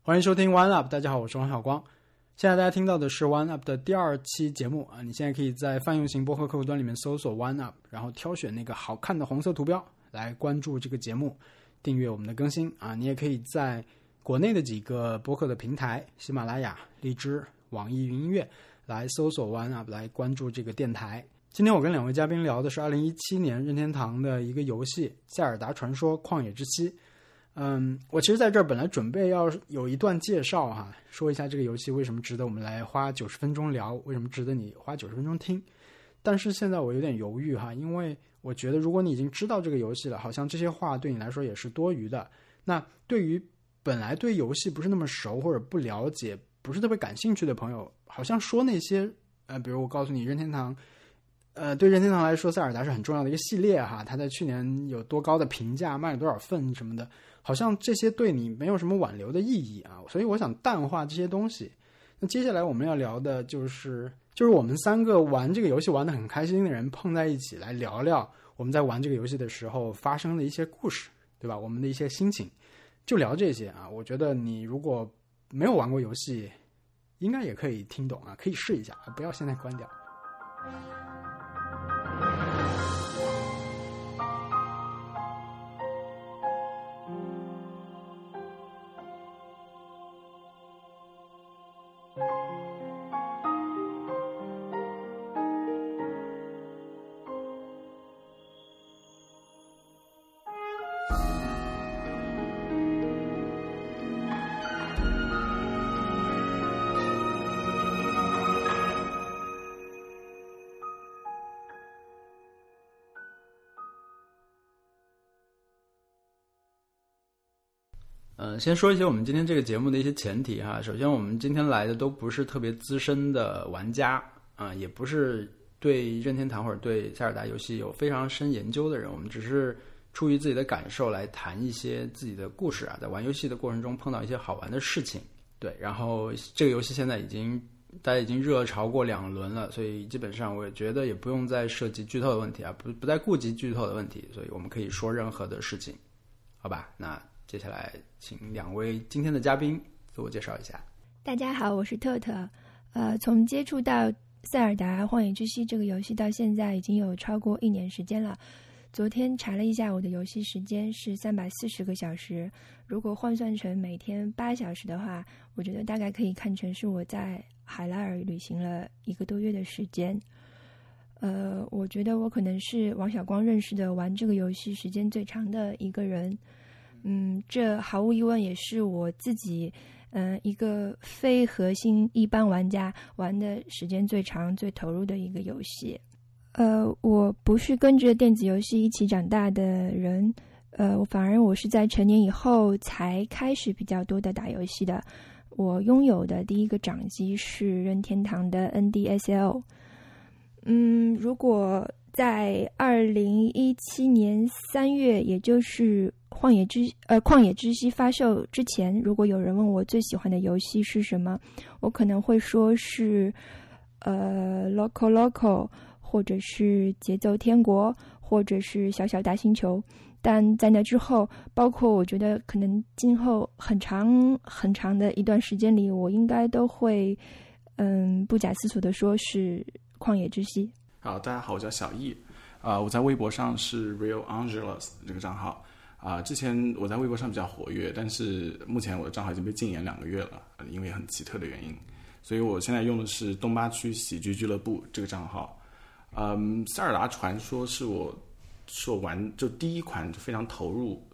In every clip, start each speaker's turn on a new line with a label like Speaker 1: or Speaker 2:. Speaker 1: 欢迎收听 One Up，大家好，我是王小光。现在大家听到的是 One Up 的第二期节目啊，你现在可以在泛用型播客客户端里面搜索 One Up，然后挑选那个好看的红色图标来关注这个节目，订阅我们的更新啊。你也可以在国内的几个播客的平台，喜马拉雅、荔枝、网易云音乐来搜索 One Up 来关注这个电台。今天我跟两位嘉宾聊的是2017年任天堂的一个游戏《塞尔达传说：旷野之息》。嗯，我其实在这儿本来准备要有一段介绍哈、说一下这个游戏为什么值得我们来花九十分钟聊，为什么值得你花九十分钟听。但是现在我有点犹豫哈，因为我觉得如果你已经知道这个游戏了，好像这些话对你来说也是多余的。那对于本来对游戏不是那么熟或者不了解、不是特别感兴趣的朋友，好像说那些呃，比如我告诉你任天堂。呃，对任天堂来说，塞尔达是很重要的一个系列哈，它在去年有多高的评价，卖了多少份什么的，好像这些对你没有什么挽留的意义啊，所以我想淡化这些东西。那接下来我们要聊的就是，就是我们三个玩这个游戏玩的很开心的人碰在一起来聊聊我们在玩这个游戏的时候发生的一些故事，对吧？我们的一些心情，就聊这些啊。我觉得你如果没有玩过游戏，应该也可以听懂啊，可以试一下，不要现在关掉。呃，先说一些我们今天这个节目的一些前提哈。首先，我们今天来的都不是特别资深的玩家啊、也不是对任天堂或者对塞尔达游戏有非常深研究的人，我们只是出于自己的感受来谈一些自己的故事啊，在玩游戏的过程中碰到一些好玩的事情。对，然后这个游戏现在已经大家已经热潮过两轮了，所以基本上我觉得也不用再涉及剧透的问题啊，不不再顾及剧透的问题，所以我们可以说任何的事情。好吧，那接下来请两位今天的嘉宾自我介绍一下。
Speaker 2: 大家好，我是特特。呃，从接触到《塞尔达：荒野之息》这个游戏到现在，已经有超过一年时间了。昨天查了一下，我的游戏时间是三百四十个小时。如果换算成每天八小时的话，我觉得大概可以看成是我在海拉尔旅行了一个多月的时间。呃，我觉得我可能是王小光认识的玩这个游戏时间最长的一个人。嗯，这毫无疑问也是我自己，嗯、一个非核心一般玩家玩的时间最长、最投入的一个游戏。呃，我不是跟着电子游戏一起长大的人，呃，我反而我是在成年以后才开始比较多的打游戏的。我拥有的第一个掌机是任天堂的 NDSL。嗯，如果在二零一七年三月，也就是《旷野之呃旷野之息》发售之前，如果有人问我最喜欢的游戏是什么，我可能会说是呃《Loco Loco》，或者是《节奏天国》，或者是《小小大星球》。但在那之后，包括我觉得可能今后很长很长的一段时间里，我应该都会嗯不假思索的说是《旷野之息》。
Speaker 3: 好，啊大家好，我叫小易，啊、我在微博上是 Real Angelos 这个账号，啊、之前我在微博上比较活跃，但是目前我的账号已经被禁言两个月了，呃因为很奇特的原因，所以我现在用的是东八区喜剧俱乐部这个账号，嗯，塞尔达传说是我是我玩就第一款就非常投入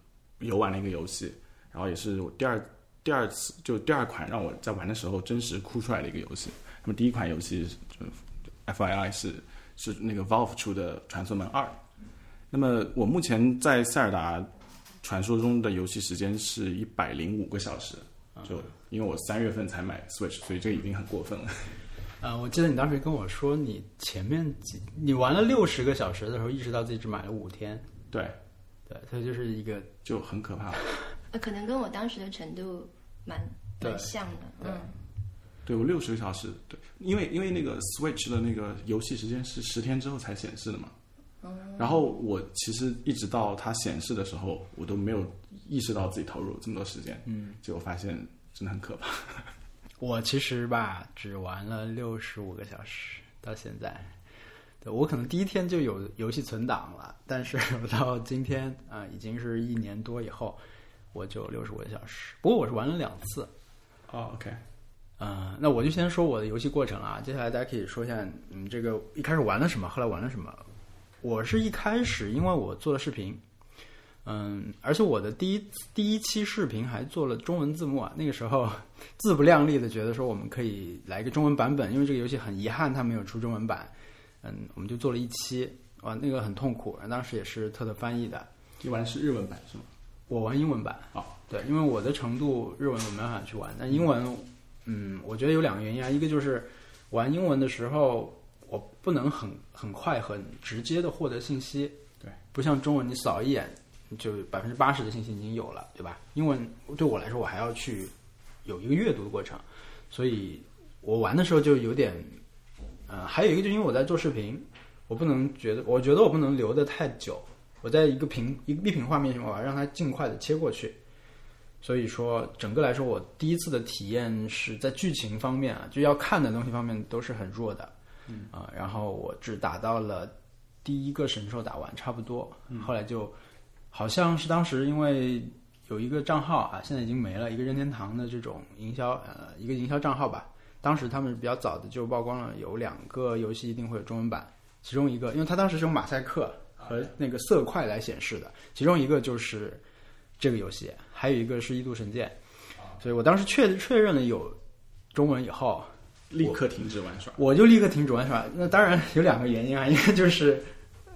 Speaker 3: 游玩的一个游戏，然后也是我第二第二次就第二款让我在玩的时候真实哭出来的一个游戏，那么第一款游戏就 F I I 是是那个 Valve 出的《传送门二》。那么我目前在塞尔达传说中的游戏时间是一百零五个小时，就因为我三月份才买 Switch，所以这已经很过分了。
Speaker 1: 呃，我记得你当时跟我说，你前面几你玩了六十个小时的时候，意识到自己只买了五天，
Speaker 3: 对，
Speaker 1: 对，所以就是一个
Speaker 3: 就很可怕。
Speaker 4: 呃，可能跟我当时的程度蛮
Speaker 1: 对
Speaker 4: 蛮像的，嗯，
Speaker 3: 对我六十个小时，对，因为因为那个 Switch 的那个游戏时间是十天之后才显示的嘛。然后我其实一直到它显示的时候，我都没有意识到自己投入了这么多时间。嗯，结果发现真的很可怕。
Speaker 1: 我其实吧，只玩了六十五个小时，到现在。对我可能第一天就有游戏存档了，但是 到今天啊、已经是一年多以后，我就六十五个小时。不过我是玩了两次，
Speaker 3: 哦，OK，
Speaker 1: 嗯、那我就先说我的游戏过程啊，接下来大家可以说一下你这个一开始玩了什么，后来玩了什么。我是一开始因为我做了视频，嗯，而且我的第一第一期视频还做了中文字幕啊，那个时候 自不量力的觉得说我们可以来一个中文版本，因为这个游戏很遗憾它没有出中文版，嗯，我们就做了一期，哇，那个很痛苦，当时也是特特翻译的，
Speaker 3: 你玩的是日文版是吗？
Speaker 1: 我玩英文版。
Speaker 3: 哦，
Speaker 1: 对，因为我的程度日文我没办法去玩，但英文，嗯，我觉得有两个原因啊，一个就是玩英文的时候，我不能很很快很直接的获得信息，
Speaker 3: 对，
Speaker 1: 不像中文你扫一眼就百分之八十的信息已经有了，对吧？英文对我来说，我还要去有一个阅读的过程，所以我玩的时候就有点，呃，还有一个就因为我在做视频，我不能觉得，我觉得我不能留的太久。我在一个屏一个一屏画面上，我要让它尽快的切过去，所以说，整个来说，我第一次的体验是在剧情方面啊，就要看的东西方面都是很弱的，嗯啊、然后我只打到了第一个神兽打完差不多，后来就好像是当时因为有一个账号啊，现在已经没了，一个任天堂的这种营销呃一个营销账号吧，当时他们比较早的就曝光了有两个游戏一定会有中文版，其中一个因为它当时是用马赛克和那个色块来显示的，其中一个就是。这个游戏，还有一个是《异度神剑》，所以我当时确确认了有中文以后，
Speaker 3: 立刻停止玩耍。
Speaker 1: 我就立刻停止玩耍。那当然有两个原因啊，一个就是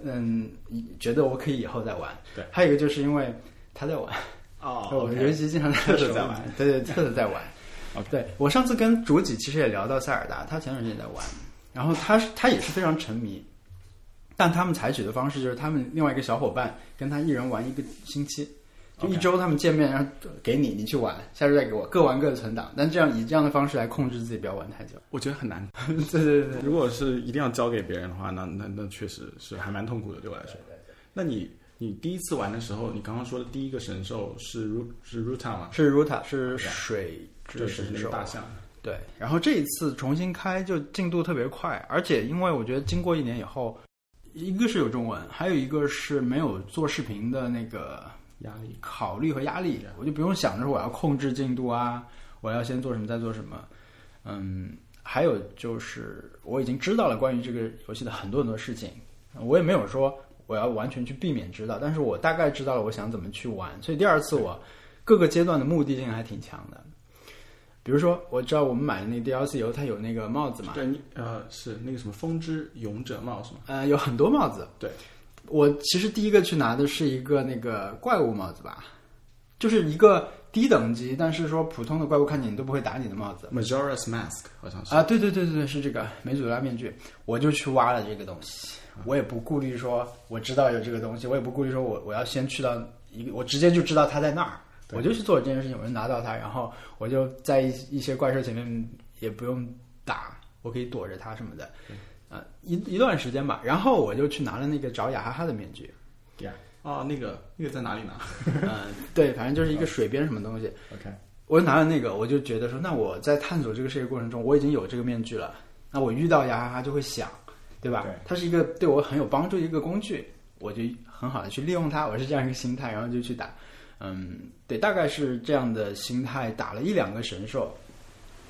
Speaker 1: 嗯，觉得我可以以后再玩，
Speaker 3: 对
Speaker 1: 还有一个就是因为他在玩，
Speaker 3: 哦
Speaker 1: 我们尤其经常
Speaker 3: 特特在
Speaker 1: 在
Speaker 3: 玩，
Speaker 1: 对对，特特在 玩。
Speaker 3: OK
Speaker 1: 对我上次跟竹己其实也聊到塞尔达，他前段时间也在玩，然后他是他也是非常沉迷，但他们采取的方式就是他们另外一个小伙伴跟他一人玩一个星期，就一
Speaker 3: OK
Speaker 1: 周他们见面，然后给你你去玩，下周再给我，各玩各的存档，但这样以这样的方式来控制自己不要玩太久。
Speaker 3: 我觉得很难。
Speaker 1: 对对对对，
Speaker 3: 如果是一定要交给别人的话，那那那确实是还蛮痛苦的，对我来说。那你你第一次玩的时候，你刚刚说的第一个神兽是 Ru 是 Ruta 吗？
Speaker 1: 是 Ruta 是水之
Speaker 3: 就是啊
Speaker 1: 神
Speaker 3: 那个
Speaker 1: 兽，啊
Speaker 3: 大象。
Speaker 1: 对，然后这一次重新开就进度特别快，而且因为我觉得经过一年以后，一个是有中文，还有一个是没有做视频的那个
Speaker 3: 压力。
Speaker 1: 考虑和压力，我就不用想着我要控制进度啊，我要先做什么再做什么。嗯，还有就是我已经知道了关于这个游戏的很多很多事情，我也没有说我要完全去避免知道，但是我大概知道了我想怎么去玩，所以第二次我各个阶段的目的性还挺强的。比如说，我知道我们买的那个 DLC 游，它有那个帽子嘛，
Speaker 3: 对，你呃是那个什么风之勇者帽是吗？
Speaker 1: 呃，有很多帽子。
Speaker 3: 对，
Speaker 1: 我其实第一个去拿的是一个那个怪物帽子吧，就是一个低等级，但是说普通的怪物看见你都不会打你的帽子
Speaker 3: Majora's Mask 好像是。
Speaker 1: 啊。对对对对对，是这个美祖拉面具，我就去挖了这个东西，我也不顾虑说我知道有这个东西，我也不顾虑说我我要先去到一个，我直接就知道它在那儿，我就去做了这件事情，我就拿到它，然后我就在一一些怪兽前面也不用打，我可以躲着它什么的。呃，一一段时间吧，然后我就去拿了那个找雅哈哈的面具，
Speaker 3: Yeah。哦，那个那个在哪里拿
Speaker 1: 嗯、 对，反正就是一个水边什么东西，
Speaker 3: ？OK。
Speaker 1: 我就拿了那个，我就觉得说，那我在探索这个世界过程中，我已经有这个面具了，那我遇到雅哈哈就会想，对吧？
Speaker 3: 对
Speaker 1: 它是一个对我很有帮助的一个工具，我就很好的去利用它，我是这样一个心态，然后就去打，嗯，对，大概是这样的心态，打了一两个神兽，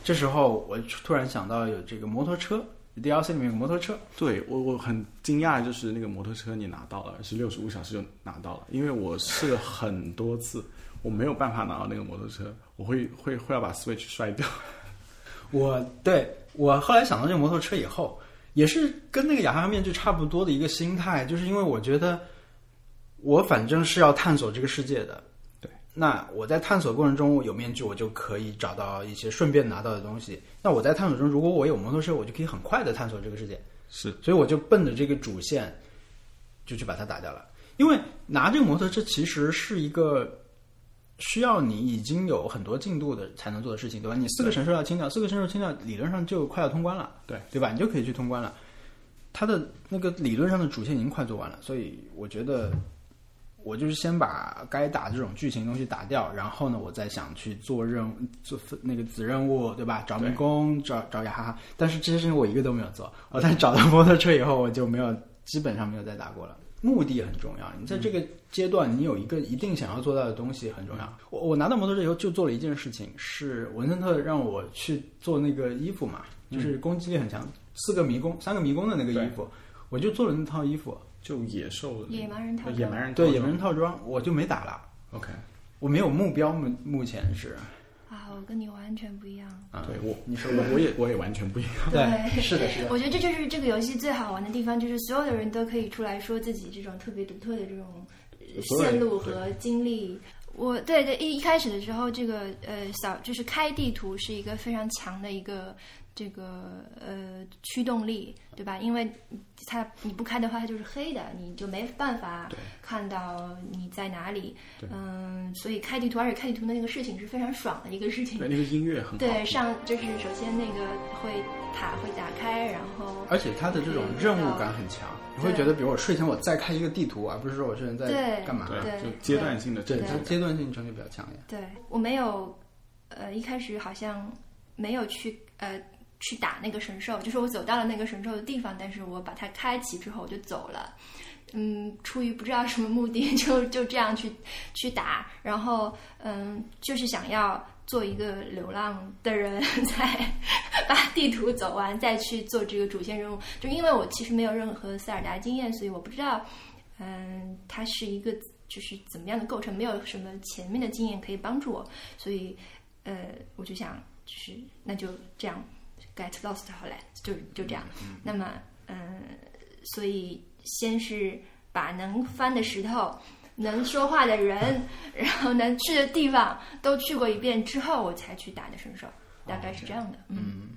Speaker 1: 这时候我突然想到有这个摩托车，DLC 里面有摩托车，
Speaker 3: 对我我很惊讶，就是那个摩托车你拿到了，是六十五小时就拿到了，因为我试了很多次，我没有办法拿到那个摩托车，我会会会要把 Switch 摔掉。
Speaker 1: 我对我后来想到这个摩托车以后，也是跟那个雅哈哈面具差不多的一个心态，就是因为我觉得我反正是要探索这个世界的。
Speaker 3: 对，
Speaker 1: 那我在探索过程中有面具，我就可以找到一些顺便拿到的东西。那我在探索中，如果我有摩托车，我就可以很快的探索这个世界。
Speaker 3: 是
Speaker 1: 所以我就奔着这个主线就去把它打掉了。因为拿这个摩托车其实是一个需要你已经有很多进度的才能做的事情，对吧？你四个神兽要清掉，四个神兽清掉，理论上就快要通关了，
Speaker 3: 对
Speaker 1: 对吧？你就可以去通关了。它的那个理论上的主线已经快做完了，所以我觉得我就是先把该打这种剧情东西打掉，然后呢，我再想去做任务、做那个子任务，对吧？找迷宫，找找雅哈哈。但是这些事情我一个都没有做。我在找到摩托车以后，我就没有，基本上没有再打过了。目的很重要，你在这个阶段，你有一个一定想要做到的东西很重要。我我拿到摩托车以后，就做了一件事情，是文森特让我去做那个衣服嘛，就是攻击力很强，四个迷宫、三个迷宫的那个衣服，我就做了那套衣服。
Speaker 3: 就野兽
Speaker 2: 野蛮人套装
Speaker 3: 呃野蛮人
Speaker 1: 对
Speaker 3: 套
Speaker 1: 野
Speaker 3: 装
Speaker 1: 蛮人套装，我就没打了，
Speaker 3: OK，
Speaker 1: 我没有目标，目目前是，
Speaker 2: 啊，我跟你完全不一样。
Speaker 1: 啊
Speaker 3: 对我
Speaker 1: 你说吧
Speaker 3: 我我也我也完全不 一样，
Speaker 1: 对，是的，是的，
Speaker 2: 我觉得这就是这个游戏最好玩的地方，就是所有的人都可以出来说自己这种特别独特的这种呃
Speaker 3: 所有人
Speaker 2: 线路和经历。我对对一一开始的时候，这个呃小就是开地图是一个非常强的一个这个呃驱动力，对吧？因为它你不开的话，它就是黑的，你就没办法看到你在哪里。嗯，所以开地图，而且开地图的那个事情是非常爽的一个事情
Speaker 3: 对。那个音乐很好，
Speaker 2: 对，上就是首先那个会塔会打开，然后
Speaker 1: 而且它的这种任务感很强，你会觉得，比如我睡前我再开一个地图，啊而不是说我睡前在
Speaker 2: 对
Speaker 1: 干嘛，
Speaker 2: 对
Speaker 3: 就阶段性的
Speaker 1: 对，
Speaker 3: 成
Speaker 1: 它
Speaker 3: 长
Speaker 1: 阶段性成就比较强一点，
Speaker 2: 对我没有，呃，一开始好像没有去呃去打那个神兽，就是我走到了那个神兽的地方，但是我把它开启之后我就走了。嗯，出于不知道什么目的， 就就这样去去打，然后嗯，就是想要做一个流浪的人， 在 把地图走完，再去做这个主线任务。就因为我其实没有任何塞尔达经验，所以我不知道，嗯，它是一个就是怎么样的构成，没有什么前面的经验可以帮助我，所以呃，我就想就是那就这样 get lost 好了，就就这样。那么嗯、所以先是把能翻的石头。能说话的 人，然后能去的地方都去过一遍之后，我才去打的神兽，大概是这样的。嗯，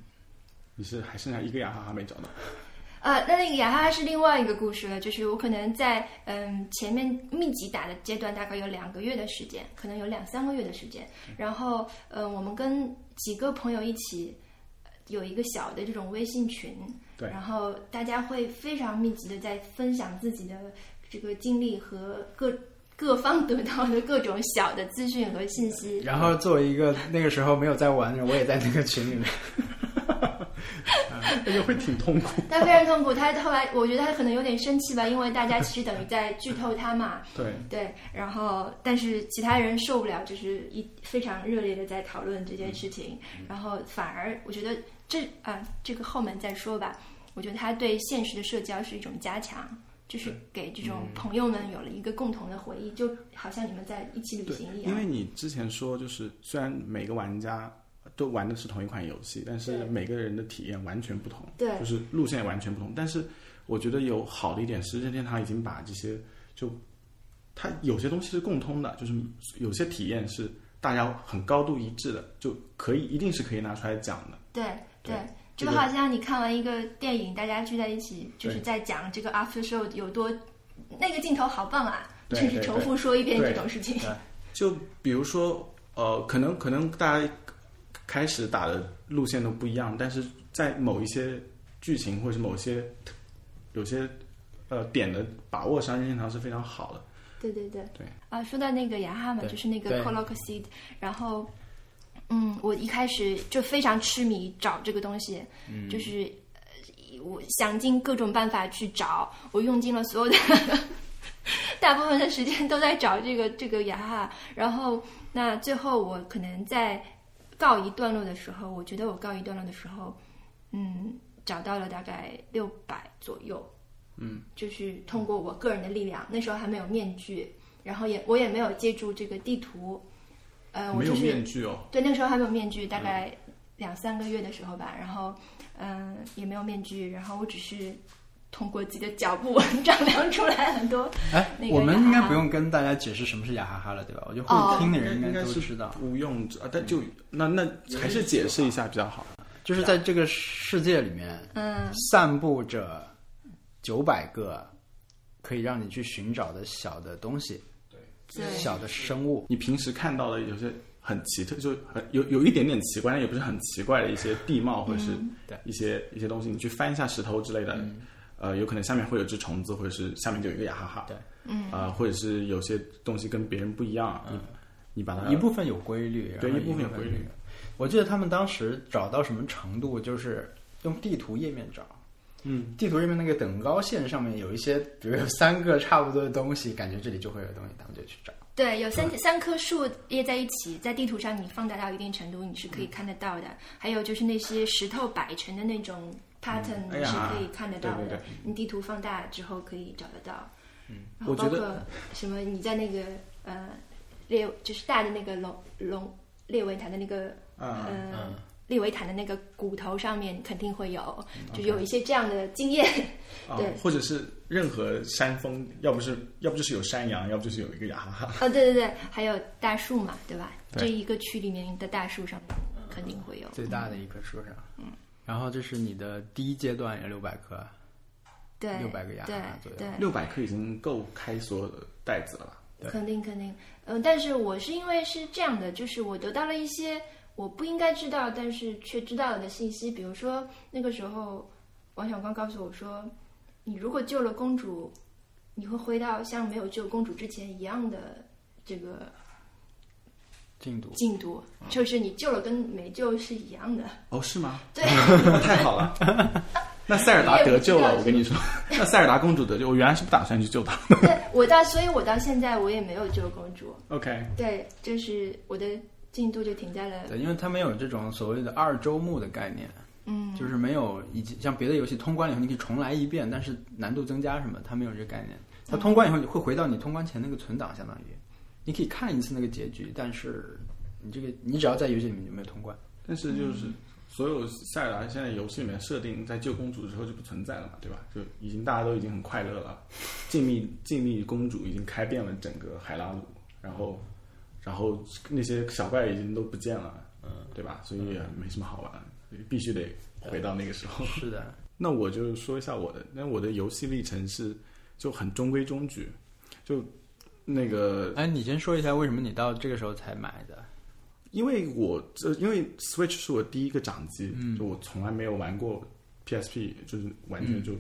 Speaker 3: 你是还剩下一个雅哈哈没找到，
Speaker 2: 呃，那那个雅哈哈是另外一个故事了，就是我可能在嗯前面密集打的阶段，大概有两个月的时间，可能有两三个月的时间。然后呃，我们跟几个朋友一起呃有一个小的这种微信群，
Speaker 3: 对
Speaker 2: 然后大家会非常密集的在分享自己的这个经历和各各方得到的各种小的资讯和信息。
Speaker 1: 然后作为一个那个时候没有在玩的人，我也在那个群 里面，
Speaker 3: 那个会挺痛苦，
Speaker 2: 他非常痛苦，他后来我觉得他可能有点生气吧，因为大家其实等于在剧透他嘛。
Speaker 3: 对，
Speaker 2: 对，然后但是其他人受不了，就是一非常热烈的在讨论这件事情，
Speaker 3: 嗯
Speaker 2: 然后反而我觉得这啊、这个后面再说吧，我觉得他对现实的社交是一种加强。就是给这
Speaker 3: 嗯
Speaker 2: 种朋友们有了一个共同的回忆，就好像你们在一起旅
Speaker 3: 对
Speaker 2: 行一，样。
Speaker 3: 因为你之前说，就是虽然每个玩家都玩的是同一款游戏，但是
Speaker 2: 对
Speaker 3: 每个人的体验完全不同，
Speaker 2: 对
Speaker 3: 就是路线也完全不同。但是我觉得有好的一点是，任天堂已经把这些就它有些东西是共通的，就是有些体验是大家很高度一致的，就可以一定是可以拿出来讲的。
Speaker 2: 对
Speaker 3: 对
Speaker 2: 对，就
Speaker 3: 这个
Speaker 2: 好像你看完一个电影，大家聚在一起，就是
Speaker 3: 对
Speaker 2: 在讲这个 after show 有多那个镜头好棒啊，就
Speaker 3: 对
Speaker 2: 是
Speaker 3: 对
Speaker 2: 重复说一遍
Speaker 3: 对
Speaker 2: 这种事情。
Speaker 3: 就比如说，呃，可能可能大家开始打的路线都不一样，但是在某一些剧情或者是某些有些呃点的把握上，任天堂是非常好的。
Speaker 2: 对对对
Speaker 3: 对
Speaker 2: 啊，说到那个雅哈嘛，
Speaker 1: 对
Speaker 2: 就是那
Speaker 1: 对
Speaker 2: 个 Coloc Seed，然后嗯，我一开始就非常痴迷找这个东西，
Speaker 3: 嗯
Speaker 2: 就是呃我想尽各种办法去找，我用尽了所有的 大部分的时间都在找这个这个雅哈，然后那最后我可能在告一段落的时候，我觉得我告一段落的时候，嗯，找到了大概六百左右。
Speaker 3: 嗯
Speaker 2: 就是通过我个人的力量，那时候还没有面具，然后也我也没有借助这个地图，呃，我
Speaker 3: 没有
Speaker 2: 就是
Speaker 3: 面具哦，
Speaker 2: 对，那时候还没有面具，
Speaker 3: 嗯
Speaker 2: 大概两三个月的时候吧。然后，嗯、也没有面具，然后我只是通过自己的脚步 丈量出来很多。
Speaker 1: 哎
Speaker 2: 那，个
Speaker 1: 我们应该
Speaker 2: 雅哈哈
Speaker 1: 不用跟大家解释什么是雅哈哈了，对吧？我觉得
Speaker 2: 哦
Speaker 1: 会听的人
Speaker 3: 应
Speaker 1: 应
Speaker 3: 该
Speaker 1: 该都
Speaker 3: 是
Speaker 1: 知道，
Speaker 3: 不用啊，但
Speaker 2: 嗯
Speaker 3: 就那那还是解释一下比较好。
Speaker 1: 就是在这个世界里面，
Speaker 2: 嗯，
Speaker 1: 散布着九百个可以让你去寻找的小的东西、
Speaker 2: 对，
Speaker 1: 小的生物。
Speaker 3: 你平时看到的有些很奇特，就很有有一点点奇怪，但也不是很奇怪的一些地貌或者是
Speaker 1: 嗯对嗯
Speaker 3: 一些、一些东西，你去翻一下石头之类的，呃，有可能下面会有只虫子，或者是下面就有一个雅哈哈，
Speaker 1: 对，
Speaker 3: 嗯，啊，或者是有些东西跟别人不一样，你你把它
Speaker 1: 嗯一部分有规律，
Speaker 3: 对
Speaker 1: 然后
Speaker 3: 一部分有
Speaker 1: 有
Speaker 3: 规律。
Speaker 1: 我记得他们当时找到什么程度，就是用地图页面找。
Speaker 3: 嗯，
Speaker 1: 地图页面那个等高线上面有一些，比如有三个差不多的东西，感觉这里就会有东西，他们就去找。
Speaker 2: 对，有
Speaker 3: 嗯
Speaker 2: 三三棵树列在一起，在地图上你放大到一定程度，你是可
Speaker 3: 嗯
Speaker 2: 以看得到的。还有就是那些石头摆成的那种 pattern，
Speaker 3: 哎
Speaker 2: 你
Speaker 3: 呀
Speaker 2: 是可以看得到
Speaker 3: 对对
Speaker 2: 的
Speaker 3: 对。
Speaker 2: 你地图放大之后可以找得到。嗯，然后
Speaker 3: 我觉
Speaker 2: 包
Speaker 3: 得
Speaker 2: 括什么？你在那个呃列就是大的那个龙龙列维坦的那个
Speaker 3: 啊，
Speaker 2: 呃
Speaker 1: 嗯
Speaker 2: 列维坦的那个骨头上面肯定会有，就有一些这样的经 验。
Speaker 3: 啊
Speaker 2: 对，
Speaker 3: 或者是任何山峰，要不是要不就是有山羊，要不就是有一个雅哈哈。
Speaker 2: 啊，对对对，还有大树嘛，对吧？
Speaker 3: 对
Speaker 2: 这一个区里面的大树上肯定会有。
Speaker 1: 最大的一棵树上，嗯，然后这是你的第一阶段，有六百棵，
Speaker 2: 对，
Speaker 1: 600个牙
Speaker 2: 对
Speaker 1: 左右
Speaker 2: 对，
Speaker 3: 六百克已经够开所有的袋子了吧？
Speaker 2: 肯定肯定。嗯、但是我是因为是这样的，就是我得到了一些我不应该知道，但是却知道了的信息，比如说那个时候王小光告诉我说，你如果救了公主，你会回到像没有救公主之前一样的这个
Speaker 1: 进度
Speaker 2: 进度，
Speaker 1: 嗯
Speaker 2: 就是你救了跟没救是一样的。
Speaker 3: 哦，是吗？
Speaker 2: 对，
Speaker 3: 太好了。那塞尔达得救了，我跟你说，那塞尔达公主得救，我原来是不打算去救她的。
Speaker 2: 对我到，所以我到现在我也没有救公主。
Speaker 3: OK，
Speaker 2: 对，就是我的进度就停在了
Speaker 1: 对，因为它没有这种所谓的二周目的概念，
Speaker 2: 嗯，
Speaker 1: 就是没有以及像别的游戏通关了以后你可以重来一遍，但是难度增加什么，它没有这个概念。它通关以后你会回到你通关前那个存档，相当于你可以看一次那个结局，但是你这个你只要在游戏里面就没有通关。
Speaker 3: 但是就是所有塞尔达现在游戏里面设定，在救公主之后就不存在了嘛，对吧？就已经大家都已经很快乐了，静谧静谧公主已经开遍了整个海拉鲁，然后然后那些小怪已经都不见了，嗯，对吧？所以也没什么好玩，必须得回到那个时候。
Speaker 1: 是的，
Speaker 3: 那我就说一下我的，那我的游戏历程是就很中规中矩，就那个
Speaker 1: 哎，你先说一下为什么你到这个时候才买的？
Speaker 3: 因为我这因为 Switch 是我第一个掌机，就我从来没有玩过 PSP，就是完全就、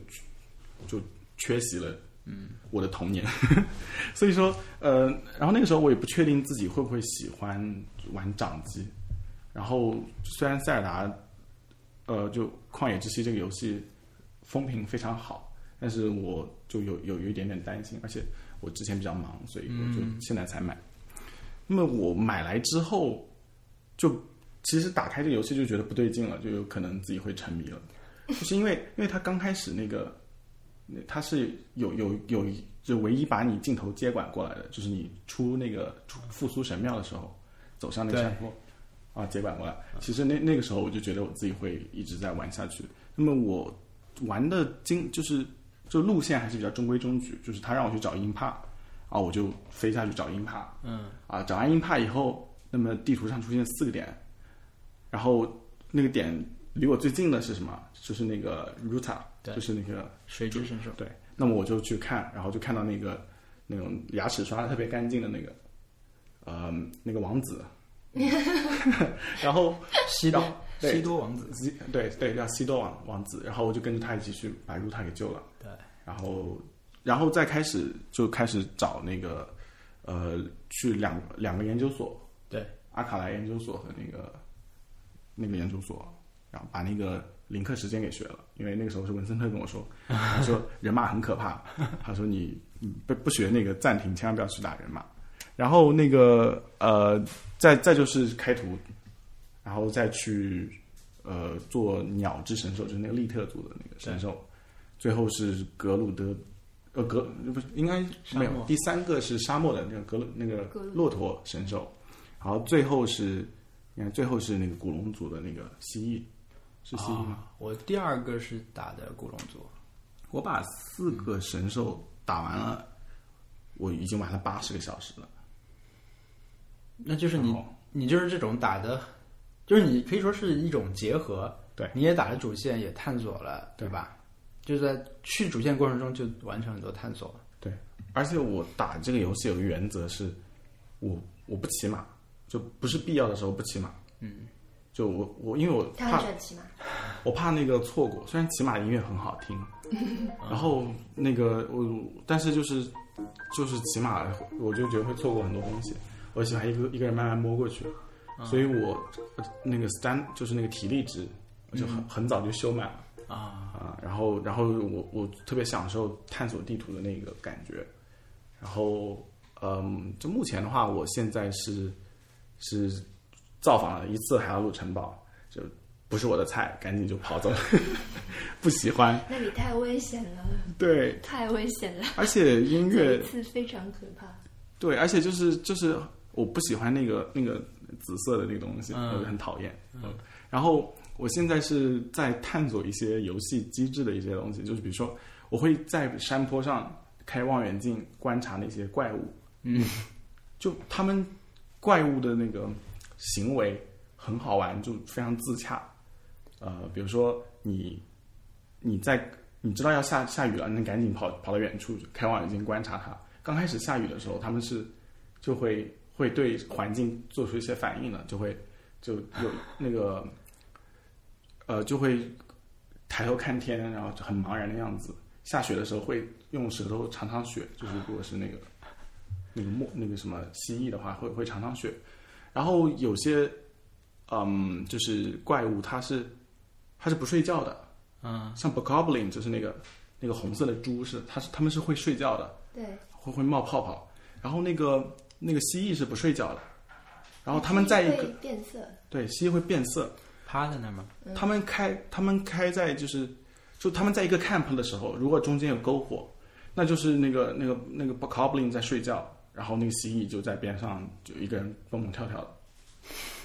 Speaker 3: 就缺席了，嗯，我的童年。 所以说，呃，然后那个时候我也不确定自己会不会喜欢玩掌机。然后虽然塞尔达，呃，就旷野之息这个游戏风评非常好，但是我就有有有一点点担心，而且我之前比较忙，所以我就现在才买。那么我买来之后，就其实打开这个游戏就觉得不对劲了，就有可能自己会沉迷了，就是因为因为它刚开始那个，那它是有有有就唯一把你镜头接管过来的，就是你出那个出复苏神庙的时候，走上那个
Speaker 1: 对
Speaker 3: 山坡啊，接管过来。其实那那个时候我就觉得我自己会一直在玩下去。那么我玩的经就是就路线还是比较中规中矩，就是他让我去找鹰帕啊，我就飞下去找鹰帕，嗯，啊，找完鹰帕以后，那么地图上出现四个点，然后那个点离我最近的是什么？就是那个 Ruta，
Speaker 1: 对
Speaker 3: 就是那个
Speaker 1: 水之神兽，
Speaker 3: 对，那么我就去看，然后就看到那个那种牙齿刷的特别干净的那个，呃，那个王子，然后
Speaker 1: 西
Speaker 3: 然后
Speaker 1: 多
Speaker 3: 对
Speaker 1: 西多王子，
Speaker 3: 西对对叫西多王王子，然后我就跟着他一起去把露塔给救了。
Speaker 1: 对，
Speaker 3: 然后然后再开始就开始找那个呃去两两个研究所，
Speaker 1: 对，
Speaker 3: 阿卡莱研究所和那个那个研究所，然后把那个零课时间给学了，因为那个时候是文森特跟我说， 他说人马很可怕，他说你你不不学那个暂停，千万不要去打人马。然后那个呃，再再就是开图，然后再去呃做鸟之神兽，就是那个利特族的那个神兽，最后是格鲁德，呃格不是应该
Speaker 1: 沙漠
Speaker 3: 没有第三个是沙漠的那个格鲁那个
Speaker 2: 格鲁
Speaker 3: 骆驼神兽，然后最后是你看最后是那个古龙族的那个蜥蜴，是蜥蜴吗？
Speaker 1: 啊我第二个是打的古龙族，
Speaker 3: 我把四个神兽打完了，我已经玩了八十个小时了。
Speaker 1: 那就是
Speaker 3: 然
Speaker 1: 你
Speaker 3: 后
Speaker 1: 你就是这种打的，就是你可以说是一种结合，
Speaker 3: 对
Speaker 1: 你也打了主线，也探索了，对
Speaker 3: 对
Speaker 1: 吧？就在去主线过程中就完成很多探索了，
Speaker 3: 对，而且我打这个游戏有个原则是，我我不骑马，就不是必要的时候不骑马。嗯，就我我因为我
Speaker 2: 他很
Speaker 3: 怕
Speaker 2: 神奇嘛。
Speaker 3: 我怕那个错过，虽然骑马音乐很好听，啊然后那个我，但是就是就是起码我就觉得会错过很多东西，我喜欢一个一个人慢慢摸过去，
Speaker 1: 嗯
Speaker 3: 所以我呃那个 stand 就是那个体力值，我就很、
Speaker 1: 嗯
Speaker 3: 很早就修满了
Speaker 1: 啊，
Speaker 3: 啊。然后然后我我特别享受探索地图的那个感觉，然后嗯，就目前的话，我现在是是造访了一次海拉鲁城堡，就不是我的菜，赶紧就跑走了， 不喜欢。
Speaker 2: 那里太危险了，
Speaker 3: 对，
Speaker 2: 太危险了，
Speaker 3: 而且音乐
Speaker 2: 这一次非常可怕。
Speaker 3: 对，而且就是就是我不喜欢那个那个紫色的那个东西，我就很讨厌。嗯，然后我现在是在探索一些游戏机制的一些东西，就是比如说我会在山坡上开望远镜观察那些怪物，
Speaker 1: 嗯，
Speaker 3: 就他们怪物的那个行为很好玩，就非常自洽。呃，比如说你你在你知道要下下雨了，你赶紧跑跑到远处去开望远镜观察它。刚开始下雨的时候，他们是就会会对环境做出一些反应的，就会就有那个呃就会抬头看天，然后就很茫然的样子。下雪的时候会用舌头尝尝雪，就是如果是那个那个墨那个什么蜥蜴的话，会会尝尝雪。然后有些嗯，就是怪物它是它是不睡觉的，
Speaker 1: 嗯，
Speaker 3: 像 b o c o b l i n 就是那个那个红色的猪是，它是它们是会睡觉的，
Speaker 2: 对，
Speaker 3: 会会冒泡泡。然后那个那个蜥蜴是不睡觉的，然后它们在一
Speaker 2: 会
Speaker 3: 个
Speaker 2: 变色，
Speaker 3: 对蜥蜴会变色，
Speaker 1: 趴在那儿吗？
Speaker 3: 他们开他们开在就是就他们在一个 camp 的时候，如果中间有篝火，那就是那个那个那个 goblin 在睡觉，然后那个蜥蜴就在边上就一个人蹦蹦跳跳的，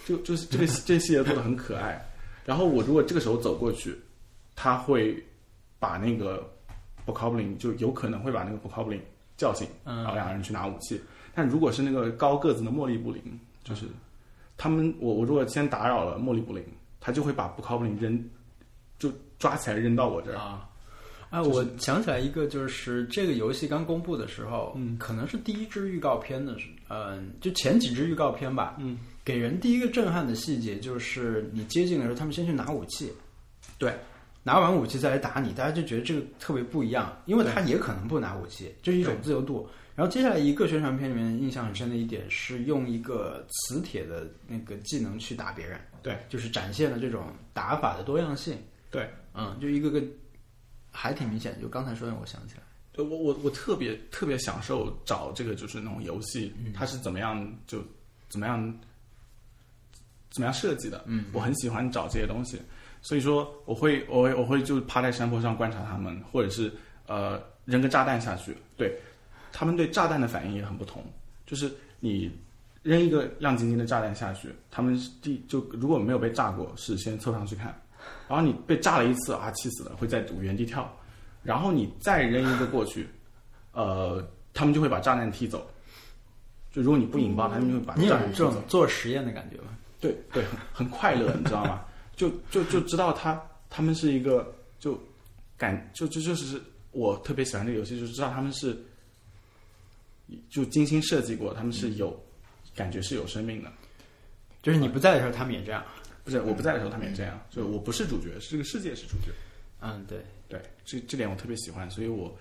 Speaker 3: 就就是这个这个细节做的很可爱。然后我如果这个时候走过去，他会把那个 goblin 就有可能会把那个 goblin 叫醒，
Speaker 1: 嗯
Speaker 3: 然后两个人去拿武器。但如果是那个高个子的茉莉布林，就是他们我我如果先打扰了茉莉布林，他就会把布考布林扔，就抓起来扔到我这儿。
Speaker 1: 啊。哎，我想起来一个，就是这个游戏刚公布的时候，嗯，可能是第一支预告片的时，嗯、就前几支预告片吧，嗯，给人第一个震撼的细节就是你接近的时候，他们先去拿武器，
Speaker 3: 对，
Speaker 1: 拿完武器再来打你，大家就觉得这个特别不一样，因为他也可能不拿武器，这是一种自由度。然后接下来一个宣传片里面印象很深的一点是用一个磁铁的那个技能去打别人，
Speaker 3: 对，
Speaker 1: 就是展现了这种打法的多样性。
Speaker 3: 对，
Speaker 1: 嗯，就一个个还挺明显。就刚才说的，我想起来，
Speaker 3: 对我我我特别特别享受找这个就是那种游戏，它是怎么样就怎么样怎么样设计的。嗯，我很喜欢找这些东西，所以说我会我会我会就趴在山坡上观察他们，或者是呃扔个炸弹下去，对他们对炸弹的反应也很不同，就是你。扔一个亮晶晶的炸弹下去，他们是第就如果没有被炸过，是先凑上去看，然后你被炸了一次啊，气死了，会在原地跳，然后你再扔一个过去，呃，他们就会把炸弹踢走。就如果你不引爆，他们就会把
Speaker 1: 你有
Speaker 3: 炸弹踢
Speaker 1: 这
Speaker 3: 走
Speaker 1: 种。做实验的感觉吗？
Speaker 3: 对对，很很快乐，你知道吗？ 就就就知道他他们是一个就感就就就是我特别喜欢这个游戏，就是知道他们是就精心设计过，他们是有、感觉是有生命的。
Speaker 1: 就是你不在的时候，他们也这样。
Speaker 3: 不是我不在的时候，他们也这样。就我不是主角，是这个世界是主角。
Speaker 1: 嗯，对，
Speaker 3: 对，这这点我特别喜欢，所以我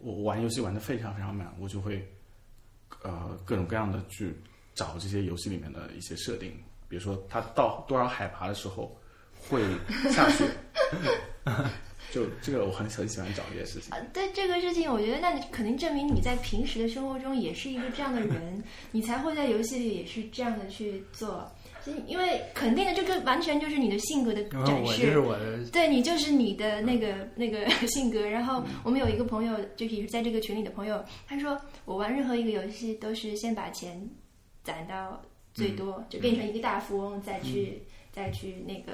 Speaker 3: 我玩游戏玩的非常非常慢，我就会呃各种各样的去找这些游戏里面的一些设定，比如说它到多少海拔的时候会下雪，就这个我很很喜欢找这些事情。
Speaker 2: 啊，但这个事情，我觉得那你肯定证明你在平时的生活中也是一个这样的 人，你才会在游戏里也是这样的去做。所以因为肯定的，这个完全就是你的性格的
Speaker 1: 然后
Speaker 2: 嗯展
Speaker 1: 我
Speaker 2: 示。
Speaker 1: 就是我的，
Speaker 2: 对你就是你的那个 那个性格。然后我们有一个朋友，就是也是在这个群里的朋友，他说我玩任何一个游戏都是先把钱攒到最多，
Speaker 3: 嗯
Speaker 2: 就变成一个大富翁，再去、再去那个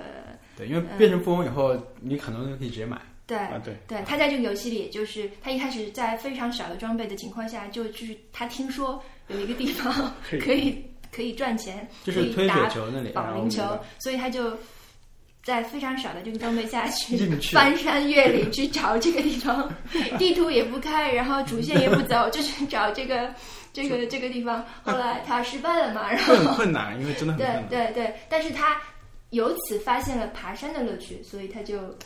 Speaker 1: 对，因为
Speaker 2: 嗯
Speaker 1: 变成富翁以后，你很多东西可以直接买。
Speaker 2: 对。
Speaker 3: 啊，对，
Speaker 2: 对他在这个游戏里，也就是他一开始在非常少的装备的情况下，就就是他听说有一个地方
Speaker 3: 可以
Speaker 2: 可以可以赚钱，
Speaker 1: 就
Speaker 2: 可
Speaker 1: 是
Speaker 2: 以
Speaker 1: 推雪
Speaker 2: 打
Speaker 1: 球那里，
Speaker 2: 保龄球
Speaker 3: 然哎后明，
Speaker 2: 所以他就在非常少的这个装备下去
Speaker 1: 硬去
Speaker 2: 翻山越岭去找这个地方，地图也不开，然后主线也 不走，就是找这个这个这个地方。后来他失败了 嘛，然
Speaker 3: 会很
Speaker 2: 后
Speaker 3: 困难，因为真的很
Speaker 2: 对
Speaker 3: 困难。
Speaker 2: 对对，但是他由此发现了爬山的乐趣，所以他就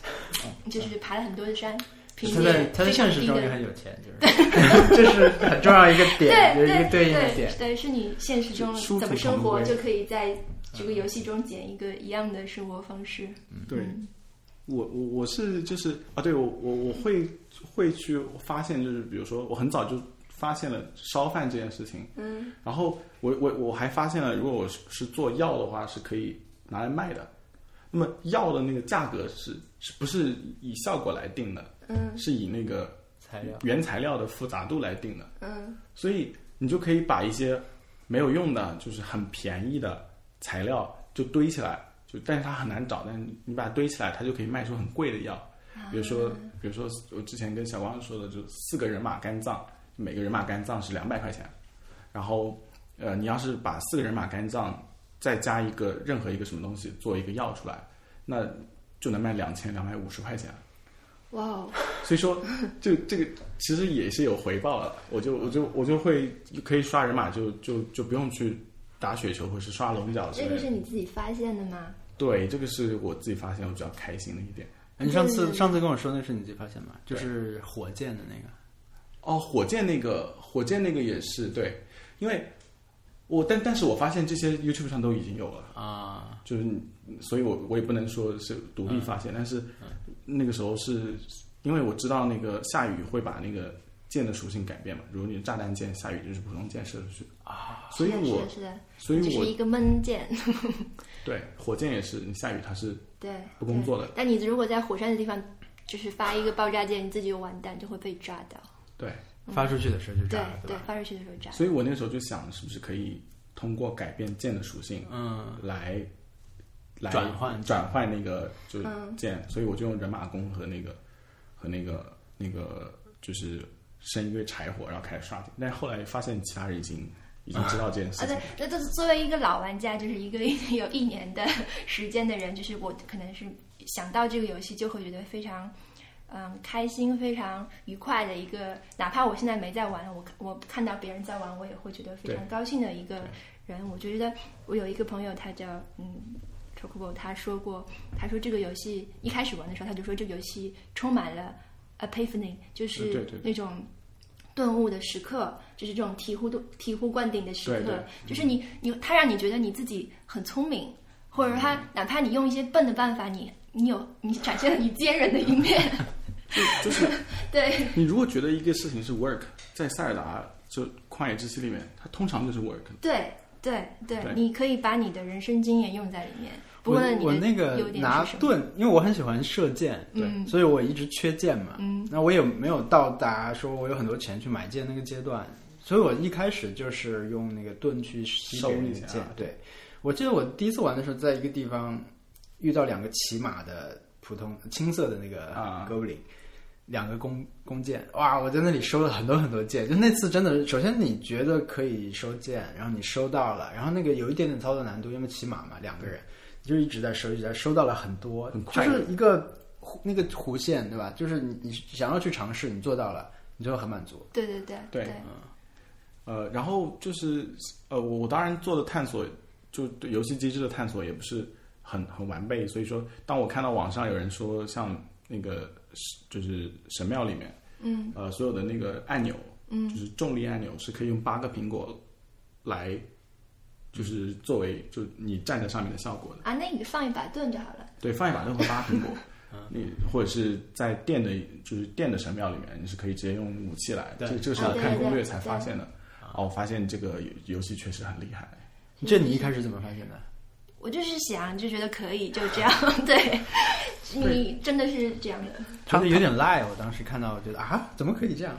Speaker 2: 就是爬了很多的山。凭
Speaker 1: 嗯他
Speaker 2: 借
Speaker 1: 在他在
Speaker 2: 非常
Speaker 1: 现实
Speaker 2: 低
Speaker 1: 中
Speaker 2: 的
Speaker 1: 也很有钱，就是 这是很重要一个点，有
Speaker 2: 对
Speaker 1: 一个
Speaker 2: 对
Speaker 1: 应的点
Speaker 2: 对。对，是你现实中
Speaker 3: 舒服
Speaker 2: 怎么生活，
Speaker 3: 常规
Speaker 2: 就可以在这个游戏中捡一个一样的生活方式。
Speaker 3: 对，我我我是就是啊，对我我我会会去发现，就是比如说我很早就发现了烧饭这件事情，
Speaker 2: 嗯，
Speaker 3: 然后我我我还发现了，如果我是是做药的话，是可以拿来卖的。那么药的那个价格是是不是以效果来定的？
Speaker 2: 嗯，
Speaker 3: 是以那个
Speaker 1: 材料，
Speaker 3: 原材料的复杂度来定的。
Speaker 2: 嗯
Speaker 3: 所以你就可以把一些没有用的，就是很便宜的材料就堆起来，就但是它很难找，但是你把它堆起来，它就可以卖出很贵的药。比如说，比如说我之前跟小光说的，就四个人马肝脏，每个人马肝脏是两百块钱，然后呃，你要是把四个人马肝脏再加一个任何一个什么东西做一个药出来，那就能卖两千两百五十块钱。
Speaker 2: 哇哦，
Speaker 3: 所以说，就这个其实也是有回报的。我就我就我就会可以刷人马就，就就不用去打雪球或是刷龙角之
Speaker 2: 这
Speaker 3: 类
Speaker 2: 个是
Speaker 3: 的。
Speaker 2: 你自己发现的吗？
Speaker 3: 对，这个是我自己发现我比较开心的一点。
Speaker 1: 哎你上次
Speaker 2: 对
Speaker 1: 上次跟我说那是你自己发现吗？就是火箭的那个，
Speaker 3: 哦，火箭那个火箭那个也是对，因为我但但是我发现这些 YouTube 上都已经有了。
Speaker 1: 啊，
Speaker 3: 就是你，所以我我也不能说是独
Speaker 2: 嗯
Speaker 3: 立发现，但是那个时候是因为我知道那个下雨会把那个箭的属性改变嘛，如果你炸弹箭下雨就是普通箭射出去啊，所以
Speaker 2: 是
Speaker 3: 我
Speaker 2: 的，是的，
Speaker 3: 所以
Speaker 2: 就是
Speaker 3: 我
Speaker 2: 一个闷键，
Speaker 3: 对火箭也是，你下雨它是
Speaker 2: 对，
Speaker 3: 不工作的
Speaker 2: 对。但你如果在火山的地方，就是发一个爆炸键，你自己就完蛋，就会被炸到。
Speaker 3: 对，
Speaker 1: 发出去的时候就炸
Speaker 2: 对
Speaker 1: 了，
Speaker 2: 对
Speaker 1: 吧？，
Speaker 2: 发出去的时候炸。
Speaker 3: 所以我那个时候就想是不是可以通过改变箭的属性
Speaker 1: 嗯，
Speaker 3: 来来
Speaker 1: 转换
Speaker 3: 转换那个就是
Speaker 2: 嗯
Speaker 3: 箭，所以我就用人马弓和那个和那个那个就是生一堆柴火，然后开始刷。但是后来发现其他人已经已经知道这件事
Speaker 2: 啊，
Speaker 3: 情
Speaker 2: 对，，那都是作为一个老玩家，就是一个 有一年的时间的人，就是我可能是想到这个游戏就会觉得非常。嗯，开心非常愉快的一个，哪怕我现在没在玩，我我看到别人在玩，我也会觉得非常高兴的一个人。我就觉得我有一个朋友，他叫嗯 c h o c o b o 他说过，他说这个游戏一开始玩的时候，他就说这个游戏充满了 epiphany，就
Speaker 3: 嗯对
Speaker 2: 是
Speaker 3: 对对
Speaker 2: 那种顿悟的时刻，就是这种醍醐醍醐灌顶的时刻，
Speaker 3: 对对
Speaker 2: 就是你你他让你觉得你自己很聪明，或者说他
Speaker 1: 嗯
Speaker 2: 哪怕你用一些笨的办法，你你有你展现了你坚韧的一 面，
Speaker 3: 就就是
Speaker 2: 对
Speaker 3: 你如果觉得一个事情是 work，在塞尔达就旷野之息里面，它通常就是 work。
Speaker 2: 对对对
Speaker 3: 对
Speaker 2: 你可以把你的人生经验用在里面。不
Speaker 1: 我
Speaker 2: 过呢，你
Speaker 1: 我
Speaker 2: 的
Speaker 1: 那个
Speaker 2: 优点
Speaker 1: 拿
Speaker 2: 是什么？
Speaker 1: 盾，因为我很喜欢射箭，
Speaker 2: 嗯
Speaker 1: 所以我一直缺剑嘛。嗯，那我也没有到达说我有很多钱去买剑那个阶段，所以我一开始就是用那个盾去吸别人的
Speaker 3: 收一
Speaker 1: 剑
Speaker 3: 下。
Speaker 1: 对，我记得我第一次玩的时候，在一个地方遇到两个骑马的普通青色的那个
Speaker 3: 啊
Speaker 1: goblin，、两个弓弓箭，哇！我在那里收了很多很多箭，就那次真的，首先你觉得可以收箭，然后你收到了，然后那个有一点点操作难度，因为骑马嘛，两个人你就一直在收，一直在收到了很多，
Speaker 3: 很
Speaker 1: 就
Speaker 3: 快
Speaker 1: 是一个弧那个弧线，对吧？就是你你想要去尝试，你做到了，你就会很满足。
Speaker 2: 对对对
Speaker 3: 对呃，然后就是呃，我我当然做的探索，就对游戏机制的探索也不是很很完备，所以说，当我看到网上有人说像那个是就是神庙里面，嗯，呃，所有的那个按钮，嗯，就是重力按钮是可以用八个苹果来，就是作为就你站在上面的效果的，
Speaker 2: 啊，那你放一把盾就好了。
Speaker 3: 对，放一把六和八 苹果。
Speaker 2: 嗯
Speaker 3: 你或者是在电的，就是电的神庙里面，你是可以直接用武器来。
Speaker 1: 对
Speaker 3: 这这个是
Speaker 2: 啊
Speaker 3: 我
Speaker 2: 对
Speaker 3: 看
Speaker 2: 对
Speaker 3: 攻略
Speaker 2: 对
Speaker 3: 才发现的。哦，我发现这个游游戏确实很厉害。
Speaker 1: 这你一开始怎么发现的？
Speaker 2: 我就是想，就觉得可以，就 这样。对，你真的是这样的。
Speaker 1: 觉得有点赖，我当时看到，我觉得啊，怎么可以 这样？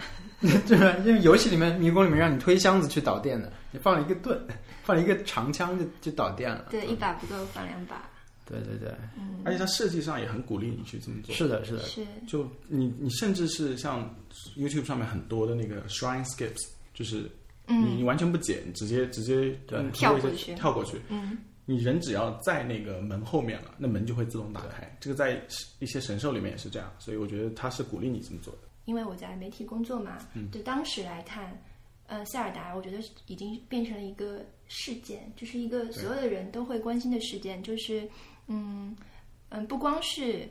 Speaker 1: 对吧？因为游戏里面迷宫里面让你推箱子去导电的，你放了一个盾，放了一个长枪就就导电了。
Speaker 2: 对，一把不够放两把，
Speaker 1: 对对对，
Speaker 3: 而且它设计上也很鼓励你去这么做。
Speaker 1: 是的，是的，
Speaker 2: 嗯是
Speaker 3: 就你你甚至是像 YouTube 上面很多的那个 shrine skips，就是你、
Speaker 1: 嗯
Speaker 3: 你完全不解，你直接直接
Speaker 1: 对
Speaker 3: 嗯
Speaker 2: 嗯跳
Speaker 3: 通
Speaker 2: 过
Speaker 3: 一些
Speaker 2: 去
Speaker 3: 跳过去。嗯，你人只要在那个门后面了，那门就会自动打开。这个在一些神兽里面也是这样，所以我觉得它是鼓励你这么做的。
Speaker 2: 因为我在媒体工作嘛，对当时来看，呃，塞尔达我觉得已经变成了一个事件，就是一个所有的人都会关心的事件，就是嗯嗯，不光是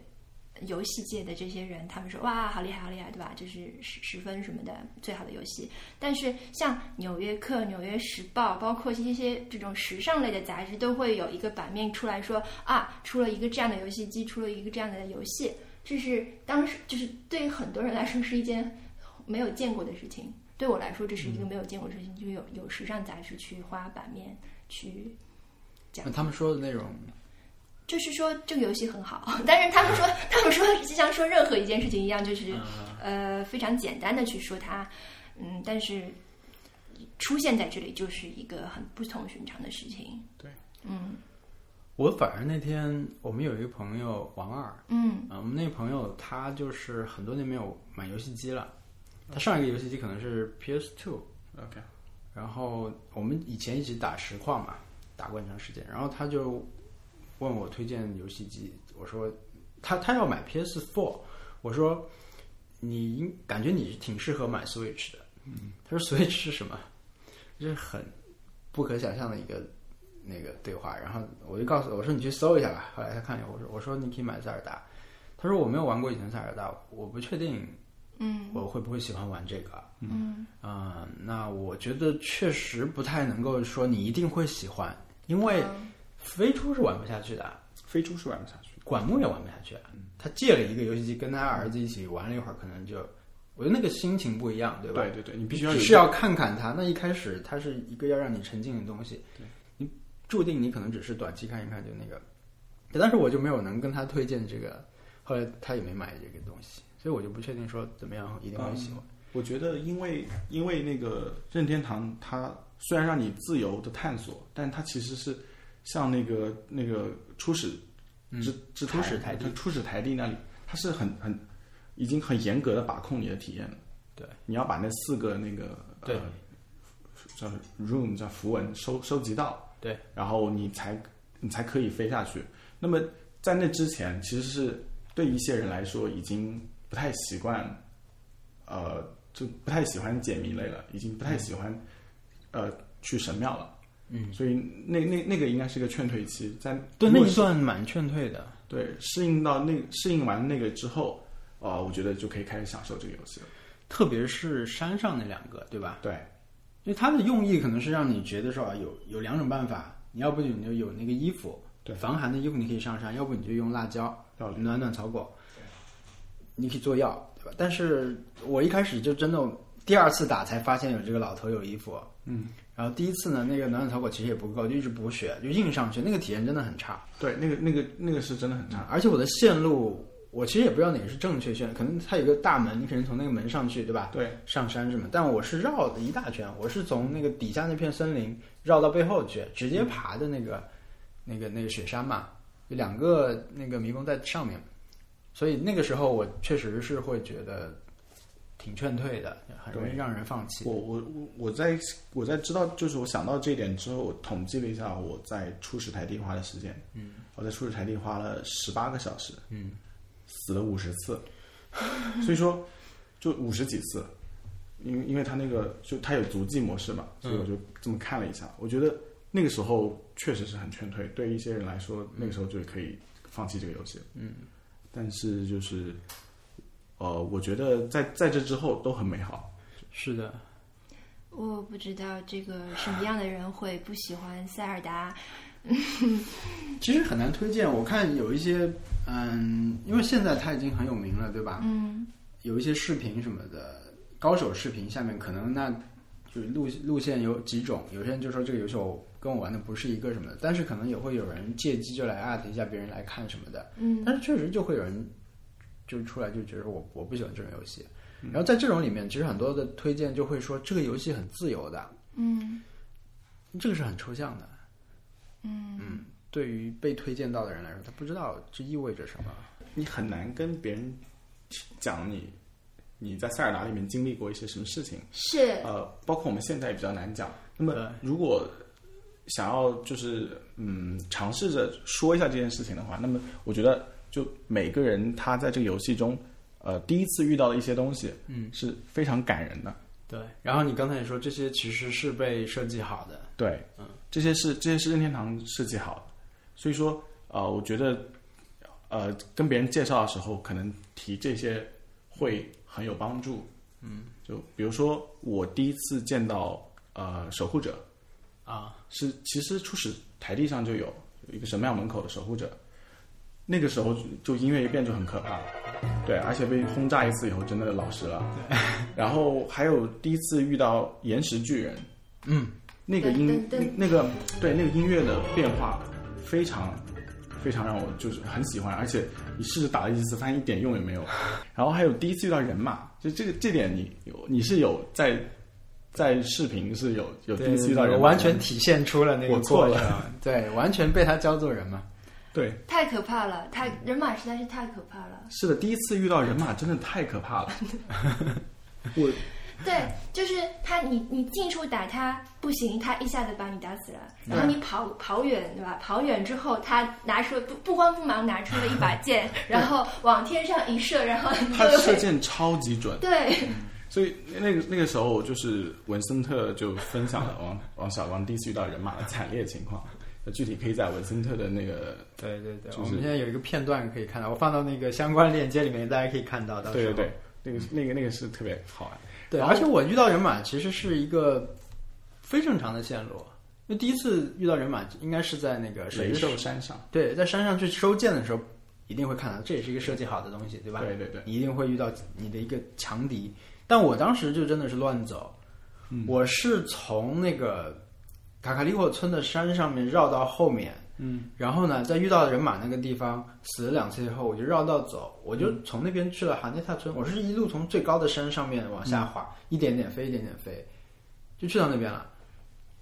Speaker 2: 游戏界的这些人，他们说哇，好厉害，好厉害，对吧？就是十十分什么的最好的游戏。但是像《纽约客》《纽约时报》，包括一些这种时尚类的杂志，都会有一个版面出来说啊，出了一个这样的游戏机，出了一个这样的游戏。这是当时就是对于很多人来说是一件没有见过的事情，对我来说这是一个没有见过的事情，就是有有时尚杂志去花版面去讲
Speaker 1: 那。他们说的内容，
Speaker 2: 就是说这个游戏很好， 但是他们说，他们说就像说任何一件事情一样，就是呃非常简单的去说它，嗯，但是出现在这里就是一个很不同寻常的事情。
Speaker 3: 对，
Speaker 2: 嗯
Speaker 1: 我反而那天我们有一个朋友王二，
Speaker 2: 嗯
Speaker 1: 啊，我们那个朋友他就是很多年没有买游戏机了，他上一个游戏机可能是 PS Two，
Speaker 3: OK，
Speaker 1: 然后我们以前一起打实况嘛，打过很长时间，然后他就问我推荐游戏机，我说他他要买 PS Four，我说你应感觉你挺适合买 Switch 的，他说 Switch 是什么？就是很不可想象的一个那个对话，然后我就告诉我说你去搜一下吧，后来他看了以后我说我说你可以买塞尔达，他说我没有玩过以前塞尔达，我不确定
Speaker 2: 嗯
Speaker 1: 我会不会喜欢玩这个。
Speaker 2: 嗯
Speaker 1: 啊、那我觉得确实不太能够说你一定会喜欢，因为
Speaker 3: 啊
Speaker 1: 飞猪是玩不下去的，
Speaker 3: 飞猪是玩不下去。
Speaker 1: 管木也玩不下去。他借了一个游戏机，跟他儿子一起玩了一会儿，可能就我觉得那个心情不一样，对吧？
Speaker 3: 对对对，你必须要有
Speaker 1: 只
Speaker 3: 一
Speaker 1: 是
Speaker 3: 个
Speaker 1: 要看看它。那一开始它是一个要让你沉浸的东西，
Speaker 3: 对
Speaker 1: 你注定你可能只是短期看一看就那个。对但是我就没有能跟他推荐这个，后来他也没买这个东西，所以我就不确定说怎么样一定会喜欢。
Speaker 3: 我觉得，因为因为那个任天堂，它虽然让你自由的探索，但它其实是像那个那个初始之之
Speaker 1: 初始台地
Speaker 3: 地，初始台嗯地那里，它是很很已经很严格的把控你的体验了。
Speaker 1: 对，
Speaker 3: 你要把那四个那个
Speaker 1: 对
Speaker 3: 呃、叫 room 叫符文收收集到，
Speaker 1: 对，
Speaker 3: 然后你才你才可以飞下去。那么在那之前，其实是对一些人来说已经不太习惯，呃，就不太喜欢解谜类了，已经不太
Speaker 1: 嗯
Speaker 3: 喜欢、呃去神庙了。嗯，所以那那那个应该是个劝退期，在
Speaker 1: 对，
Speaker 3: 如
Speaker 1: 那
Speaker 3: 果
Speaker 1: 一
Speaker 3: 是
Speaker 1: 段蛮劝退的。
Speaker 3: 对适应到那适应完那个之后，呃，我觉得就可以开始享受这个游戏了。
Speaker 1: 特别是山上那两个，对吧？
Speaker 3: 对，
Speaker 1: 因为它的用意可能是让你觉得说啊，有有两种办法，你要不你就有那个衣服，
Speaker 3: 对
Speaker 1: 防寒的衣服你可以上山，要不你就用辣椒
Speaker 3: 道理
Speaker 1: 暖暖草果，你可以做药，对吧？但是我一开始就真的第二次打才发现有这个老头有衣服，
Speaker 3: 嗯，
Speaker 1: 然后第一次呢，那个暖暖草果其实也不够，就一直补血，就硬上去，那个体验真的很差。
Speaker 3: 对，那个那个那个是真的很差。
Speaker 1: 而且我的线路，我其实也不知道哪个是正确线，可能它有个大门，你可能从那个门上去，对吧？
Speaker 3: 对，
Speaker 1: 上山是吗？但我是绕了一大圈，我是从那个底下那片森林绕到背后去，直接爬的那个、那个那个雪山嘛，有两个那个迷宫在上面，所以那个时候我确实是会觉得挺劝退的，很容易
Speaker 3: 对
Speaker 1: 让人放弃
Speaker 3: 我。我我我在我在知道，就是我想到这一点之后，我统计了一下我在初始台地花的时间。嗯，我在初始台地花了十八个小时。
Speaker 1: 嗯，
Speaker 3: 死了五十次，所以说就五十几次，因为因为他那个就他有足迹模式嘛，所以我就这么看了一下，我觉得那个时候确实是很劝退，对一些人来说，那个时候就可以放弃这个游戏。嗯，但是就是呃，我觉得在在这之后都很美好。
Speaker 1: 是的，
Speaker 2: 我不知道这个什么样的人会不喜欢塞尔达。
Speaker 1: 其实很难推荐。我看有一些，嗯，因为现在它已经很有名了，对吧？
Speaker 2: 嗯
Speaker 1: 有一些视频什么的，高手视频下面可能那就是路路线有几种，有些人就说这个游戏我跟我玩的不是一个什么的，但是可能也会有人借机就来 at 一下别人来看什么的，
Speaker 2: 嗯
Speaker 1: 但是确实就会有人就出来就觉得我我不喜欢这种游戏，然后在这种里面，其实很多的推荐就会说这个游戏很自由的，
Speaker 2: 嗯
Speaker 1: 这个是很抽象的，
Speaker 2: 嗯
Speaker 1: 对于被推荐到的人来说，他不知道这意味着什么。
Speaker 3: 你很难跟别人讲你你在塞尔达里面经历过一些什么事情，
Speaker 2: 是
Speaker 3: 呃，包括我们现在也比较难讲。那
Speaker 1: 对
Speaker 3: 么如果想要就是嗯尝试着说一下这件事情的话，那么我觉得就每个人他在这个游戏中呃第一次遇到的一些东西，
Speaker 1: 嗯，
Speaker 3: 是非常感人的。
Speaker 1: 对，然后你刚才也说这些其实是被设计好的，
Speaker 3: 对，这些是这些是任天堂设计好的，所以说呃，我觉得呃，跟别人介绍的时候，可能提这些会很有帮助。嗯，就比如说我第一次见到呃守护者，
Speaker 1: 啊，
Speaker 3: 是其实初始台地上就有有一个神庙门口的守护者，那个时候就就音乐一变就很可怕，对，而且被轰炸一次以后真的老实了。然后还有第一次遇到岩石巨人，
Speaker 1: 嗯，
Speaker 3: 那个音
Speaker 2: 噔
Speaker 3: 那
Speaker 2: 噔噔
Speaker 3: 那个对那个音乐的变化非常非常让我就是很喜欢，而且你试着打了一次，发现一点用也 没有。然后还有第一次遇到人马，就这个这点你有你是有在在视频是有有第一次遇到人
Speaker 1: 我
Speaker 3: 马的
Speaker 1: 完全体现出了那个
Speaker 3: 我错
Speaker 1: 过
Speaker 3: 了啊
Speaker 1: 程，对，完全被他教做人 嘛。
Speaker 3: 对，
Speaker 2: 太可怕了，太人马实在是太可怕了。
Speaker 3: 是的，第一次遇到人马真的太可 怕了。我
Speaker 2: 对，就是他，你你近处打他不行，他一下子把你打死了，然后你跑跑远，对吧？跑远之后，他拿出不不慌不忙拿出了一把 剑，然后往天上一射，然后你
Speaker 3: 他
Speaker 2: 就
Speaker 3: 射箭超级准，
Speaker 2: 对，
Speaker 3: 所以那个那个时候就是文森特就分享了王王小光第一次遇到人马的惨烈情况，那具体可以在文森特的那个
Speaker 1: 对对对，
Speaker 3: 就是
Speaker 1: 我们现在有一个片段可以看到，我放到那个相关链接里面，大家可以看到。到时
Speaker 3: 对
Speaker 1: 候
Speaker 3: 对对，那个那个那个是特别好玩。
Speaker 1: 对，
Speaker 3: 然后
Speaker 1: 而且我遇到人马其实是一个非正常的线路，因为第一次遇到人马应该是在那个水
Speaker 3: 雷兽山上，
Speaker 1: 对，在山上去收剑的时候，一定会看到，这也是一个设计好的东西，对吧？
Speaker 3: 对对对，
Speaker 1: 你一定会遇到你的一个强敌。但我当时就真的是乱走，
Speaker 3: 嗯
Speaker 1: 我是从那个卡卡利霍村的山上面绕到后面，
Speaker 3: 嗯，
Speaker 1: 然后呢，在遇到人马那个地方死了两次以后，我就绕道走，我就从那边去了哈涅塔村，我是一路从最高的山上面往下滑，一点点飞，一点点飞，就去到那边了。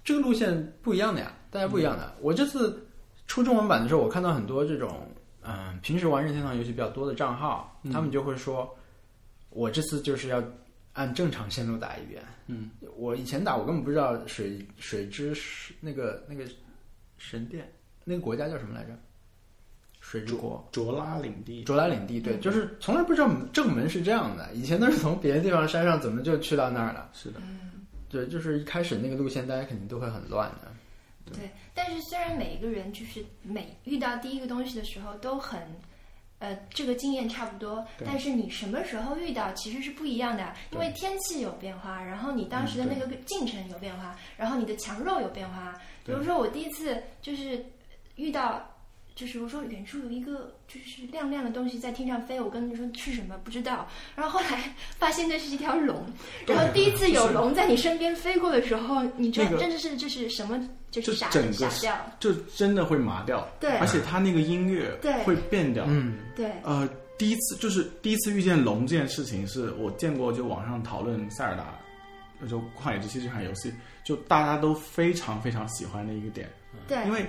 Speaker 1: 这个路线不一样的呀，大家不一样的。我这次出中文版的时候，我看到很多这种嗯，平时玩任天堂游戏比较多的账号，他们就会说，我这次就是要按正常线路打一遍。
Speaker 3: 嗯，
Speaker 1: 我以前打我根本不知道水水之是那个那个神殿那个国家叫什么来着？水之国。
Speaker 3: 卓拉领地，
Speaker 1: 卓拉领地，对，
Speaker 2: 嗯
Speaker 1: 就是从来不知道正门是这样的，以前都是从别的地方山上怎么就去到那儿了？
Speaker 3: 是的，
Speaker 1: 对，就是一开始那个路线大家肯定都会很乱的。
Speaker 2: 对，但是虽然每一个人就是每遇到第一个东西的时候都很，呃，这个经验差不多，
Speaker 3: 对
Speaker 2: 但是你什么时候遇到其实是不一样的，因为天气有变化，然后你当时的
Speaker 3: 嗯
Speaker 2: 那
Speaker 3: 对
Speaker 2: 个进程有变化，然后你的强弱有变化。比
Speaker 3: 对
Speaker 2: 如说我第一次就是遇到。就是我说远处有一个就是亮亮的东西在天上飞，我跟你说是什么不知道，然后后来发现那是一条龙，然后第一次有龙在你身边飞过的时候，你知道
Speaker 3: 那个
Speaker 2: 真的是这是什么就
Speaker 3: 这
Speaker 2: 是傻
Speaker 3: 整
Speaker 2: 傻
Speaker 3: 个
Speaker 2: 掉，
Speaker 3: 就真的会麻掉，
Speaker 2: 对
Speaker 3: 而且他那个音乐
Speaker 2: 对
Speaker 3: 会变掉，
Speaker 1: 嗯，
Speaker 2: 对，
Speaker 3: 呃，第一次就是第一次遇见龙这件事情，是我见过就网上讨论塞尔达，呃就《旷野之息》这款游戏，就大家都非常非常喜欢的一个点，
Speaker 2: 对，
Speaker 3: 因为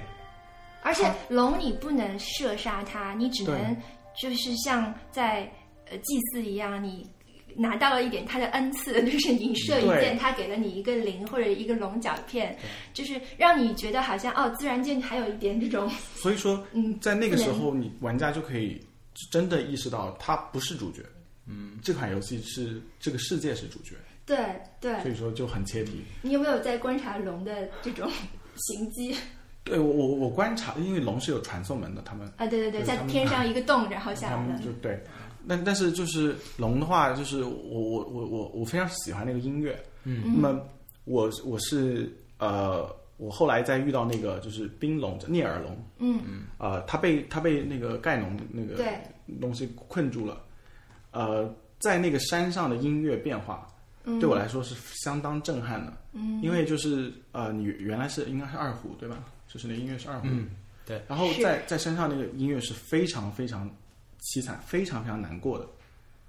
Speaker 2: 而且龙你不能射杀它，你只能就是像在呃祭祀一样，你拿到了一点它的恩赐， 就是你射一箭，
Speaker 3: 对
Speaker 2: 它给了你一个零或者一个龙角片，就是让你觉得好像哦，自然界还有一点这种
Speaker 3: 所以说
Speaker 2: 嗯
Speaker 3: 在那个时候，你玩家就可以真的意识到他不是主角，嗯，这款游戏是这个世界是主角，
Speaker 2: 对对。
Speaker 3: 所以说就很切题。
Speaker 2: 你有没有在观察龙的这种 行迹
Speaker 3: 对我我我观察，因为龙是有传送门的，他们
Speaker 2: 啊？对对对，
Speaker 3: 对
Speaker 2: 在
Speaker 3: 他们
Speaker 2: 天上一个洞，然后下
Speaker 3: 他
Speaker 2: 来
Speaker 3: 们
Speaker 2: 了。
Speaker 3: 就对，但但是就是龙的话，就是我我我我我非常喜欢那个音乐，嗯，那么我我是呃，我后来再遇到那个就是冰龙聂耳龙，
Speaker 2: 嗯，
Speaker 3: 呃，他被他被那个盖农那个
Speaker 2: 对
Speaker 3: 东西困住了，呃，在那个山上的音乐变化。
Speaker 2: 嗯
Speaker 3: 对我来说是相当震撼的，嗯，因为就是呃，你原来是应该是二胡对吧？就是那音乐是二胡，
Speaker 1: 嗯对。
Speaker 3: 然后
Speaker 2: 是
Speaker 3: 在在山上那个音乐是非常非常凄惨、非常非常难过的。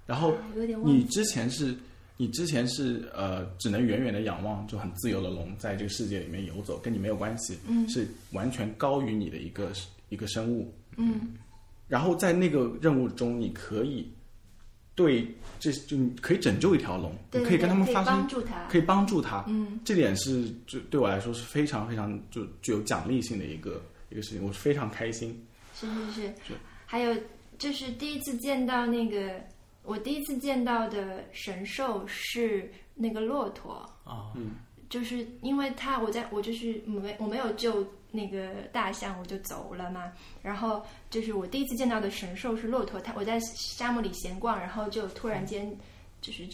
Speaker 3: 然后
Speaker 2: 我有点忘
Speaker 3: 你
Speaker 2: 记
Speaker 3: 之前是，你之前是呃，只能远远的仰望，就很自由的龙在这个世界里面游走，跟你没有关系，
Speaker 2: 嗯
Speaker 3: 是完全高于你的一个一个生物。
Speaker 2: 嗯
Speaker 3: 然后在那个任务中，你可以对这就你可以拯救一条龙，
Speaker 2: 对
Speaker 3: 你
Speaker 2: 对
Speaker 3: 可以跟他们
Speaker 2: 对
Speaker 3: 发生
Speaker 2: 帮，助他，
Speaker 3: 可以帮助他，
Speaker 2: 嗯，
Speaker 3: 这点是就对我来说是非常非常就具有奖励性的一个一个事情，我是非常开心。
Speaker 2: 是是是，还有就是第一次见到那个，我第一次见到的神兽是那个骆驼，
Speaker 1: 啊，
Speaker 2: 就是因为他我在我就是没我没有救那个大象，我就走了嘛。然后就是我第一次见到的神兽是骆驼，它我在沙漠里闲逛，然后就突然间就是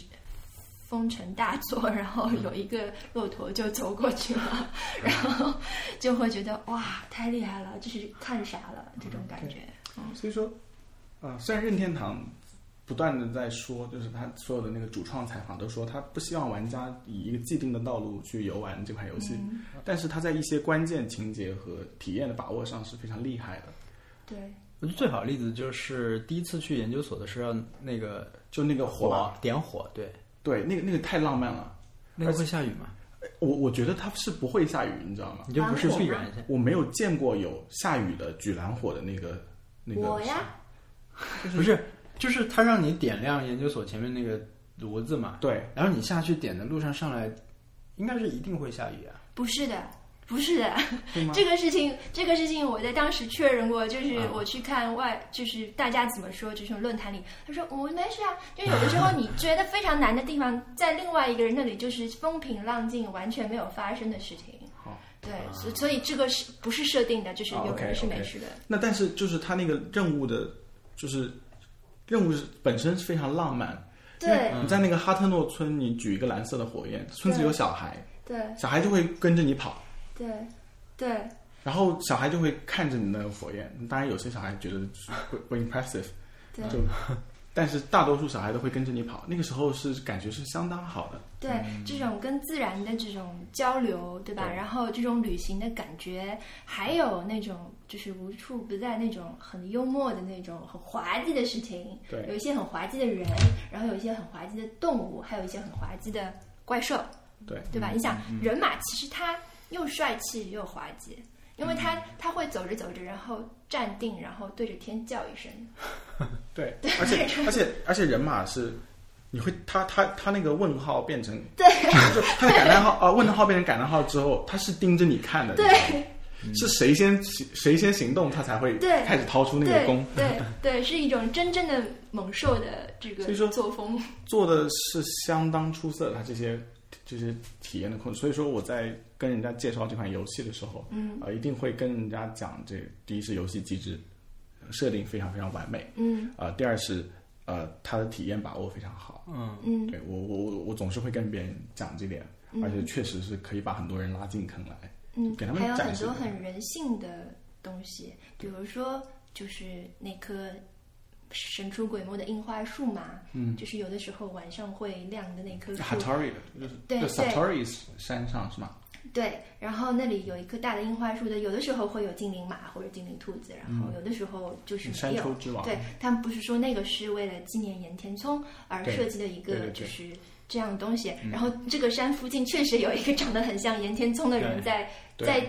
Speaker 2: 风尘大作，然后
Speaker 3: 嗯
Speaker 2: 有一个骆驼就走过去了， 然后就会觉得哇，太厉害了，就是看傻了这种
Speaker 3: 嗯
Speaker 2: 感觉。
Speaker 3: 所以说，啊，虽然任天堂不断的在说，就是他所有的那个主创采访都说，他不希望玩家以一个既定的道路去游玩这款游戏，
Speaker 2: 嗯
Speaker 3: 但是他在一些关键情节和体验的把握上是非常厉害的。
Speaker 2: 对，
Speaker 1: 我觉得最好的例子就是第一次去研究所的时候，那个
Speaker 3: 就那个
Speaker 1: 火
Speaker 3: 火，
Speaker 1: 点火，对，
Speaker 3: 对，那个那个太浪漫了。
Speaker 1: 那个会下雨吗？
Speaker 3: 我我觉得它是不会下雨，你知道吗？
Speaker 1: 你就不是
Speaker 2: 当然
Speaker 1: 必
Speaker 2: 会
Speaker 1: 然一下，
Speaker 3: 我没有见过有下雨的举蓝火的那个那个。
Speaker 2: 我呀，
Speaker 1: 不是，就是他让你点亮研究所前面那个炉子嘛，
Speaker 3: 对，
Speaker 1: 然后你下去点的路上上来，应该是一定会下雨啊。
Speaker 2: 不是的。不是的
Speaker 3: 对吗，啊
Speaker 2: 这个事情，这个事情我在当时确认过，就是我去看外，就是大家怎么说，这种论坛里，他说我没事啊，就有的时候你觉得非常难的地方，在另外一个人那里就是风平浪静，完全没有发生的事情。
Speaker 3: 好，
Speaker 2: 对，所所以这个是不是设定的？就是
Speaker 3: 啊
Speaker 2: 有人
Speaker 3: ，OK，
Speaker 2: 是没
Speaker 3: OK
Speaker 2: 事的。
Speaker 3: 那但是就是他那个任务的，就是任务是本身是非常浪漫。
Speaker 2: 对
Speaker 3: 你在那个哈特诺村，你举一个蓝色的火焰，村子有小孩，
Speaker 2: 对
Speaker 3: 小孩就会跟着你跑，
Speaker 2: 对对，
Speaker 3: 然后小孩就会看着你那个火焰。当然，有些小孩觉得不不 impressive，
Speaker 2: 对
Speaker 3: 就，但是大多数小孩都会跟着你跑。那个时候是感觉是相当好的。
Speaker 2: 对，这种跟自然的这种交流，对吧？
Speaker 3: 嗯对
Speaker 2: 然后这种旅行的感觉，还有那种就是无处不在那种很幽默的那种很滑稽的事情，
Speaker 3: 对
Speaker 2: 有一些很滑稽的人，然后有一些很滑稽的动物，还有一些很滑稽的怪兽，
Speaker 3: 对
Speaker 2: 对吧？你想，
Speaker 3: 嗯
Speaker 2: 人马其实它又帅气又滑稽。因为
Speaker 3: 嗯
Speaker 2: 它它会走着走着，然后站定，然后对着天叫一声，
Speaker 3: 对， 而且而且而且人马是，你会他他他那个问号变成
Speaker 2: 对，
Speaker 3: 就他的感叹号啊、问号变成感叹号之后，他是盯着你看的，
Speaker 2: 对，
Speaker 3: 是谁先行谁先行动，他才会
Speaker 2: 对
Speaker 3: 开始掏出那个弓，
Speaker 2: 对对对，是一种真正的猛兽的这个
Speaker 3: 所以说
Speaker 2: 作风。
Speaker 3: 做的是相当出色的，他这些这些体验的控制。所以说我在跟人家介绍这款游戏的时候，嗯，呃，一定会跟人家讲这第一是游戏机制呃设定非常非常完美，
Speaker 2: 嗯
Speaker 3: 呃，第二是呃它的体验把握非常好，
Speaker 2: 嗯，
Speaker 3: 对我我我我总是会跟别人讲这点，而且确实是可以把很多人拉进坑来，
Speaker 2: 嗯
Speaker 3: 给他，们
Speaker 2: 还有
Speaker 3: 展
Speaker 2: 很
Speaker 3: 示
Speaker 2: 多
Speaker 3: 的
Speaker 2: 很人性的东西，比如说就是那棵神出鬼没的樱花树嘛，嗯，就是有的时候晚上会亮的那棵树，
Speaker 3: Hattori 就是
Speaker 2: 对
Speaker 3: 就
Speaker 2: 对
Speaker 3: Satori 山上是吗？
Speaker 2: 对，然后那里有一棵大的樱花树的，有的时候会有精灵马或者精灵兔子，然后有的时候就是
Speaker 3: 嗯山
Speaker 2: 没有。
Speaker 3: 丘之王
Speaker 2: 对他们不是说那个是为了纪念盐田聪而
Speaker 3: 对
Speaker 2: 设计的一
Speaker 3: 对嗯
Speaker 2: 个
Speaker 3: 对对
Speaker 2: 就是这样的东西，然后这个山附近确实有一个长得很像盐田聪的人
Speaker 1: 对
Speaker 2: 在
Speaker 3: 对
Speaker 2: 在。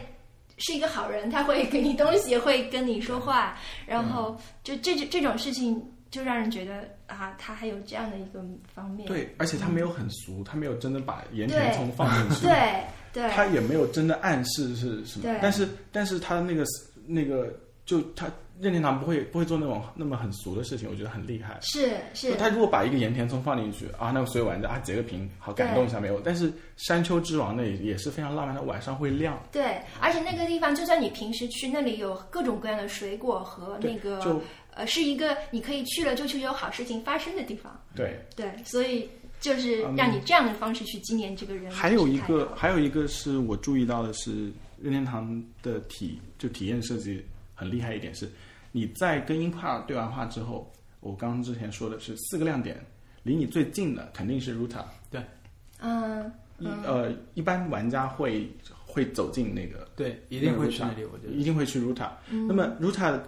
Speaker 2: 是一个好人，他会给你东西，会跟你说话，
Speaker 3: 嗯
Speaker 2: 然后就这这这种事情就让人觉得啊，他还有这样的一个方面。
Speaker 3: 对，而且他没有很俗，他没有真的把盐田聪放进去，
Speaker 2: 对对
Speaker 3: 他也没有真的暗示是什么
Speaker 2: 对，
Speaker 3: 但是但是他那个那个就他任天堂不会不会做那种那么很俗的事情，我觉得很厉害。
Speaker 2: 是，
Speaker 3: 就是他如果把一个盐田聪放进去啊，那所有玩家啊截个屏，好感动一下没有？但是山丘之王那也也是非常浪漫，它晚上会亮，
Speaker 2: 对，而且那个地方，就算你平时去那里有各种各样的水果和
Speaker 3: 对
Speaker 2: 那个
Speaker 3: 就
Speaker 2: 呃，是一个你可以去了就去有好事情发生的地方。
Speaker 3: 对。
Speaker 2: 对，所以就是让你这样的方式去纪念这个人。
Speaker 3: 嗯还有一
Speaker 2: 是太
Speaker 3: 个
Speaker 2: 好，了
Speaker 3: 还有一个是我注意到的是，任天堂的体就体验设计很厉害一点是，你在跟英帕尔对完话之后，我刚刚之前说的是四个亮点，离你最近的肯定是 Ruta，
Speaker 1: 对
Speaker 2: 嗯，
Speaker 3: 一、呃一般玩家会会走进那个
Speaker 1: 对，一定会去那里，我觉
Speaker 3: 一
Speaker 1: 得。
Speaker 3: 定会去 Ruta。那么 Ruta，Ruta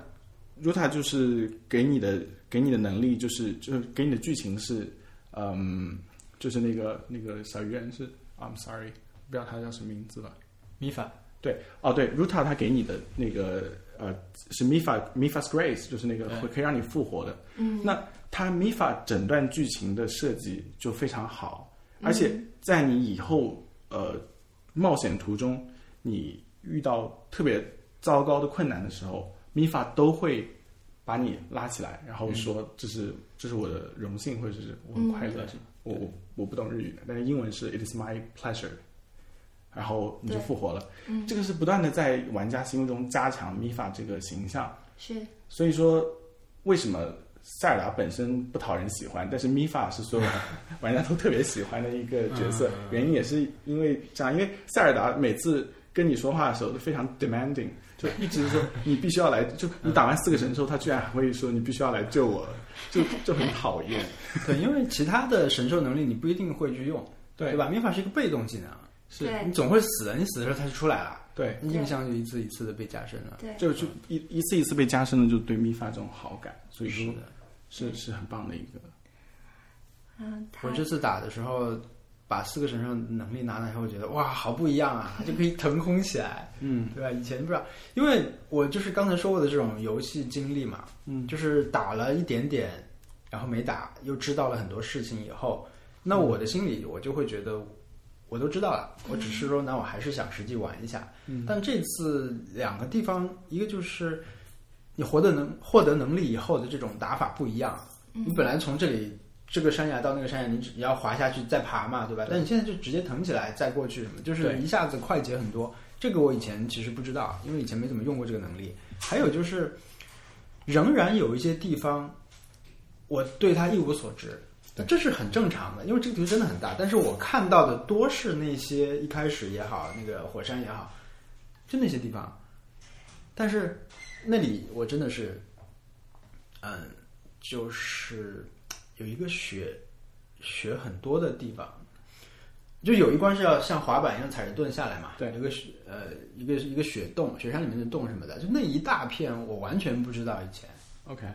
Speaker 3: 就是给你的给你的能力就是就是给你的剧情是，嗯，就是那个那个小鱼人是，I'm sorry，不知道他叫什么名字了。
Speaker 1: 米法，
Speaker 3: 对，哦对，Ruta 他给你的那个呃是 Mifa Mifa's Grace，就是那个会可以让你复活的。嗯，那他 Mifa 整段剧情的设计就非常好，而且在你以后呃冒险途中，你遇到特别糟糕的困难的时候，Mifa 都会把你拉起来，然后说这是、这是我的荣幸，或者是我很快乐。我我我不懂日语，但是英文是 It is my pleasure。然后你就
Speaker 2: 对
Speaker 3: 复活了。
Speaker 2: 嗯
Speaker 3: 这个是不断的在玩家心目中加强米法这个形象。
Speaker 2: 是
Speaker 3: 所以说，为什么塞尔达本身不讨人喜欢，但是米法是所有 玩家都特别喜欢的一个角色？原因也是因为这样，因为塞尔达每次跟你说话的时候都非常 demanding，就一直说你必须要来，就你打完四个神之后，他居然还会说你必须要来救我，就就很讨厌。
Speaker 1: 对，因为其他的神兽能力你不一定会去用，
Speaker 3: 对
Speaker 1: 对吧？魔法是一个被动技能，啊
Speaker 3: 是
Speaker 2: 对
Speaker 1: 你总会死的，你死的时候它就出来了，
Speaker 3: 对，
Speaker 1: 印象就一次一次的被加深了。
Speaker 2: 对，
Speaker 3: 就就一一次一次被加深了，就对米法这种好感，所以
Speaker 1: 是
Speaker 3: 说
Speaker 1: 的，
Speaker 3: 是是很棒的一个。
Speaker 2: 嗯，他
Speaker 1: 我这次打的时候，把四个神兽能力拿了以后，我觉得哇，好不一样啊，就可以腾空起来，
Speaker 3: 嗯，
Speaker 1: 对吧？以前不知道，因为我就是刚才说过的这种游戏经历嘛，
Speaker 3: 嗯
Speaker 1: 就是打了一点点，然后没打，又知道了很多事情以后，那
Speaker 3: 嗯
Speaker 1: 我的心里我就会觉得。我都知道了，我只是说，那我还是想实际玩一下。
Speaker 3: 嗯
Speaker 1: 但这次两个地方，一个就是你获得能获得能力以后的这种打法不一样。
Speaker 3: 嗯
Speaker 1: 你本来从这里这个山崖到那个山崖，你只你要滑下去再爬嘛，对吧？但你现在就直接腾起来再过去，什么就是
Speaker 3: 对
Speaker 1: 一下子快捷很多。这个我以前其实不知道，因为以前没怎么用过这个能力。还有就是，仍然有一些地方我对它一无所知
Speaker 3: 对，
Speaker 1: 这是很正常的，因为这个地图真的很大。但是我看到的多是那些一开始也好，那个火山也好，就那些地方。但是那里我真的是，嗯，就是有一个雪雪很多的地方，就有一关是要像滑板一样踩着盾下来嘛，
Speaker 3: 对
Speaker 1: 有一个雪呃一个一个雪洞，雪山里面的洞什么的，就那一大片我完全不知道以前。
Speaker 3: OK，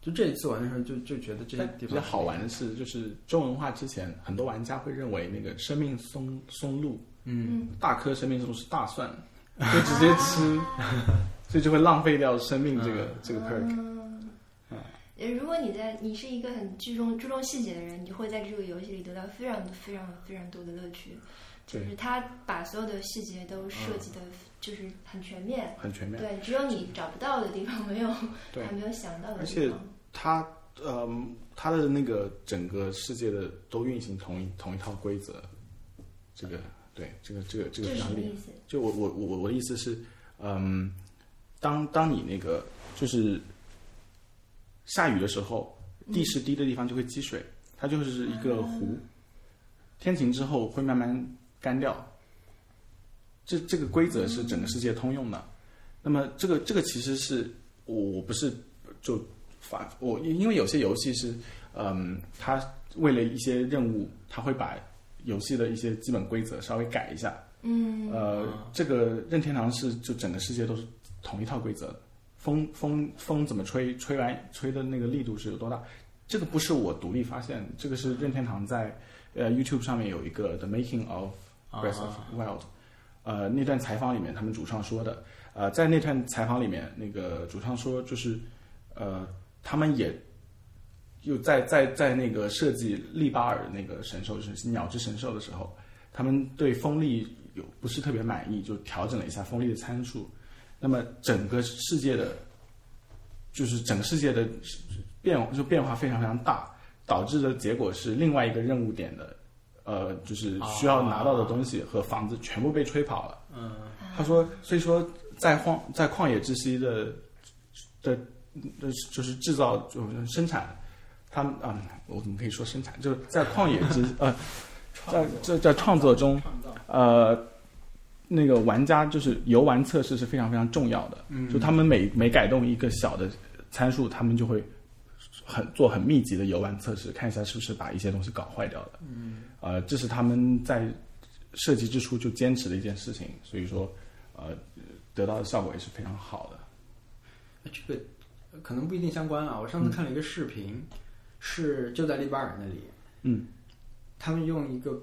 Speaker 1: 就这一次玩的时候就，就觉得这些
Speaker 3: 但
Speaker 1: 地
Speaker 3: 哎比较
Speaker 1: 方
Speaker 3: 好玩的是，就是中文化之前，很多玩家会认为那个生命松松露，
Speaker 1: 嗯，
Speaker 3: 大颗生命松是大 蒜，就直接吃， 所以就会浪费掉生命这个、这个 perk。
Speaker 2: 嗯，呃如果你在你是一个很注重注重细节的人，你会在这个游戏里得到非常非常非常多的乐趣。就
Speaker 3: 对
Speaker 2: 是他把所有的细节都设计的，就是很全面。
Speaker 3: 很全面。
Speaker 2: 对，只有你找不到的地方，没有
Speaker 3: 对
Speaker 2: 还没有想到的
Speaker 3: 而
Speaker 2: 地
Speaker 3: 且
Speaker 2: 方。
Speaker 3: 它，嗯，它的那个整个世界的都运行同一同一套规则，这个对，这个这个这个
Speaker 2: 这
Speaker 3: 非
Speaker 2: 是
Speaker 3: 常
Speaker 2: 什
Speaker 3: 厉
Speaker 2: 么
Speaker 3: 害。
Speaker 2: 意思？
Speaker 3: 就我我我我的意思是，嗯，当当你那个就是下雨的时候，地势低的地方就会积水，它就是一个湖。天晴之后会慢慢干掉。这这个规则是整个世界通用的。那么这个这个其实是我我不是就反我因因为有些游戏是嗯，它为了一些任务，它会把游戏的一些基本规则稍微改一下。
Speaker 2: 嗯，
Speaker 3: 呃，这个任天堂是就整个世界都是同一套规则的，风风风怎么吹，吹完吹的那个力度是有多大，这个不是我独立发现，这个是任天堂在呃 YouTube 上面有一个 The Making of
Speaker 1: 啊
Speaker 3: Breath of the Wild，、呃那段采访里面他们主创说的，呃在那段采访里面那个主创说就是呃他们也。又在在在那个设计利巴尔那个神兽，就是鸟之神兽的时候，他们对风力有不是特别满意，就调整了一下风力的参数。那么整个世界的，就是整个世界的变就变化非常非常大，导致的结果是另外一个任务点的，呃，就是需要拿到的东西和房子全部被吹跑了。嗯，
Speaker 2: 啊
Speaker 3: 他说，所以说在荒在旷野之息的的的，就是制造就是生产，他们啊、我怎么可以说生产？就是在旷野之呃，在这在 创作中，呃，那个玩家就是游玩测试是非常非常重要的。嗯，就他们每每改动一个小的参数，他们就会很做很密集的游玩测试，看一下是不是把一些东西搞坏掉了。嗯，呃，这是他们在设计之初就坚持的一件事情，所以说，呃，得到的效果也是非常好的。
Speaker 1: 哎这个可能不一定相关啊。我
Speaker 3: 嗯
Speaker 1: 上次看了一个视频，是就在利巴尔那里，
Speaker 3: 嗯，
Speaker 1: 他们用一个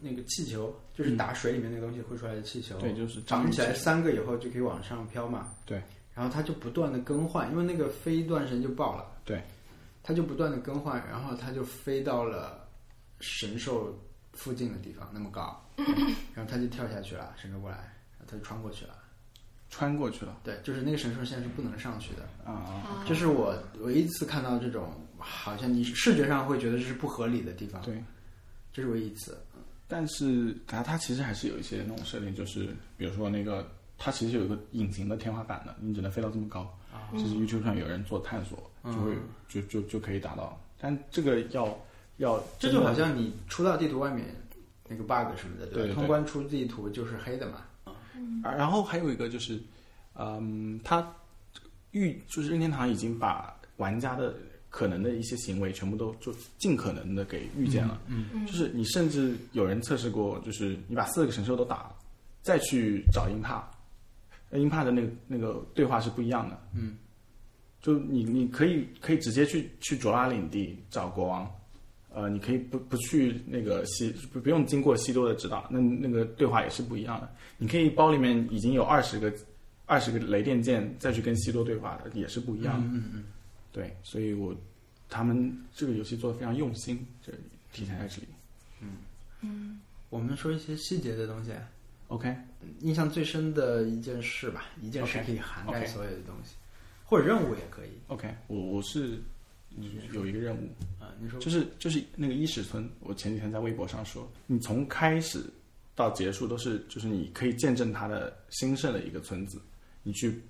Speaker 1: 那个气球，就是打水里面那个东西会出来的气球，
Speaker 3: 嗯对，就是
Speaker 1: 绑起来
Speaker 3: 长
Speaker 1: 三个以后就可以往上飘嘛。
Speaker 3: 对，
Speaker 1: 然后它就不断的更换，因为那个飞一段时间就爆了。
Speaker 3: 对，
Speaker 1: 它就不断的更换，然后它就飞到了神兽附近的地方那么高，然后它就跳下去了，神兽过来，然后它就穿过去了。
Speaker 3: 穿过去了
Speaker 1: 对，就是那个神兽现在是不能上去的。
Speaker 3: 啊、
Speaker 2: 啊
Speaker 1: 这是我唯一一次看到这种，好像你视觉上会觉得这是不合理的地方，
Speaker 3: 对，
Speaker 1: 这是唯一一次。
Speaker 3: 啊但是它它其实还是有一些那种设定，就是比如说那个它其实有一个隐形的天花板的，你只能飞到这么高。啊，就是 YouTube 上有人做探索，就会就就就可以达到，但这个要要
Speaker 1: 这就好像你出到地图外面那个 bug 什么的，
Speaker 3: 对
Speaker 1: 吧？
Speaker 3: 对对
Speaker 1: 通关出地图就是黑的嘛。
Speaker 3: 啊然后还有一个就是，嗯，他预就是任天堂已经把玩家的可能的一些行为全部都就尽可能的给预见了。嗯，就是你甚至有人测试过，就是你把四个神兽都打了，再去找鹰帕，呃鹰帕的那个那个对话是不一样的。嗯，就你你可以可以直接去去卓拉领地找国王。呃，你可以不不去那个西，不不用经过西多的指导，那那个对话也是不一样的。你可以包里面已经有二十个二十个雷电键，再去跟西多对话的也是不一样的。嗯嗯对，所以我他们这个游戏做的非常用心，这里体现在这里。嗯
Speaker 1: 我们说一些细节的东西，嗯
Speaker 3: OK，
Speaker 1: 印象最深的一件事吧，一件事
Speaker 3: OK，
Speaker 1: 可以涵盖
Speaker 3: OK
Speaker 1: 所有的东西或者任务也可以
Speaker 3: OK，我我是有一个任务，
Speaker 1: 啊。你说
Speaker 3: 就是就是那个伊始村，我前几天在微博上说，你从开始到结束都是就是你可以见证它的兴盛的一个村子，你去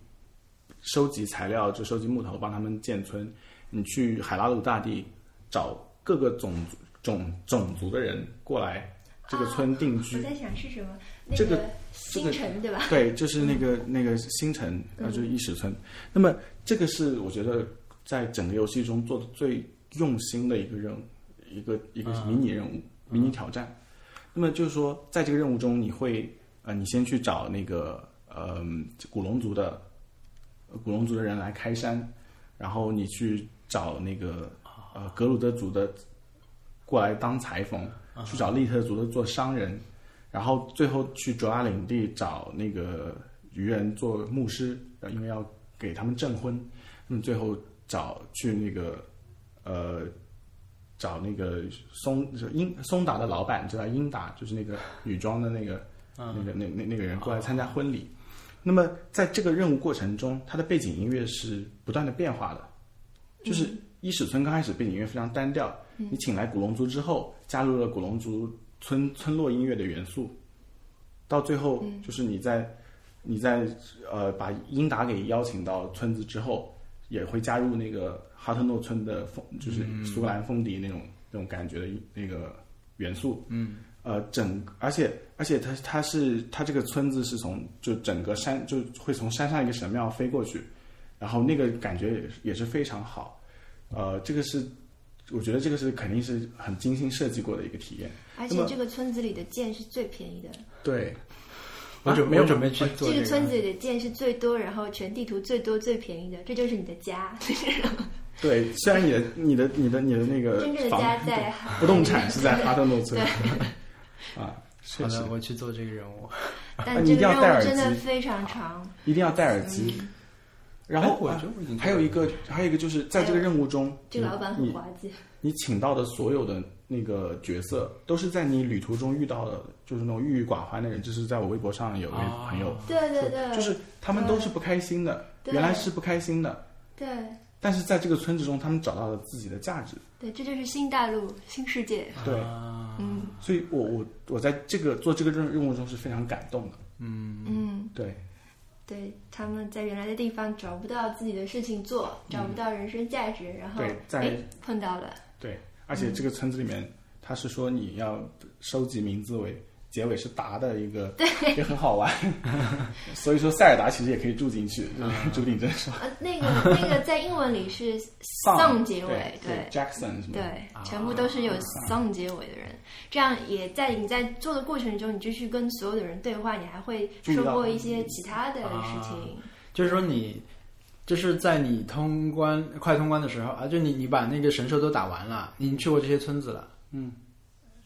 Speaker 3: 收集材料，就收集木头帮他们建村，你去海拉鲁大地找各个种族种种族的人过来这个村定居。
Speaker 2: 我在想是什么那
Speaker 3: 这个
Speaker 2: 星辰对吧？
Speaker 3: 对，就是那个、那个星辰，呃，就是伊始村。那么这个是我觉得在整个游戏中做的最用心的一个任务，一个一个迷你任务、迷你挑战。那么就是说，在这个任务中，你会呃，你先去找那个呃古龙族的呃古龙族的人来开山，然后你去找那个呃格鲁德族的过来当裁缝，去找利特族的做商人，然后最后去卓拉领地找那个渔人做牧师，呃因为要给他们证婚。那么最后找去那个呃找那个松就英松达的老板，知道英达就是那个女装的那个、那个那那那个人过来参加婚礼。那么在这个任务过程中，它的背景音乐是不断的变化的，就是伊始村刚开始背景音乐非常单调，你请来古龙族之后，加入了古龙族村村落音乐的元素，到最后就是你在、你在呃把英达给邀请到村子之后，也会加入那个哈特诺村的风，就是苏格兰风笛那种、那种感觉的那个元素。嗯，呃，整而且而且它它是它这个村子是从就整个山就会从山上一个神庙飞过去，然后那个感觉也是也是非常好。呃，这个是我觉得这个是肯定是很精心设计过的一个体验。
Speaker 2: 而
Speaker 3: 那
Speaker 2: 且
Speaker 3: 么
Speaker 2: 这个村子里的剑是最便宜的，
Speaker 3: 对，
Speaker 1: 我准
Speaker 3: 没
Speaker 1: 备
Speaker 3: 有
Speaker 1: 啊我准备去做
Speaker 2: 这个
Speaker 1: 个
Speaker 2: 村子里的剑是最多，然后全地图最多最便宜的，这就是你的家。
Speaker 3: 对，虽然你的、你的、你的、你的那个
Speaker 2: 真正的
Speaker 3: 呃房
Speaker 2: 家在
Speaker 3: 不动产是在哈特诺村啊，
Speaker 1: 好
Speaker 3: 确实
Speaker 1: 的，我去做这个任务。
Speaker 2: 但
Speaker 3: 你
Speaker 2: 这
Speaker 3: 一定
Speaker 2: 个
Speaker 3: 要
Speaker 2: 任
Speaker 3: 戴耳
Speaker 2: 务真的
Speaker 3: 机
Speaker 2: 非常长，
Speaker 3: 一定要戴耳机。
Speaker 2: 嗯
Speaker 3: 然后
Speaker 1: 哎我
Speaker 3: 啊
Speaker 1: 觉得我已经做
Speaker 3: 还有一个，还有一个就是在这个任务中，
Speaker 2: 这个老板
Speaker 3: 你
Speaker 2: 很
Speaker 3: 你
Speaker 2: 滑稽。
Speaker 3: 你请到的所有的那个角色，都是在你旅途中遇到的，就是那种郁郁寡欢的人。这是在我微博上有位
Speaker 1: 哦
Speaker 3: 朋友，
Speaker 2: 对对对，
Speaker 3: 就是他们都是不开心的，
Speaker 2: 对
Speaker 3: 原来是不开心的，
Speaker 2: 对
Speaker 3: 但是在这个村子中，他们找到了自己的价值。
Speaker 2: 对，这就是新大陆、新世界。
Speaker 3: 对，
Speaker 2: 嗯
Speaker 3: 所以我我我在这个做这个任任务中是非常感动的。
Speaker 2: 嗯，
Speaker 3: 对，
Speaker 2: 对，他们在原来的地方找不到自己的事情做，找不到人生价值，然后
Speaker 3: 嗯对在
Speaker 2: 哎碰到了，
Speaker 3: 对，而且这个村子里面，他是说你要收集名字为结尾是达的一个，也很好玩。 所以说塞尔达其实也可以 住进去，就是朱鼎真说
Speaker 2: 呃，那 个那个在英文里是 song 结尾，
Speaker 3: 对，Jackson 啊什么的
Speaker 2: 对，全部都是有 song 结尾的人，这样也在你在做的过程中，你就去跟所有的人对话，你还会
Speaker 3: 注意
Speaker 2: 收
Speaker 3: 到
Speaker 2: 获一些其他的事情。
Speaker 3: 啊
Speaker 1: 就是说你，就是在你通关快通关的时候啊，就你你把那个神兽都打完了，你去过这些村子了，
Speaker 3: 嗯，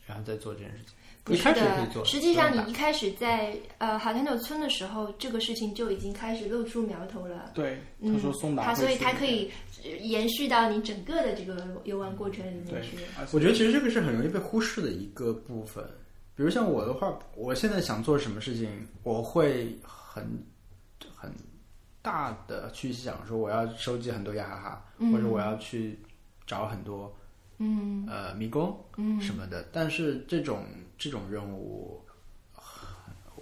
Speaker 1: 然后再做这件事情。
Speaker 2: 不
Speaker 1: 一
Speaker 2: 是
Speaker 1: 开始也可以
Speaker 2: 的，
Speaker 1: 做，
Speaker 2: 实际上
Speaker 1: 不用打
Speaker 2: 你一开始在呃海滩岛村的时候，这个事情就已经开始露出苗头了。
Speaker 3: 对，
Speaker 2: 嗯
Speaker 3: 他说松达
Speaker 2: 它
Speaker 3: 会去，
Speaker 2: 所以它可以呃延续到你整个的这个游玩过程里面
Speaker 3: 对
Speaker 2: 去。，
Speaker 3: 而且
Speaker 1: 我觉得其实这个是很容易被忽视的一个部分。比如像我的话，我现在想做什么事情，我会很很大的去想说，我要收集很多雅哈哈，或者我要去找很多
Speaker 2: 嗯
Speaker 1: 呃迷宫
Speaker 2: 嗯
Speaker 1: 什么的。但是这种这种任务，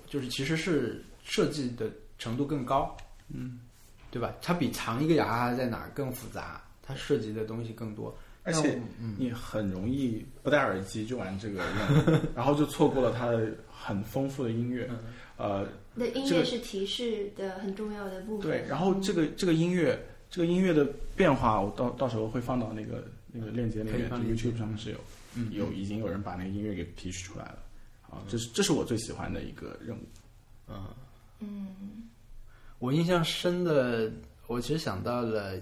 Speaker 1: 就是其实是设计的程度更高，嗯，对吧？它比藏一个牙在哪儿更复杂，它涉及的东西更多。
Speaker 3: 而
Speaker 1: 那嗯
Speaker 3: 且你很容易不戴耳机就玩这个 任务，然后就错过了它的很丰富的音乐。
Speaker 1: 嗯
Speaker 3: 呃，
Speaker 2: 的音
Speaker 3: 这
Speaker 2: 乐
Speaker 3: 个
Speaker 2: 是提示的很重要的部分。
Speaker 3: 对，然后这个这个音乐，这个音乐的变化，我到到时候会放到那个那个链接里
Speaker 1: 可以
Speaker 3: 面
Speaker 1: 放链接
Speaker 3: ，YouTube 上是有
Speaker 1: 嗯
Speaker 3: 有已经有人把那个音乐给提取出来了。啊，这是这是我最喜欢的一个任务。
Speaker 2: 嗯
Speaker 1: 我印象深的，我其实想到了，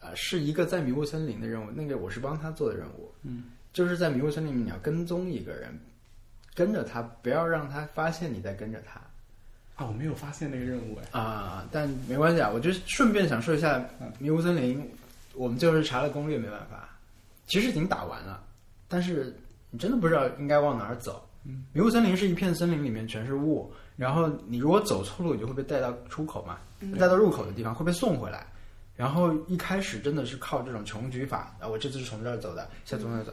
Speaker 1: 呃，是一个在迷雾森林的任务，那个我是帮他做的任务，嗯，就是在迷雾森林里你要跟踪一个人，跟着他，不要让他发现你在跟着他
Speaker 3: 啊，我没有发现那个任务哎。
Speaker 1: 啊、但没关系啊，我就是顺便想说一下迷雾森林，我们就是查了攻略，没办法，其实已经打完了，但是你真的不知道应该往哪儿走。迷雾森林是一片森林，里面全是雾，然后你如果走错路，你就会被带到出口嘛，带到入口的地方会被送回来。然后一开始真的是靠这种穷举法，啊，我这次是从这儿走的，下次从那儿走，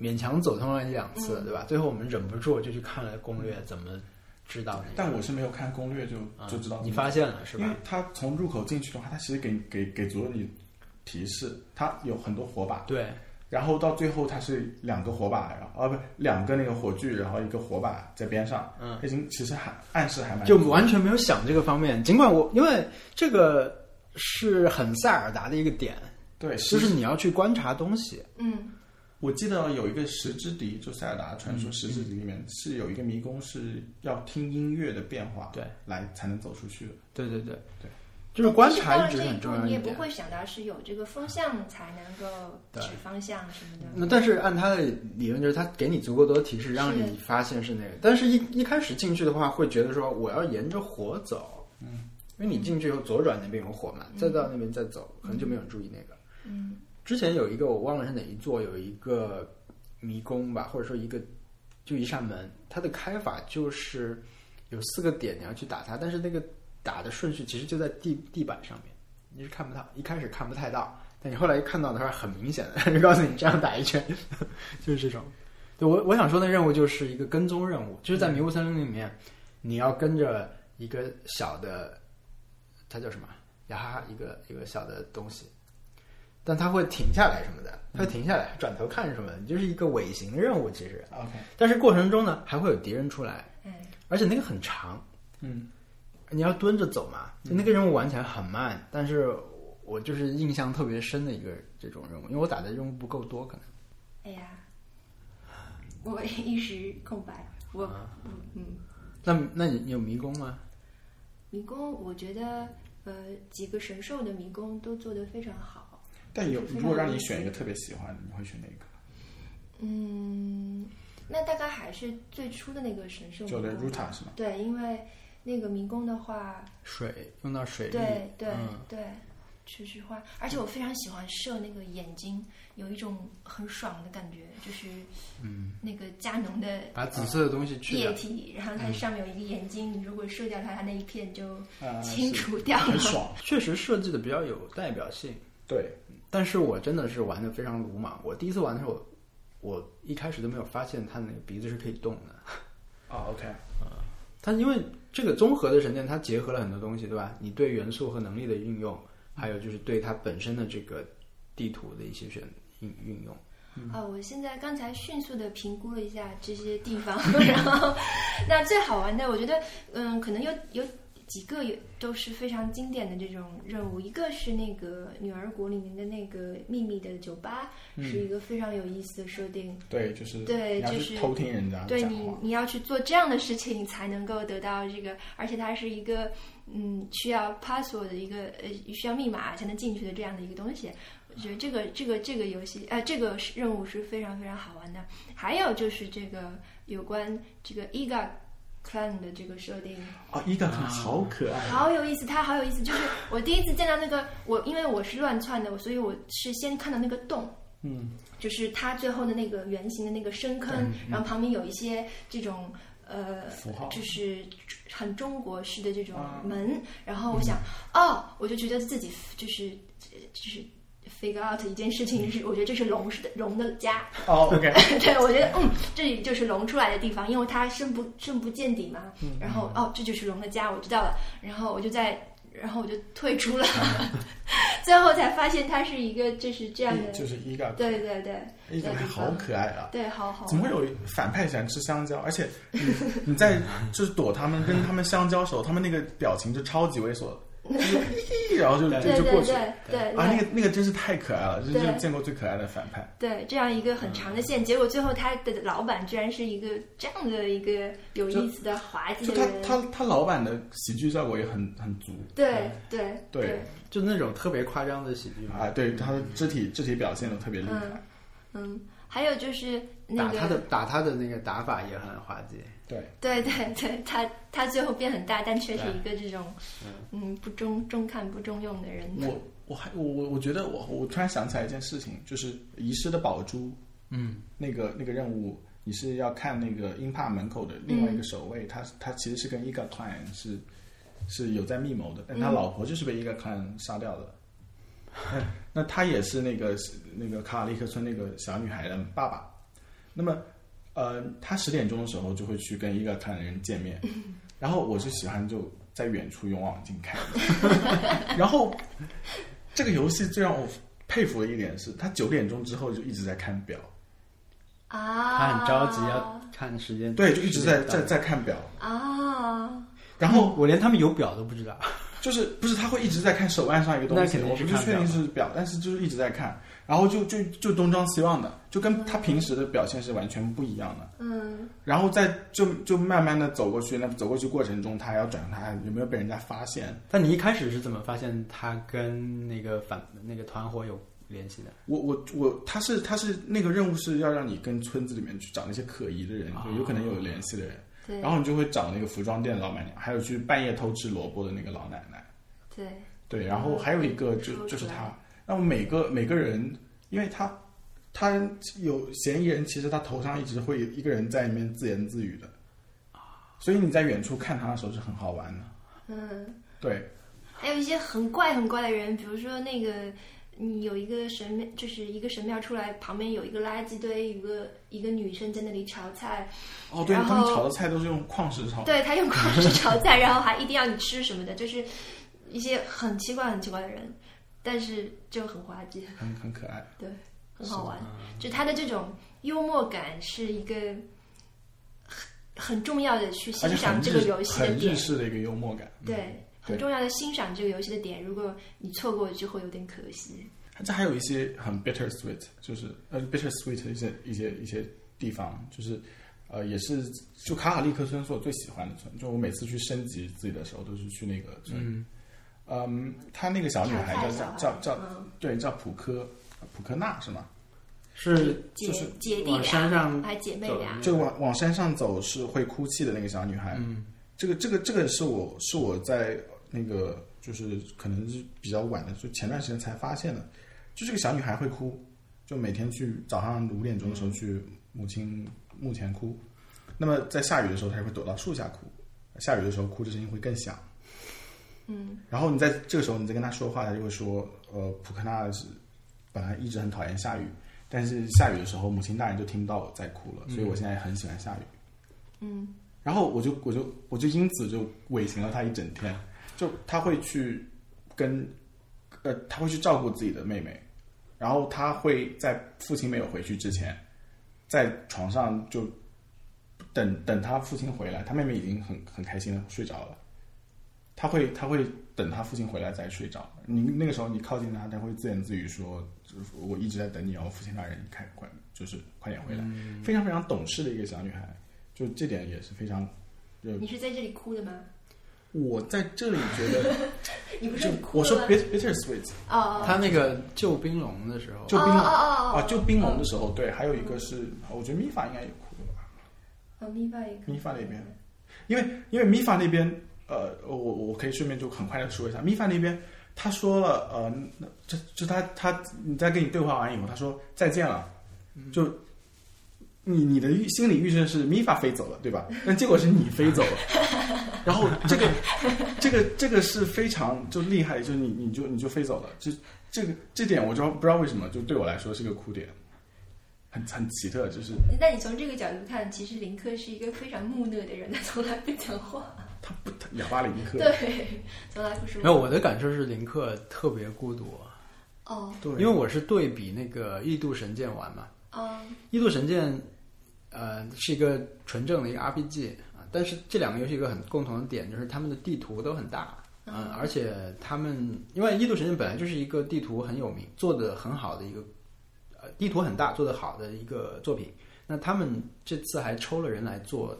Speaker 1: 勉强走通了一两次，对吧？最后我们忍不住就去看了攻略，怎么知道那个？
Speaker 3: 但我是没有看攻略就
Speaker 1: 啊
Speaker 3: 就知道，嗯
Speaker 1: 你发现了是
Speaker 3: 因为
Speaker 1: 吧？
Speaker 3: 它从入口进去的话，它其实给给给足了你提示，它有很多火把，
Speaker 1: 对，
Speaker 3: 然后到最后它是两个火把，然后啊不两个那个火炬，然后一个火把在边上，
Speaker 1: 嗯，
Speaker 3: 已经其实还暗示还蛮
Speaker 1: 就完全没有想这个方面。尽管我因为这个是很塞尔达的一个点，
Speaker 3: 对，
Speaker 1: 就
Speaker 3: 其
Speaker 1: 是
Speaker 3: 实
Speaker 1: 你要去观察东西，
Speaker 2: 嗯
Speaker 3: 我记得有一个石之笛，就塞尔达传说石之笛里面是有一个迷宫是要听音乐的变化，
Speaker 1: 对，
Speaker 3: 来才能走出去的。
Speaker 1: 对对对
Speaker 3: 对，
Speaker 1: 就是观
Speaker 2: 到
Speaker 1: 察
Speaker 2: 了
Speaker 1: 一直
Speaker 2: 这一
Speaker 1: 很重
Speaker 2: 步，
Speaker 1: 要
Speaker 2: 你
Speaker 1: 一
Speaker 2: 也不
Speaker 1: 点。
Speaker 2: 会想到是有这个风向才能够指方向什么的。
Speaker 1: 那但是按他的理论，就是他给你足够多的提示，让你发现是那个。但是一一开始进去的话，会觉得说我要沿着火走，嗯，因为你进去以后左转那边有火嘛，再到那边再走，可能就没有注意那个。
Speaker 2: 嗯
Speaker 1: 之前有一个我忘了是哪一座，有一个迷宫吧，或者说一个就一扇门，它的开法就是有四个点你要去打它，但是那个打的顺序其实就在地地板上面，你是看不到，一开始看不太到，但你后来一看到的话，很明显的就告诉你这样打一圈，就是这种。对我我想说的任务就是一个跟踪任务，就是在迷雾森林里面，你要跟着一个小的，它叫什么呀哈哈，一个一个小的东西，但它会停下来什么的，它会停下来转头看什么的，你就是一个尾行任务其实。
Speaker 3: OK，
Speaker 1: 但是过程中呢，还会有敌人出来，
Speaker 2: 哎
Speaker 1: 而且那个很长，
Speaker 3: 嗯，
Speaker 1: 你要蹲着走嘛，就那个任务玩起来很慢，但是我就是印象特别深的一个这种任务，因为我打的任务不够多，可能
Speaker 2: 哎呀，我一时空白。我嗯，
Speaker 1: 那那你你有迷宫吗？
Speaker 2: 迷宫，我觉得呃几个神兽的迷宫都做得非常好。
Speaker 3: 但有
Speaker 2: 非常
Speaker 3: 如果让你选一个特别喜欢的，你会选哪个？
Speaker 2: 嗯，那大概还是最初的那个神
Speaker 1: 嗯
Speaker 2: 兽迷
Speaker 3: 就
Speaker 2: 宫
Speaker 3: 的
Speaker 2: 吧。
Speaker 3: Ruta 是吗？
Speaker 2: 对，因为那个迷宫的话，
Speaker 1: 水用到水里，
Speaker 2: 对对、
Speaker 1: 嗯
Speaker 2: 对，持续花，而且我非常喜欢射那个眼睛，有一种很爽的感觉，就是嗯，那个加农的
Speaker 1: 把紫色的东西去
Speaker 2: 液
Speaker 1: 掉，
Speaker 2: 体，然后它上面有一个眼睛，你如果射掉它，它那一片就
Speaker 3: 啊，
Speaker 2: 清
Speaker 3: 是
Speaker 2: 除掉
Speaker 3: 很
Speaker 2: 了。
Speaker 3: 爽。
Speaker 1: 确实设计的比较有代表性。
Speaker 3: 对，
Speaker 1: 但是我真的是玩的非常鲁莽，我第一次玩的时候，我一开始都没有发现它那个鼻子是可以动的。
Speaker 3: 啊，OK，
Speaker 1: 哦它因为这个综合的神殿，它结合了很多东西，对吧？你对元素和能力的运用，还有就是对它本身的这个地图的一些选运运用。
Speaker 2: 啊、我现在刚才迅速的评估了一下这些地方， 然后那最好玩的，我觉得，嗯，可能有有几个有都是非常经典的这种任务，一个是那个女儿国里面的那个秘密的酒吧，是一个非常有意思的设定。
Speaker 3: 对，就是
Speaker 2: 对
Speaker 3: 嗯你要
Speaker 2: 就
Speaker 3: 去
Speaker 2: 是
Speaker 3: 偷听人家
Speaker 2: 对
Speaker 3: 讲
Speaker 2: 你
Speaker 3: 话，，
Speaker 2: 你要去做这样的事情才能够得到这个，而且它是一个嗯需要 password 的一个呃需要密码才能进去的这样的一个东西。我觉得这个这个这个游戏呃这个是任务是非常非常好玩的。还有就是这个有关这个 EGA clan 的这个设定，
Speaker 3: 啊，伊嘎好可爱，
Speaker 2: 好有意思，它好有意思。就是我第一次见到那个我，因为我是乱窜的，我所以我是先看到那个洞，
Speaker 3: 嗯，
Speaker 2: 就是它最后的那个圆形的那个深坑，然后旁边有一些这种呃
Speaker 3: 符 号
Speaker 2: 就是很中国式的这种
Speaker 3: 啊嗯
Speaker 2: 门。然后我想，哦，我就觉得自己就是就是 figure out 一件事
Speaker 3: 嗯
Speaker 2: 情是，我觉得这是龙是龙的家，
Speaker 5: 哦，OK，
Speaker 2: 对我觉得嗯，这里就是龙出来的地方，因为它深不深不见底嘛。
Speaker 3: 嗯
Speaker 2: 然后哦，这就是龙的家，我知道了。然后我就在，然后我就退出了，
Speaker 3: 啊
Speaker 2: 最后才发现它是一个就是这样的，
Speaker 3: 就是伊嘎，
Speaker 2: 对对对
Speaker 3: 伊嘎好可爱啊！
Speaker 2: 对，好好
Speaker 3: 怎。么会有反派喜欢吃香蕉？而且 你你在就是躲他们，跟他们相交时候，他们那个表情就超级猥 琐，就是咦然后就
Speaker 2: 对
Speaker 3: 就
Speaker 2: 对
Speaker 3: 就
Speaker 2: 对
Speaker 3: 过去。
Speaker 2: 对对
Speaker 3: 啊，那个那个真是太可爱了，这
Speaker 2: 对
Speaker 3: 是见过最可爱的反派。
Speaker 2: 对，这样一个很
Speaker 3: 嗯
Speaker 2: 长的线，结果最后他的老板居然是一个这样的一个有意思的滑稽
Speaker 3: 就
Speaker 2: 的
Speaker 3: 他
Speaker 2: 人，
Speaker 3: 他他老板的喜剧效果也很很足
Speaker 2: 对对嗯
Speaker 3: 对
Speaker 1: 就那种特别夸张的喜剧嘛，
Speaker 3: 啊，对他的肢体肢体表现都特别厉害。
Speaker 2: 嗯嗯，还有就是那
Speaker 1: 打
Speaker 2: 个
Speaker 1: 他的打他的那个打法也很滑稽，
Speaker 3: 对，
Speaker 2: 对对对，他他最后变很大，但却是一个这种嗯不中中看不中用的人。
Speaker 3: 我我还我我我觉得我我突然想起来一件事情，就是遗失的宝珠
Speaker 1: 嗯，
Speaker 3: 那个那个任务，你是要看那个英帕门口的另外一个守卫，他他其实是跟伊格 Clan 是是有在密谋的，但他老婆就是被伊格 Clan 杀掉的。 那那他也是那个那个卡利克村那个小女孩的爸爸。那么，呃，他十点钟的时候就会去跟伊格 Clan 的人见面，然后我是喜欢就在远处用望远镜看， 然后这个游戏最让我佩服的一点是，他九点钟之后就一直在看表。
Speaker 2: 啊，
Speaker 1: 他很着急要看时间，
Speaker 3: 对，就一直
Speaker 1: 时
Speaker 3: 在
Speaker 1: 间到
Speaker 3: 在在看表，
Speaker 2: 啊，
Speaker 3: 然后
Speaker 1: 我连他们有表都不知道，
Speaker 3: 就是不是他会一直在看手腕上一个东
Speaker 1: 那
Speaker 3: 西，
Speaker 1: 肯定
Speaker 3: 我
Speaker 1: 是
Speaker 3: 不
Speaker 1: 看
Speaker 3: 确定
Speaker 1: 表
Speaker 3: 是表，但是就是一直在看，然后就就就东张西望的，就跟他平时的表现是完全不一样的。
Speaker 2: 嗯
Speaker 3: 然后再就就慢慢的走过去，那走过去过程中，他还要转向他有没有被人家发现？
Speaker 1: 但你一开始是怎么发现他跟那个反那个团伙有联系的？
Speaker 3: 我我我，他是他是那个任务是要让你跟村子里面去找那些可疑的人，就有可能有联系的人，
Speaker 2: 对
Speaker 3: 然后你就会找那个服装店的老板娘，还有去半夜偷吃萝卜的那个老奶奶。
Speaker 2: 对
Speaker 3: 对，然后还有一个就
Speaker 2: 说
Speaker 3: 就是
Speaker 2: 嗯出来
Speaker 3: 他，那么每个每个人，因为他他有嫌疑人，其实他头上一直会有一个人在里面自言自语的，所以你在远处看他的时候是很好玩的。
Speaker 2: 嗯，
Speaker 3: 对，
Speaker 2: 还有一些很怪很怪的人，比如说那个。你有一个神庙，就是一个神庙出来，旁边有一个垃圾堆，一个一个女生在那里炒菜，
Speaker 3: 哦，对，
Speaker 2: 然
Speaker 3: 他
Speaker 2: 后
Speaker 3: 们炒的菜都是用矿石炒的，
Speaker 2: 对他用矿石炒菜，然后还一定要你吃什么的，就是一些很奇怪很奇怪的人，但是就很滑稽。
Speaker 3: 很很可爱。
Speaker 2: 对，很好玩。
Speaker 3: 嗯
Speaker 2: 就他的这种幽默感是一个很很重要的去欣
Speaker 3: 而且很
Speaker 2: 赏这
Speaker 3: 日
Speaker 2: 个游戏的
Speaker 3: 很日
Speaker 2: 点，
Speaker 3: 式的一个幽默感。嗯，
Speaker 2: 对，很重要的欣赏这个游戏的点。如果你错过，就会有点可惜。
Speaker 3: 这还有一些很 bitter sweet，就是呃 bitter sweet 的一些一些一些地方，就是呃也是就卡卡利克村是我最喜欢的村，就我每次去升级自己的时候都是去那个村。嗯，她那个小女
Speaker 2: 跳
Speaker 3: 孩
Speaker 2: 菜
Speaker 3: 叫
Speaker 2: 小
Speaker 3: 叫
Speaker 2: 孩
Speaker 3: 叫叫、
Speaker 2: 嗯
Speaker 3: 对叫普科普科娜是吗？
Speaker 1: 是
Speaker 2: 姐
Speaker 1: 就是
Speaker 2: 姐弟
Speaker 1: 往山
Speaker 2: 俩
Speaker 1: 上
Speaker 2: 还姐妹
Speaker 1: 走
Speaker 2: 俩，
Speaker 3: 就往往山上走是会哭泣的那个小女孩。嗯，这个这个这个是我是我在那个就是可能是比较晚的，就前段时间才发现的，就这个小女孩会哭，就每天去早上五点钟的时候去母亲墓前哭，那么在下雨的时候她就会躲到树下哭，下雨的时候哭的声音会更响。嗯，然后你在这个时候你再跟她说话，她就会说，呃，普克纳是本来一直很讨厌下雨，但是下雨的时候，母亲大人就听到我在哭了，所以我现在很喜欢下雨。
Speaker 2: 嗯，
Speaker 3: 然后我就我就我就因此就尾行了他一整天，就他会去跟呃他会去照顾自己的妹妹，然后他会在父亲没有回去之前，在床上就等等他父亲回来，他妹妹已经很很开心了，睡着了。他会他会等他父亲回来再睡着。你那个时候你靠近他，他会自言自语说：“就是我一直在等你哦，父亲大人，你快快就是快点回来。非常非常懂事的一个小女孩，就这点也是非常。
Speaker 2: 你是在这里哭的吗？
Speaker 3: 我在这里觉得，
Speaker 2: 你不是
Speaker 3: 就
Speaker 2: 你哭
Speaker 3: 我说
Speaker 2: 了吗？
Speaker 3: bitter bitter sweet，
Speaker 2: 哦哦
Speaker 1: 他那个救冰龙的时候，
Speaker 3: 就冰龙
Speaker 2: 哦哦哦哦
Speaker 3: 啊，就冰龙的时候，对，还有一个是，我觉得米法应该也哭了吧。
Speaker 2: 哦，米巴也哭
Speaker 3: 米法那边，因为因为米法那边，呃，我我可以顺便就很快的说一下，米法那边他说了，呃，那这就他他你在跟你对话完以后，他说再见了，就你你的预心理预设是米法飞走了，对吧？但结果是你飞走了， 然后这个这个这个是非常就厉害，就你你就你就飞走了，就这个这点我知道不知道为什么，就对我来说是个哭点，很很奇特，就是
Speaker 2: 那你从这个角度看，其实林克是一个非常木讷的人，他从来不讲话，
Speaker 3: 他不他哑巴林克，
Speaker 2: 对， 从来不说。
Speaker 1: 没有，我的感受是林克特别孤独，啊
Speaker 2: 哦，
Speaker 3: 对，
Speaker 1: 因为我是对比那个《异度神剑》玩嘛，
Speaker 2: 嗯，
Speaker 1: 《异度神剑》呃是一个纯正的一个 RPG 啊，但是这两个游戏有一个很共同的点，就是他们的地图都很大，嗯、
Speaker 2: 嗯
Speaker 1: 而且他们因为《异度神剑》本来就是一个地图很有名、做的很好的一个呃地图很大、做的好的一个作品，那他们这次还抽了人来做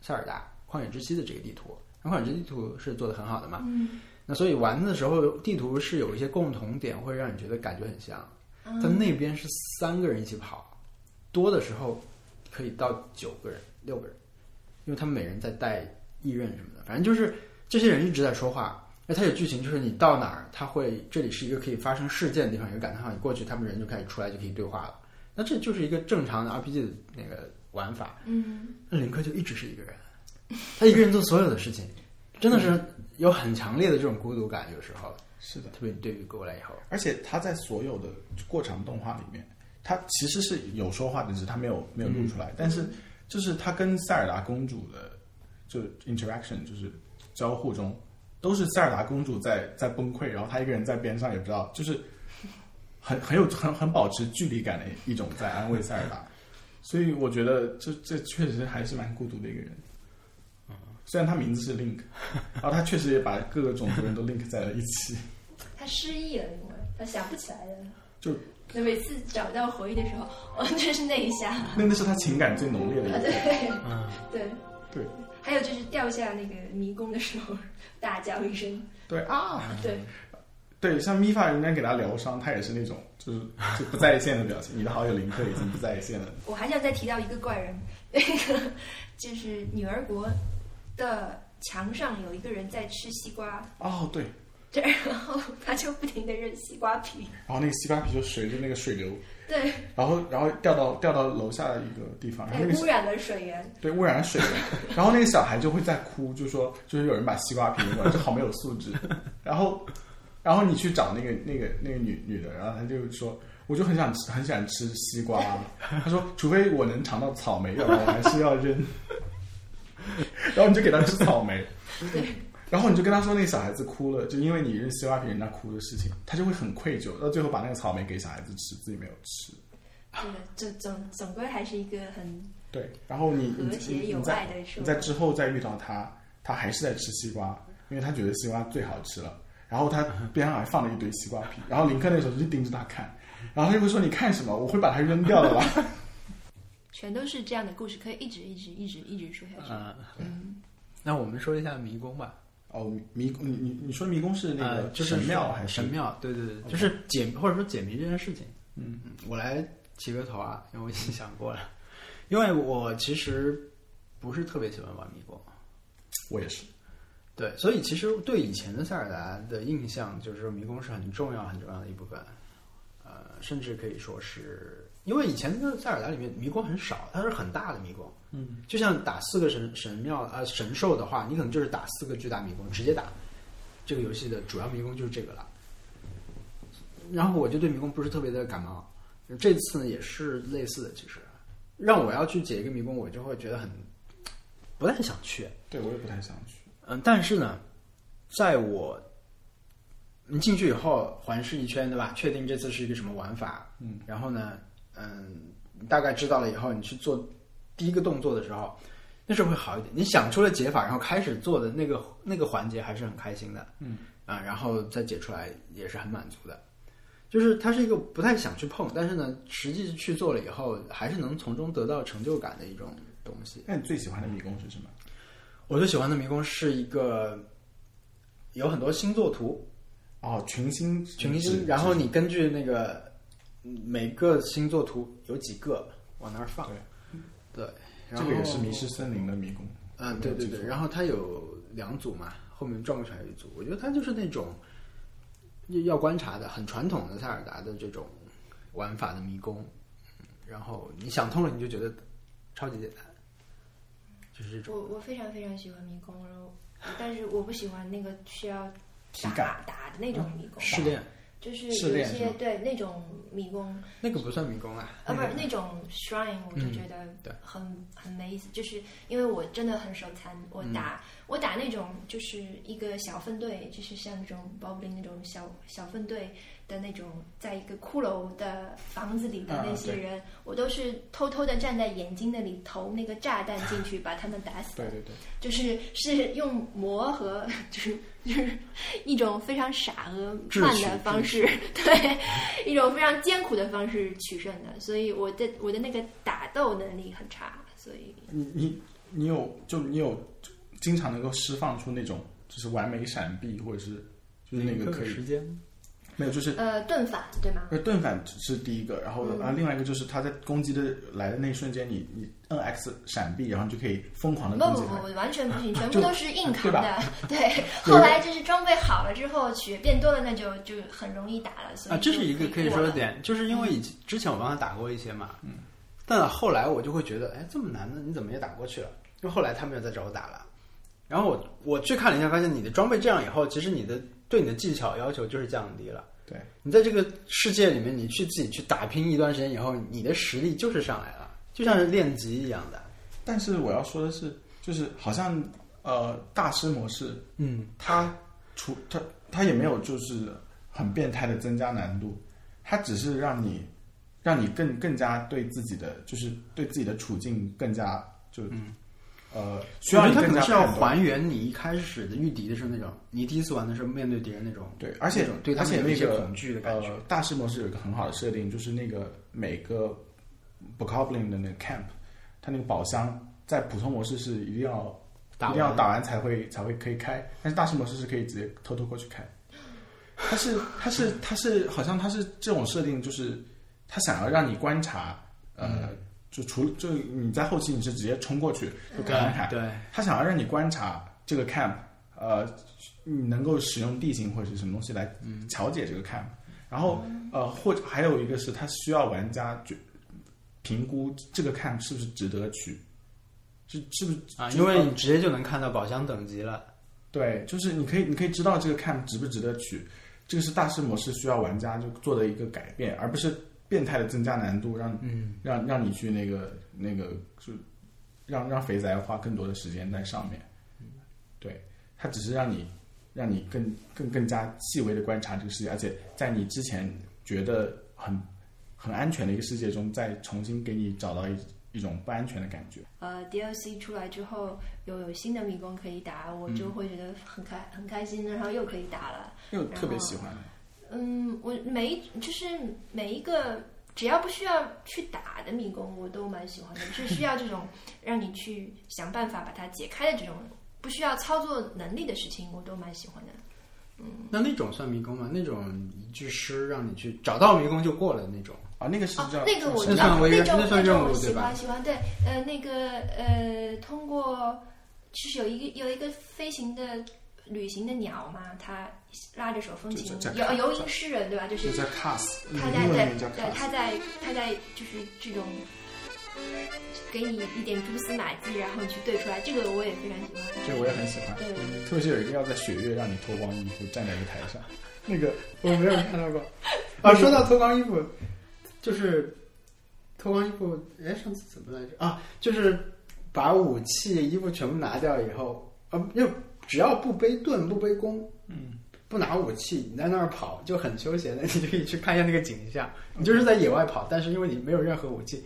Speaker 1: 塞尔达旷野之息的这个地图，那旷野之息地图是做的很好的嘛，
Speaker 2: 嗯，
Speaker 1: 那所以玩的时候，地图是有一些共同点，会让你觉得感觉很像。
Speaker 2: 嗯
Speaker 1: 但那边是三个人一起跑，多的时候可以到九个人、六个人，因为他们每人在带利刃什么的。反正就是这些人一直在说话。那它有剧情，就是你到哪儿，它会这里是一个可以发生事件的地方，有感叹号，你过去，他们人就开始出来，就可以对话了。那这就是一个正常的 RPG 的那个玩法。
Speaker 2: 嗯，
Speaker 1: 那林克就一直是一个人，他一个人做所有的事情，真的是有很强烈的这种孤独感。有时候，
Speaker 3: 是的。
Speaker 1: 特别对于过来以后，
Speaker 3: 而且他在所有的过场动画里面，他其实是有说话的，只是他没有没有录出来。但是就是他跟塞尔达公主的就是 interaction，就是交互中，都是塞尔达公主在在崩溃，然后他一个人在边上也不知道，就是很很有很很保持距离感的一种在安慰塞尔达。所以我觉得这这确实还是蛮孤独的一个人。虽然他名字是 Link，然后他确实也把各个种族人都 link 在了一起。
Speaker 2: 他失忆了，因为他想不起来了。
Speaker 3: 就
Speaker 2: 那每次找到回忆的时候， 哦，就是那一下，
Speaker 3: 那那是他情感最浓烈的一
Speaker 2: 啊，
Speaker 3: 个。
Speaker 2: 对
Speaker 1: 嗯，
Speaker 2: 对
Speaker 3: 对。
Speaker 2: 还有就是掉下那个迷宫的时候，大叫一声，
Speaker 3: 对啊，
Speaker 2: 对，
Speaker 3: 对，像米法，人家给他疗伤，他也是那种就是就不在线的表情。你的好友林克已经不在线了，
Speaker 2: 我还想再提到一个怪人， 那个就是女儿国的墙上有一个人在吃西瓜，
Speaker 3: 哦，对，
Speaker 2: 对，然后他就不停的扔西瓜 皮，
Speaker 3: 然后那个西瓜皮就随着那个水流，
Speaker 2: 对，
Speaker 3: 然后然后掉到掉到楼下的一个地方，然后那
Speaker 2: 对
Speaker 3: 个
Speaker 2: 污
Speaker 3: 小
Speaker 2: 染了水 源，
Speaker 3: 对污染水流，然后那个小孩就会在哭，就说就是有人把西瓜皮扔了，就好没有素质。然后然后你去找那个那个那个女女的，然后她就说。我就很想吃，很想吃西瓜。她说，除非我能尝到草莓，要不然我还是要扔。 然后你就给他吃草莓，
Speaker 2: 对，
Speaker 3: 然后你就跟他说那个小孩子哭了，就因为你扔西瓜皮人家哭的事情，他就会很愧疚，到最后把那个草莓给小孩子吃，自己没有吃。
Speaker 2: 这个这总总归还是一个很
Speaker 3: 对，然后你你
Speaker 2: 和
Speaker 3: 你
Speaker 2: 谐有
Speaker 3: 你
Speaker 2: 爱
Speaker 3: 在
Speaker 2: 的
Speaker 1: 嗯
Speaker 2: 社
Speaker 3: 你在
Speaker 2: 会，
Speaker 3: 之后再遇到他，他还是在吃西瓜，因为他觉得西瓜最好吃了。然后他边上还放了一堆西瓜皮，然后林克那时候就盯着他看，然后他就会说：“你看什么？我会把它扔掉的吧。”
Speaker 2: 全都是这样的故事，可以一直一直一直一直说下去。
Speaker 1: 嗯，那我们说一下迷宫吧。
Speaker 3: 哦，迷宫，你你你说迷宫是那
Speaker 1: 呃
Speaker 3: 个
Speaker 1: 就是
Speaker 3: 神庙
Speaker 1: 说
Speaker 3: 还是
Speaker 1: 神？庙？对对对，就是解或者说解谜这件事情。
Speaker 3: 嗯，
Speaker 1: 我来起个头啊，因为我已经想过了。因为我其实不是特别喜欢玩迷宫，
Speaker 3: 我也是。
Speaker 1: 对，所以其实对以前的塞尔达的印象就是迷宫是很重要很重要的一部分，呃，甚至可以说是因为以前的塞尔达里面迷宫很少，它是很大的迷宫，
Speaker 3: 嗯，
Speaker 1: 就像打四个神神庙啊、呃神兽的话，你可能就是打四个巨大迷宫，直接打。这个游戏的主要迷宫就是这个了。然后我就对迷宫不是特别的感冒，这次也是类似的，其实让我要去解一个迷宫，我就会觉得很不太想去。
Speaker 3: 对，我也不太想去。
Speaker 1: 嗯，但是呢，在我你进去以后环视一圈，对吧？确定这次是一个什么玩法，
Speaker 3: 嗯，
Speaker 1: 然后呢，嗯，你大概知道了以后，你去做第一个动作的时候，那时候会好一点。你想出了解法，然后开始做的那个那个环节还是很开心的，
Speaker 3: 嗯
Speaker 1: 啊，然后再解出来也是很满足的。就是它是一个不太想去碰，但是呢，实际去做了以后，还是能从中得到成就感的一种东西。
Speaker 3: 那你最喜欢的迷宫是什么？
Speaker 1: 我最喜欢的迷宫是一个有很多星座图，
Speaker 3: 哦，群星，
Speaker 1: 群星，然后你根据那个嗯每个星座图有几个往那儿放，对，然
Speaker 3: 这
Speaker 1: 后
Speaker 3: 个也是迷失森林的迷宫。
Speaker 1: 嗯，对对对，然后它有两组嘛，后面转过去还有一组，我觉得它就是那种要要观察的，很传统的塞尔达的这种玩法的迷宫，嗯然后你想通了，你就觉得超级简单，就是这种
Speaker 2: 我我非常非常喜欢迷宫，然后但是我不喜欢那个需要
Speaker 1: 体
Speaker 2: 打
Speaker 1: 感
Speaker 2: 打的那种迷宫，
Speaker 1: 试炼，
Speaker 2: 就是
Speaker 1: 试
Speaker 2: 有一
Speaker 1: 炼是
Speaker 2: 些
Speaker 1: 吗
Speaker 2: 对那种迷宫，
Speaker 1: 那个不算迷宫啊，
Speaker 2: 啊，不
Speaker 1: 那
Speaker 2: 是
Speaker 1: 个嗯
Speaker 2: 那种 shrine，我就觉
Speaker 1: 对
Speaker 2: 得很、很没意思，就是因为我真的很手残，我
Speaker 1: 嗯
Speaker 2: 打、我打那种就是一个小分队，就是像那种 Boblin 那种小小分队的那种，在一个骷髅的房子里的
Speaker 1: 啊
Speaker 2: 那些
Speaker 1: 对
Speaker 2: 人，我都是偷偷的站在眼睛那里投那个炸弹进去，把他们打死。
Speaker 1: 对对对，
Speaker 2: 就是是用磨和就是就是一种非常傻和
Speaker 1: 智
Speaker 2: 慢
Speaker 1: 取
Speaker 2: 的方式，对，一种非常艰苦的方式取胜的，所以我的我的那个打斗能力很差，所以
Speaker 3: 你你你有就你有经常能够释放出那种就是完美闪避或者是就是那个可以
Speaker 1: 时间
Speaker 3: 没有就是
Speaker 2: 呃盾反对吗？
Speaker 3: 呃盾反是第一个，然
Speaker 2: 嗯
Speaker 3: 后啊另外一个就是他在攻击的来的那一瞬间，你你摁 X 闪避，然后你就可以疯狂
Speaker 2: 不
Speaker 3: 的攻
Speaker 2: 不
Speaker 3: 击
Speaker 2: 不，
Speaker 3: 他。
Speaker 2: 我完全不
Speaker 1: 啊
Speaker 2: 行，全部
Speaker 3: 就
Speaker 2: 都是硬扛
Speaker 3: 对吧
Speaker 2: 的。对，
Speaker 3: 有
Speaker 2: 后来就是装备好了之后，血变多了，那就就很容易打了。所以
Speaker 1: 啊，这是
Speaker 2: 就
Speaker 1: 一个
Speaker 2: 可
Speaker 1: 可以
Speaker 2: 过
Speaker 1: 说的
Speaker 2: 了。
Speaker 1: 点，就是因为以前之前我帮他打过一些嘛，嗯，但后来我就会觉得，哎，这么难的你怎么也打过去了？因为后来他没有再找我打了，然后我我去看了一下，发现你的装备这样以后，其实你的对你的技巧要求就是降低了。
Speaker 3: 对，
Speaker 1: 你在这个世界里面，你去自己去打拼一段时间以后，你的实力就是上来了，就像是练级一样的。
Speaker 3: 但是我要说的是，就是好像呃大师模式
Speaker 1: 嗯，
Speaker 3: 他除他他也没有就是很变态的增加难度，他只是让你让你更更加对自己的就是对自己的处境更加就、
Speaker 2: 嗯
Speaker 3: 呃需要
Speaker 1: 我
Speaker 3: 你
Speaker 1: 觉得他
Speaker 3: 更
Speaker 1: 可能
Speaker 3: 加
Speaker 1: 是要
Speaker 3: 判断
Speaker 1: 还原你一开始的御敌的时候那种，你第一次玩的时候面对敌人那种，
Speaker 3: 对，而且
Speaker 1: 那种对他
Speaker 3: 而且
Speaker 1: 们有
Speaker 3: 那
Speaker 1: 一些
Speaker 3: 个
Speaker 1: 恐惧的感觉。
Speaker 3: 呃，大师模式有一个很好的设定，就是那个每个 b o k o b l i n 的那个 camp，它那个宝箱在普通模式是一定要
Speaker 1: 打
Speaker 3: 一定要
Speaker 1: 完
Speaker 3: 打完才会才会可以开，但是大师模式是可以直接偷偷过去开。它是它是它是好像它是这种设定，就是它想要让你观察，呃，
Speaker 1: 嗯
Speaker 3: 就除就你在后期你是直接冲过去就
Speaker 1: 对
Speaker 3: 赶快开，
Speaker 1: 对，
Speaker 3: 他想要让你观察这个 camp，呃，你能够使用地形或者是什么东西来调解这个 camp，、然后呃，或者还有一个是他需要玩家觉评估这个 camp 是不是值得去，是是不是
Speaker 1: 啊，
Speaker 3: 值
Speaker 1: 因为你直接就能看到宝箱等级了。
Speaker 3: 对，就是你可以你可以知道这个 camp 值不值得去，这个是大师模式需要玩家就做的一个改变，而不是变态的增加难度，让
Speaker 1: 嗯，
Speaker 3: 让让你去那个那个就让让肥宅花更多的时间在上面。对，它只是让你让你更更更加细微的观察这个世界，而且在你之前觉得很很安全的一个世界中，再重新给你找到一一种不安全的感觉。
Speaker 2: 呃，DLC 出来之后有有新的迷宫可以打，我
Speaker 1: 嗯
Speaker 2: 就会觉得很开、很开心，然后又可以打了。
Speaker 3: 因为我特别喜欢，
Speaker 2: 嗯，我每一就是每一个只要不需要去打的迷宫，我都蛮喜欢的，是需要这种让你去想办法把它解开的这种不需要操作能力的事情，我都蛮喜欢的。
Speaker 1: 那那种算迷宫吗？那种一句诗让你去找到迷宫就过了那种。
Speaker 3: 啊，那个是
Speaker 2: 哦
Speaker 3: 叫、，
Speaker 2: 那个我知
Speaker 1: 那
Speaker 2: 道，
Speaker 1: 算为
Speaker 2: 那种
Speaker 1: 那算任务
Speaker 2: 我喜
Speaker 1: 对吧
Speaker 2: 欢喜欢对，呃，那个呃，通过就是有一个有一个飞行的旅行的鸟嘛，它拉着手风琴
Speaker 3: 就在，
Speaker 2: 游
Speaker 3: 在
Speaker 2: 游吟诗人对吧？就是
Speaker 3: 是叫 cast，嗯
Speaker 2: 他
Speaker 3: 英
Speaker 2: 在
Speaker 3: 文
Speaker 2: 在
Speaker 3: 名叫
Speaker 2: 对，
Speaker 3: cast
Speaker 2: 他。在他在就是这种给你一点蛛丝马迹，然后你去对出来，这个我也非常喜欢。
Speaker 3: 这我也很喜欢，
Speaker 2: 对对对
Speaker 3: 特别是有一个要在雪月让你脱光衣服站在一个台上，那个我没有看到过。啊，
Speaker 1: 说到脱光衣服，就是脱光衣服，哎，上次怎么来着？啊，就是把武器、衣服全部拿掉以后，啊，又只要不背盾、不背弓，
Speaker 3: 嗯，
Speaker 1: 不拿武器，你在那儿跑就很休闲的， 你就可以去看一下那个景象。你就是在野外跑，但是因为你没有任何武器，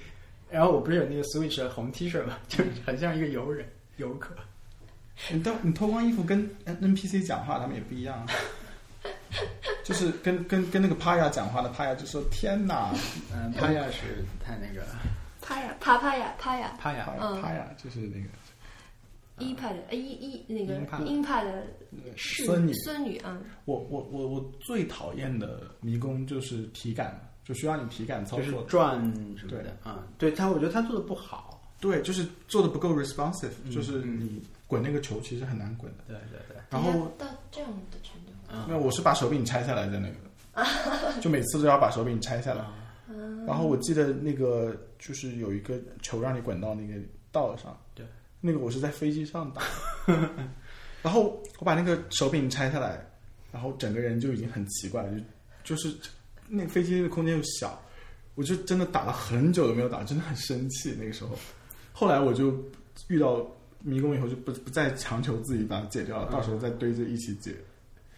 Speaker 1: 然后我不是有那个 Switch 的红 T 恤嘛， 就很像一个游人游客。
Speaker 3: 你都你脱光衣服跟 N P C 讲话，他们也不一样啊。就是跟跟跟那个帕亚讲话的帕亚就说：“天哪，
Speaker 1: 嗯，帕亚是太那个了，
Speaker 2: 啪呀啪啪呀啪呀
Speaker 1: 帕
Speaker 3: 帕
Speaker 1: 亚
Speaker 3: 亚
Speaker 2: 嗯
Speaker 3: 帕亚就是那个
Speaker 2: 一派的呃一一那个
Speaker 1: 鹰派
Speaker 2: 鹰派的
Speaker 3: 那个
Speaker 2: 侍
Speaker 3: 孙女。
Speaker 2: 孙女啊，”
Speaker 3: 我我我我最讨厌的迷宫就是体感，就需要你体感操
Speaker 1: 就是
Speaker 3: 作的。
Speaker 1: 转什么的啊、嗯对他，我觉得他做的不好。
Speaker 3: 对，就是做的不够 responsive，、
Speaker 1: 嗯
Speaker 3: 就是
Speaker 1: 嗯
Speaker 3: 你滚那个球其实很难滚的。
Speaker 1: 对对对，
Speaker 3: 然后
Speaker 2: 到到这样的程度，
Speaker 1: 嗯
Speaker 3: 那我是把手柄拆下来的那个，就每次都要把手柄拆下来。
Speaker 1: 啊
Speaker 3: 然后我记得那个就是有一个球让你滚到那个道上，
Speaker 1: 对，
Speaker 3: 那个我是在飞机上打， 然后我把那个手柄拆下来，然后整个人就已经很奇怪，就就是那个飞机的空间又小，我就真的打了很久都没有打，真的很生气那个时候。后来我就遇到迷宫以后就不不再强求自己把它解掉了，到时候再堆着一起解。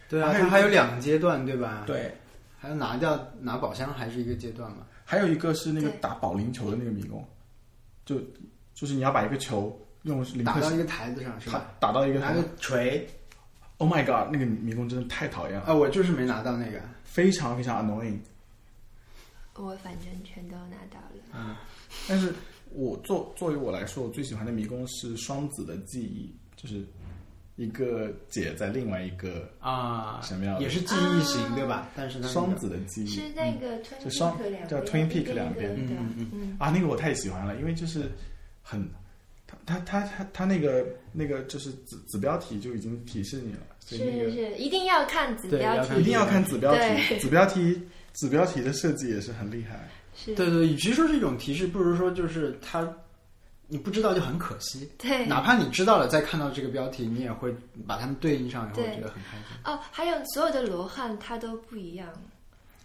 Speaker 1: 对
Speaker 3: 啊
Speaker 1: 啊，它
Speaker 3: 还
Speaker 1: 还
Speaker 3: 有
Speaker 1: 有两个阶段，对吧？，
Speaker 3: 对，
Speaker 1: 还要拿掉拿宝箱，还是一个阶段嘛？
Speaker 3: 还有一个是那个
Speaker 2: 对
Speaker 3: 打保龄球的那个迷宫，就就是你要把一个球用零
Speaker 1: 打
Speaker 3: 克
Speaker 1: 到一个台子上是
Speaker 3: 打
Speaker 1: 吧？
Speaker 3: 打到一个
Speaker 1: 拿
Speaker 3: 台
Speaker 1: 个锤
Speaker 3: Oh my god！那个迷宫真的太讨厌了，
Speaker 1: 啊，我就是没拿到那个。
Speaker 3: 非常非常 annoying。
Speaker 2: 我反正全都拿到了。
Speaker 3: 嗯但是我作作为我来说，我最喜欢的迷宫是双子的记忆，就是一个解在另外一个
Speaker 1: 啊，
Speaker 3: 什么样的
Speaker 1: 也是记忆
Speaker 2: 啊
Speaker 1: 型对吧？但是它那个
Speaker 3: 双子的记忆。
Speaker 2: 是那个
Speaker 3: 就
Speaker 2: Twin
Speaker 3: 嗯双
Speaker 2: Peak 两边，
Speaker 3: 叫 Twin Peak
Speaker 2: 一个
Speaker 3: 两边
Speaker 2: 一个一个
Speaker 1: 嗯嗯
Speaker 2: 嗯，
Speaker 3: 啊，那个我太喜欢了，因为就是很，他他他他他那个那个就是子子标题就已经提示你了，所
Speaker 2: 是
Speaker 3: 以那
Speaker 2: 是
Speaker 3: 个
Speaker 2: 是，一定要看子
Speaker 1: 对
Speaker 2: 标
Speaker 1: 要
Speaker 2: 题，
Speaker 1: 看
Speaker 3: 一定要看子标题，
Speaker 2: 对
Speaker 3: 子标题子标题的设计也是很厉害。
Speaker 2: 是
Speaker 1: 对对，与其说是一种提示，不如说就是它，你不知道就很可惜。
Speaker 2: 对
Speaker 1: 哪怕你知道了，再看到这个标题，你也会把它们对应上，以后
Speaker 2: 对
Speaker 1: 觉得很开心。
Speaker 2: 哦，还有所有的罗汉它都不一样，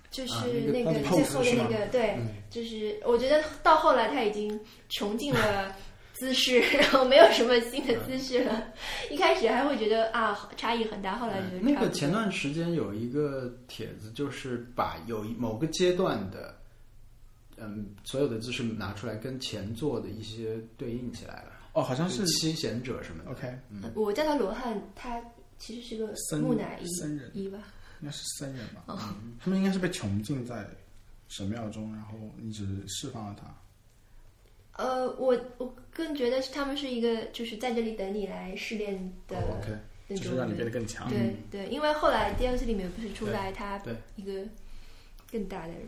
Speaker 2: 就是
Speaker 1: 啊那个
Speaker 2: 那个
Speaker 3: 那个
Speaker 2: 最
Speaker 3: pose
Speaker 2: 后的
Speaker 3: 是吗嗯
Speaker 2: 那个对，就是我觉得到后来他已经穷尽了姿势，然后没有什么新的姿势了。 一开始还会觉得啊差异很大，后来觉得
Speaker 1: 呃那
Speaker 2: 差不
Speaker 1: 个
Speaker 2: 多
Speaker 1: 前段时间有一个帖子，就是把有一某个阶段的，嗯，所有的姿势拿出来跟前作的一些对应起来了，
Speaker 3: 哦，好像是
Speaker 1: 就七贤者什么的。
Speaker 3: OK
Speaker 2: 我叫他罗汉，他其实是个
Speaker 3: 僧
Speaker 2: 木乃
Speaker 3: 僧人
Speaker 2: 伊伊吧。
Speaker 3: 应该是僧人吧？嗯他们应该是被囚禁在神庙中，然后你只释放了他。
Speaker 2: 呃，我我更觉得是他们是一个就是在这里等你来试炼的
Speaker 3: 哦 OK，
Speaker 2: 那
Speaker 3: 就
Speaker 2: 种
Speaker 3: 是让你变得更强。
Speaker 2: 对对，因为后来 DLC 里面不是出来他
Speaker 1: 对
Speaker 2: 一个更大的人，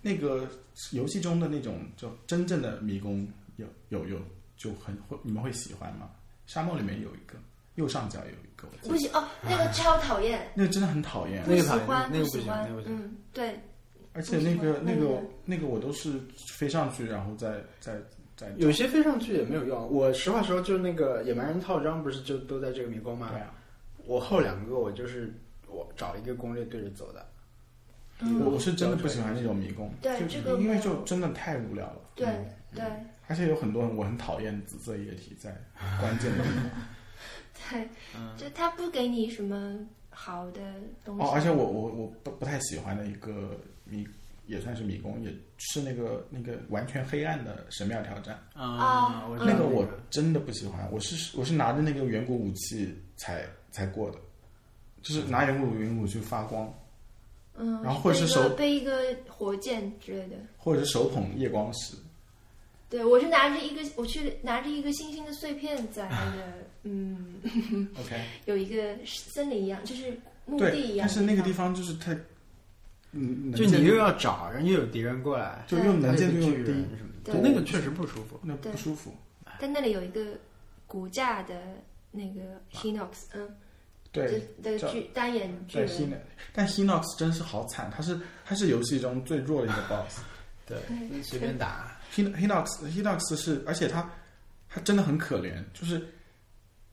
Speaker 3: 那个游戏中的那种就真正的迷宫有有有就很会你们会喜欢吗？沙漠里面有一个右上角有一个，我记得
Speaker 2: 不行哦，那个超讨厌，
Speaker 3: 那个真的很讨厌
Speaker 1: 那，个
Speaker 2: 不喜
Speaker 1: 讨厌
Speaker 2: 欢，
Speaker 1: 那个不
Speaker 2: 喜
Speaker 1: 行
Speaker 2: 欢
Speaker 1: 那个不，行
Speaker 2: 嗯，对，
Speaker 3: 而且那个
Speaker 2: 不
Speaker 3: 那
Speaker 2: 喜欢
Speaker 3: 个那个我都是飞上去然后再再再
Speaker 1: 有些飞上去也没有用。我实话说，就是那个野蛮人套章不是就都在这个迷宫
Speaker 3: 对
Speaker 1: 吗？
Speaker 3: 啊，
Speaker 1: 我后两个我就是我找一个攻略对着走的。
Speaker 2: 嗯
Speaker 3: 我我是真的不喜欢那种迷宫，
Speaker 2: 对
Speaker 3: 就
Speaker 2: 这个
Speaker 3: 因为
Speaker 2: 我
Speaker 3: 就真的太无聊了，嗯
Speaker 2: 对对
Speaker 3: 而且有很多人我很讨厌紫色液体在关键的 地方。
Speaker 2: 对， 就他不给你什么好的东西，
Speaker 3: 嗯哦，而且我我我不不太喜欢的一个迷，也算是迷宫，也是那个那个完全黑暗的神庙挑战，
Speaker 2: 啊
Speaker 1: 我知道
Speaker 3: 那个我真的不喜欢。我是我是拿着那个远古武器才才过的，就是拿远古远古武器发光，
Speaker 2: 嗯，
Speaker 3: 然后或者
Speaker 2: 背一个
Speaker 3: 是手
Speaker 2: 背一个火箭之类的。
Speaker 3: 或者是手捧夜光石。
Speaker 2: 对，我是拿着一个，我去拿着一个星星的碎片在那个，嗯，
Speaker 3: OK，
Speaker 2: 有一个森林一样，就是墓地一
Speaker 3: 对，
Speaker 2: 样。
Speaker 3: 但是那个地，方就是太，嗯，能
Speaker 1: 就
Speaker 3: 见
Speaker 1: 你
Speaker 3: 度
Speaker 1: 又要找，然后又有敌人过来，
Speaker 3: 就又能
Speaker 1: 还有
Speaker 3: 见
Speaker 1: 一
Speaker 3: 度
Speaker 1: 个巨
Speaker 3: 又低
Speaker 1: 人，什么的，
Speaker 2: 对
Speaker 1: 那个确实不舒服。
Speaker 3: 那不
Speaker 2: 对
Speaker 3: 舒服。
Speaker 2: 但那里有一个骨架的那个 Hinox，嗯，
Speaker 3: 啊对，
Speaker 2: 的
Speaker 3: 叫
Speaker 2: 巨单眼巨
Speaker 3: 对 h i
Speaker 2: 人，
Speaker 3: n 但 Hinox 真是好惨，他是他是游戏中最弱的一个 BOSS。
Speaker 1: 对，
Speaker 2: 嗯
Speaker 1: 随 便打。
Speaker 3: Hin- Hinox Hinox 是，而且他他真的很可怜，就是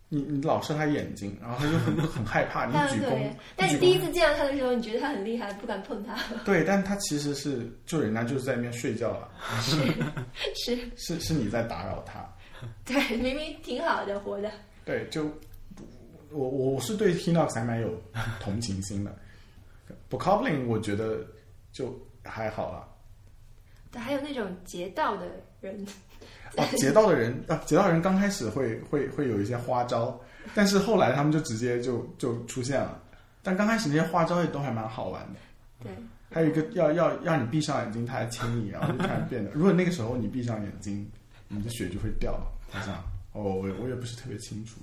Speaker 3: 你你老射他眼睛，然后他就很很害怕，你
Speaker 2: 他很
Speaker 3: 举
Speaker 2: 可
Speaker 3: 弓
Speaker 2: 怜，。但
Speaker 3: 举
Speaker 2: 你
Speaker 3: 弓
Speaker 2: 第一次见到他的时候，你觉得他很厉害，不敢碰他，
Speaker 3: 对，但他其实是就人家就是在那边睡觉了，
Speaker 2: 是
Speaker 3: 是是你在打扰他。
Speaker 2: 对，明明挺好的，活的，
Speaker 3: 对，就我我我是对 Hinox 还蛮有同情心的。不 Coblin 我觉得就还好啦。
Speaker 2: 对，还有那种劫道的人，
Speaker 3: 啊， 劫道的人啊，劫道人刚开始会会会有一些花招，但是后来他们就直接就就出现了。但刚开始那些花招也都还蛮好玩的。
Speaker 2: 对，
Speaker 3: 还有一个要要让你闭上眼睛，他还亲你，然后就突然变得。如 果那个时候你闭上眼睛，你的血就会掉了。好像哦，我也我也不是特别清楚。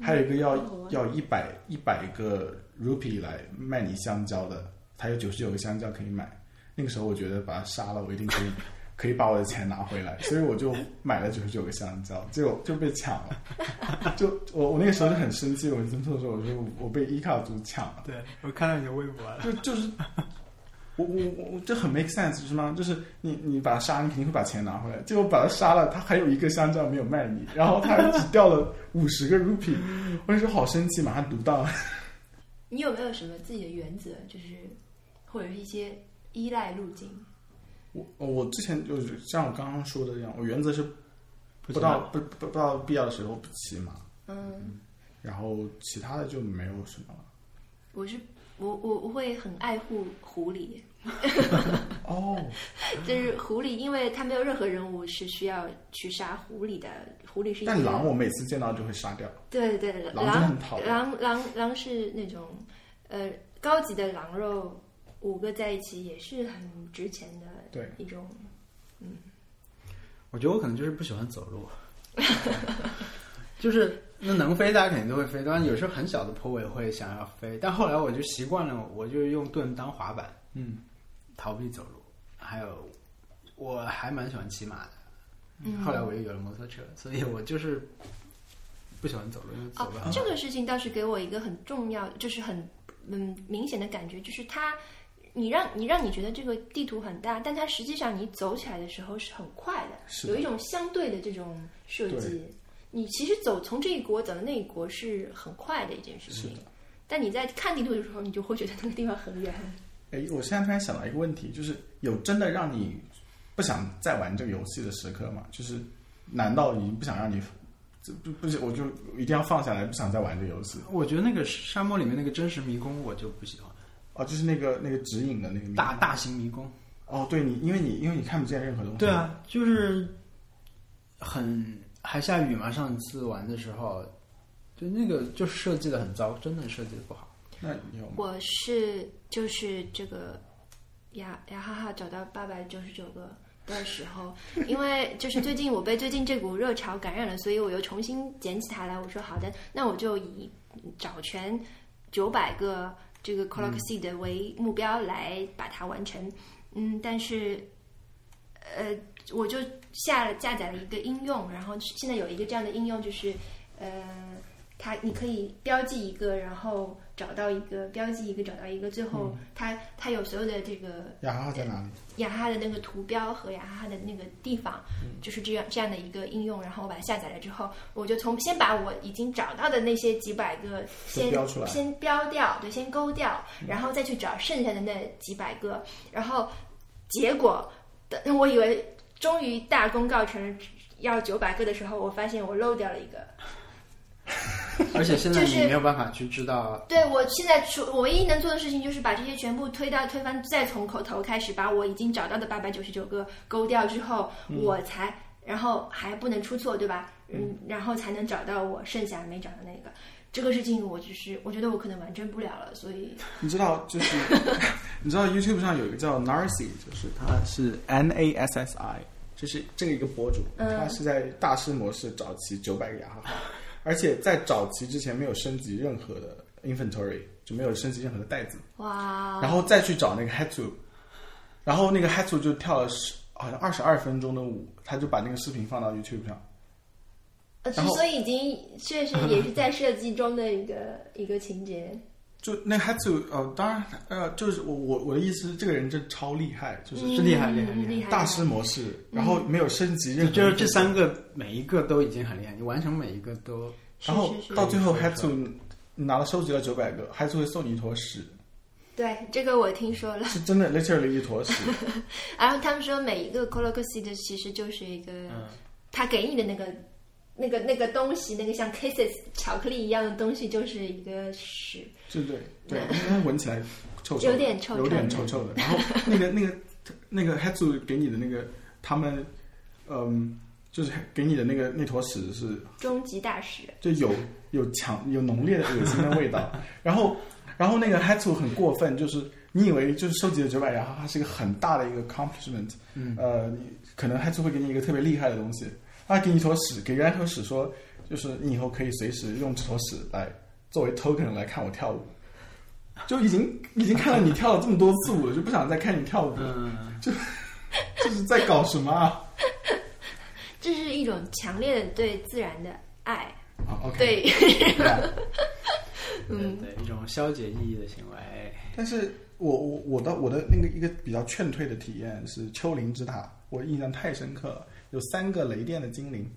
Speaker 3: 还有一个要
Speaker 2: 嗯
Speaker 3: 要一百一百个 rupee 来卖你香蕉的，他有九十九个香蕉可以买。那个时候我觉得把他杀了，我一定可以可以把我的钱拿回来，所以我就买了九十九个香蕉，结果就被抢了。就我我那个时候就很生气，我跟厕所说，我说我被伊卡族抢了。
Speaker 1: 对，我看到你的微博了。
Speaker 3: 就就是我我我我这很 make sense 是吗？就是你你把它杀，你肯定会把钱拿回来。结果把它杀了，他还有一个香蕉没有卖你，然后他只掉了五十个 rupee，我那时候好生气，马上读到。
Speaker 2: 你有没有什么自己的原则，就是或者是一些依赖路径？
Speaker 3: 我呃我之前就是像我刚刚说的这样，我原则是
Speaker 1: 不
Speaker 3: 不到不不不到必要的时候不骑马，
Speaker 2: 嗯，
Speaker 3: 然后其他的就没有什么了。
Speaker 2: 我是我我我会很爱护狐狸，
Speaker 3: 哦，
Speaker 2: 就是狐狸，因为它没有任何人物是需要去杀狐狸的，狐狸是一
Speaker 3: 但
Speaker 2: 个
Speaker 3: 狼我每次见到就会杀掉。
Speaker 2: 对对对，
Speaker 3: 狼
Speaker 2: 狼
Speaker 3: 真的很讨厌
Speaker 2: 狼狼狼是那种呃高级的狼肉，五个在一起也是很值钱的，
Speaker 3: 对
Speaker 2: 一种
Speaker 1: 我觉得我可能就是不喜欢走路， 就是那能飞大家肯定都会飞，当然有时候很小的坡我也会想要飞，但后来我就习惯了，我就用盾当滑板，
Speaker 3: 嗯，
Speaker 1: 逃避走路。还有，我还蛮喜欢骑马的，
Speaker 2: 嗯
Speaker 1: 后来我又有了摩托车，所以我就是不喜欢走路，因为走
Speaker 2: 哦
Speaker 1: 路很，
Speaker 2: 这个事情倒是给我一个很重要，就是很嗯明显的感觉，就是它，你让你让你觉得这个地图很大，但它实际上你走起来的时候是很快的，
Speaker 3: 是
Speaker 2: 有一种相对的这种设计。你其实走从这一国走到那一国是很快的一件事情，但你在看地图的时候，你就会觉得那个地方很远。
Speaker 3: 哎，我现在突然想到一个问题，就是有真的让你不想再玩这个游戏的时刻吗？就是难道你不想让你这不不是我就一定要放下来，不想再玩这个游戏？
Speaker 1: 我觉得那个沙漠里面那个真实迷宫我就不喜欢，
Speaker 3: 哦，就是那个那个指引的那个迷
Speaker 1: 大大型迷宫。
Speaker 3: 哦，对你，因为你因为你看不见任何东西。
Speaker 1: 对，啊，就是很还下雨嘛，上次玩的时候，对那个就设计的很糟，真的设计的不好。
Speaker 3: 那你有吗？
Speaker 2: 我是就是这个呀呀哈哈找到八百九十九个的时候， 因为就是最近我被最近这股热潮感染了，所以我又重新捡起它来。我说好的，那我就以找全九百个这个 clock seed 为目标来把它完成。嗯，但是呃，我就下了下载了一个应用，然后现在有一个这样的应用，就是呃，它你可以标记一个，然后找到一个，标记一个，找到一个，最后
Speaker 3: 嗯
Speaker 2: 它它有所有的这个
Speaker 3: 雅哈哈在哪里？
Speaker 2: 雅哈哈的那个图标和雅哈哈的那个地方，
Speaker 3: 嗯
Speaker 2: 就是这样这样的一个应用，然后我把它下载了之后，我就从先把我已经找到的那些几百个
Speaker 3: 先
Speaker 2: 先
Speaker 3: 标出来嗯
Speaker 2: 先标掉，对，先勾掉，然后再去找剩下的那几百个，然后结果等我以为终于大功告成。要九百个的时候，我发现我漏掉了一个。
Speaker 1: 而且现在
Speaker 2: 就是
Speaker 1: 你没有办法去知道，
Speaker 2: 对我现在除我唯一能做的事情就是把这些全部推到推翻，再从口头开始，把我已经找到的八百九十九个勾掉之后，我才然后还不能出错，对吧？嗯，然后才能找到我剩下没找到那个。这个事情我就是我觉得我可能完成不了了，所以
Speaker 3: 你知道，就是 你知道 YouTube 上有一个叫 Narcy，就是他是 N A S S I，就是这个一个博主，
Speaker 2: 嗯
Speaker 3: 他是在大师模式找齐九百个雅哈哈，而且在找齐之前没有升级任何的 inventory，就没有升级任何的袋子，
Speaker 2: 哇，
Speaker 3: 然后再去找那个 Hatsu，然后那个 Hatsu 就跳了十好像二十二分钟的舞，他就把那个视频放到 YouTube 上。
Speaker 2: 呃
Speaker 3: 然后
Speaker 2: 所以已经确实也是在设计中的一个一个情节。
Speaker 3: 就那 Hatsu，呃，当然，呃，就是我我我的意思是，这个人真的超厉害，就是
Speaker 1: 是厉害厉害
Speaker 2: 嗯
Speaker 1: 厉
Speaker 2: 害
Speaker 3: 大师模式，然后没有升级任
Speaker 1: 就就
Speaker 3: 何，
Speaker 1: 是这三个每一个都已经很厉害，你完成每一个都
Speaker 2: 是
Speaker 3: 然后
Speaker 2: 是是
Speaker 3: 到最后 h a
Speaker 1: 是
Speaker 3: t s u 拿了收集了九百个 h a t s u 会送你一坨 屎，
Speaker 2: 对这个我听说了。
Speaker 3: 是真的 literally 一坨 屎，
Speaker 2: 然后他们说每一个 c o l o q u seed 其实就是一个、
Speaker 3: 嗯
Speaker 2: 他给你的那个那个那个东西，那个像 kisses 巧克力一样的东西，就是一个屎。
Speaker 3: 对对对，因为闻起来臭臭的，
Speaker 2: 有点臭臭
Speaker 3: 有点臭臭的。然后那个那个那个 h a t s u 给你的那个他们，嗯，就是给你的那个那坨屎是
Speaker 2: 终极大使，
Speaker 3: 就有有强有浓烈的恶心的味道。然后，然后那个 Hatsu 很过分，就是你以为就是收集了九百然后它是一个很大的一个 accomplishment，嗯，呃，你可能 Hatsu 会给你一个特别厉害的东西，他给你一坨屎，给人家一坨屎说，就是你以后可以随时用这坨屎来作为 token 来看我跳舞。就已经已经看了你跳了这么多次舞了，就不想再看你跳舞了。
Speaker 1: 嗯，
Speaker 3: 这是在搞什么啊？
Speaker 2: 这是一种强烈的对自然的爱。
Speaker 3: 啊，OK，
Speaker 2: 对，
Speaker 3: 对啊
Speaker 1: 对对，一种消解意义的行为。
Speaker 3: 但是我我我的我的那个一个比较劝退的体验是丘陵之塔，我印象太深刻了，有三个雷电的精灵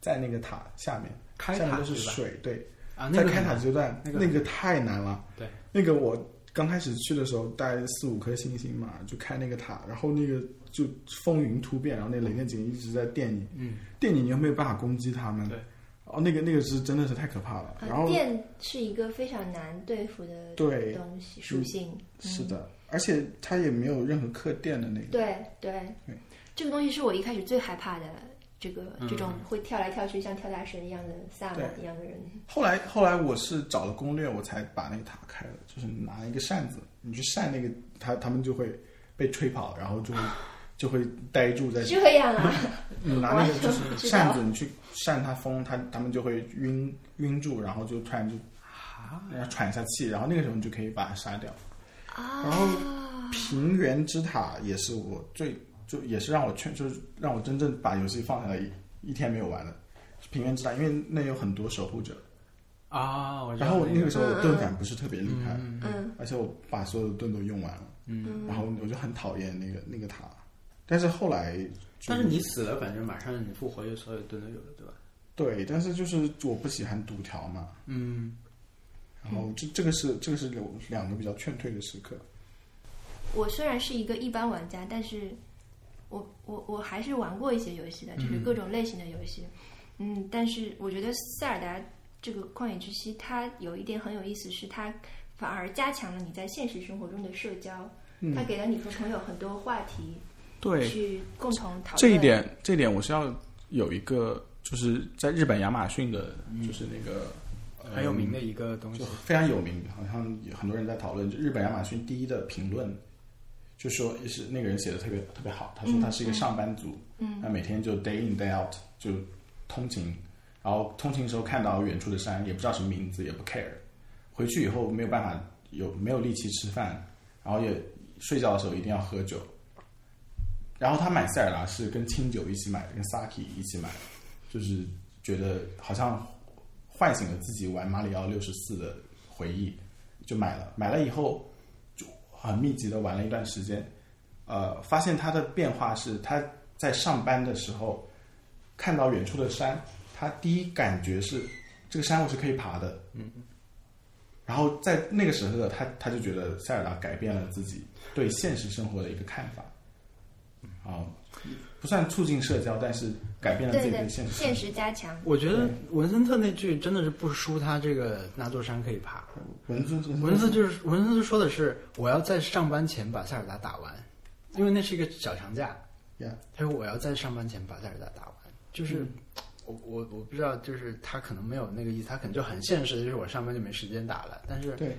Speaker 3: 在那个塔下面，
Speaker 1: 开
Speaker 3: 下面
Speaker 1: 塔
Speaker 3: 都是
Speaker 1: 是吧
Speaker 3: 水，对，
Speaker 1: 啊，那
Speaker 3: 在
Speaker 1: 个
Speaker 3: 开塔阶段，
Speaker 1: 那个
Speaker 3: 那个太难了。
Speaker 1: 对，
Speaker 3: 那个我刚开始去的时候带四五颗星星嘛，就开那个塔，然后那个就风云突变，然后那雷电警一直在电你，
Speaker 1: 嗯，
Speaker 3: 电你你又没有办法攻击他们，
Speaker 1: 对，
Speaker 3: 哦，那个那个是真的是太可怕了， 然后
Speaker 2: 电是一个非常难对付的
Speaker 3: 对
Speaker 2: 东西属性，嗯
Speaker 3: 是的，而且它也没有任何客电的那个，
Speaker 2: 对对
Speaker 3: 对，
Speaker 2: 这个东西是我一开始最害怕的。这个
Speaker 1: 嗯
Speaker 2: 这种会跳来跳去像跳大神一样的萨满
Speaker 3: 对
Speaker 2: 一样的人，
Speaker 3: 后来后来我是找了攻略，我才把那个塔开了，就是拿一个扇子，你去扇那个，他他们就会被吹跑，然 后就会就会呆住在
Speaker 2: 这样啊，
Speaker 3: 你拿那个就
Speaker 2: 我
Speaker 3: 是
Speaker 2: 知道
Speaker 3: 扇子，你去扇它风，它它们就会晕晕住，然后就突然就然后喘一下气，然后那个时候你就可以把它杀掉。 然后
Speaker 2: 啊
Speaker 3: 平原之塔也是我最就也是让我劝，就是让我真正把游戏放下来一一天没有玩的平原之塔，因为那有很多守护者，
Speaker 1: 啊，我知道
Speaker 3: 然后那个时候
Speaker 2: 嗯
Speaker 3: 我盾感不是特别厉害，
Speaker 2: 嗯，
Speaker 3: 而且我把所有的盾都用完了，嗯，然后我就很讨厌那个那个塔，但是后来就
Speaker 1: 但是你死了，反正马上你复活就所有盾都有了，对吧？
Speaker 3: 对，但是就是我不喜欢读条嘛，
Speaker 1: 嗯，
Speaker 3: 然后这这个是这个是两两个比较劝退的时刻，
Speaker 2: 我虽然是一个一般玩家，但是我我我还是玩过一些游戏的，
Speaker 6: 嗯
Speaker 2: 就是各种类型的游戏。嗯但是我觉得塞尔达这个旷野之息，它有一点很有意思，是它反而加强了你在现实生活中的社交，它给了你和朋友很多话题
Speaker 6: 嗯对
Speaker 2: 去共同讨论。
Speaker 6: 这一点，这一点我是要有一个，就是在日本亚马逊的，
Speaker 3: 嗯
Speaker 6: 就是那个、呃
Speaker 1: 很有名的一个东西
Speaker 3: 就，非常有名，好像有很多人在讨论，就日本亚马逊第一的评论，就说也是那个人写的特别特别好，他说他是一个上班族，嗯，他每天就 day in day out 就通勤，然后通勤的时候看到远处的山，也不知道什么名字，也不 care，回去以后没有办法有没有力气吃饭，然后也睡觉的时候一定要喝酒。然后他买塞尔达是跟清酒一起买的，跟 Saki 一起买的，就是觉得好像唤醒了自己玩马里奥六十四的回忆，就买了。买了以后就很密集的玩了一段时间，呃，发现他的变化是他在上班的时候看到远处的山，他第一感觉是这个山我是可以爬的，嗯。然后在那个时刻，他他就觉得塞尔达改变了自己对现实生活的一个看法，啊、不算促进社交，但是改变了
Speaker 2: 对
Speaker 3: 自己对
Speaker 2: 对
Speaker 3: 现实生活
Speaker 2: 现实加强，
Speaker 1: 我觉得文森特那句真的是不输他这个那座山可以爬。
Speaker 3: 文字就是
Speaker 1: 文森特就是文森特说的是我要在上班前把塞尔达打完，因为那是一个小长假。
Speaker 3: 呀
Speaker 1: 他说我要在上班前把塞尔达打完，就是、我我我不知道，就是他可能没有那个意思，他可能就很现实，就是我上班就没时间打了。但是
Speaker 3: 对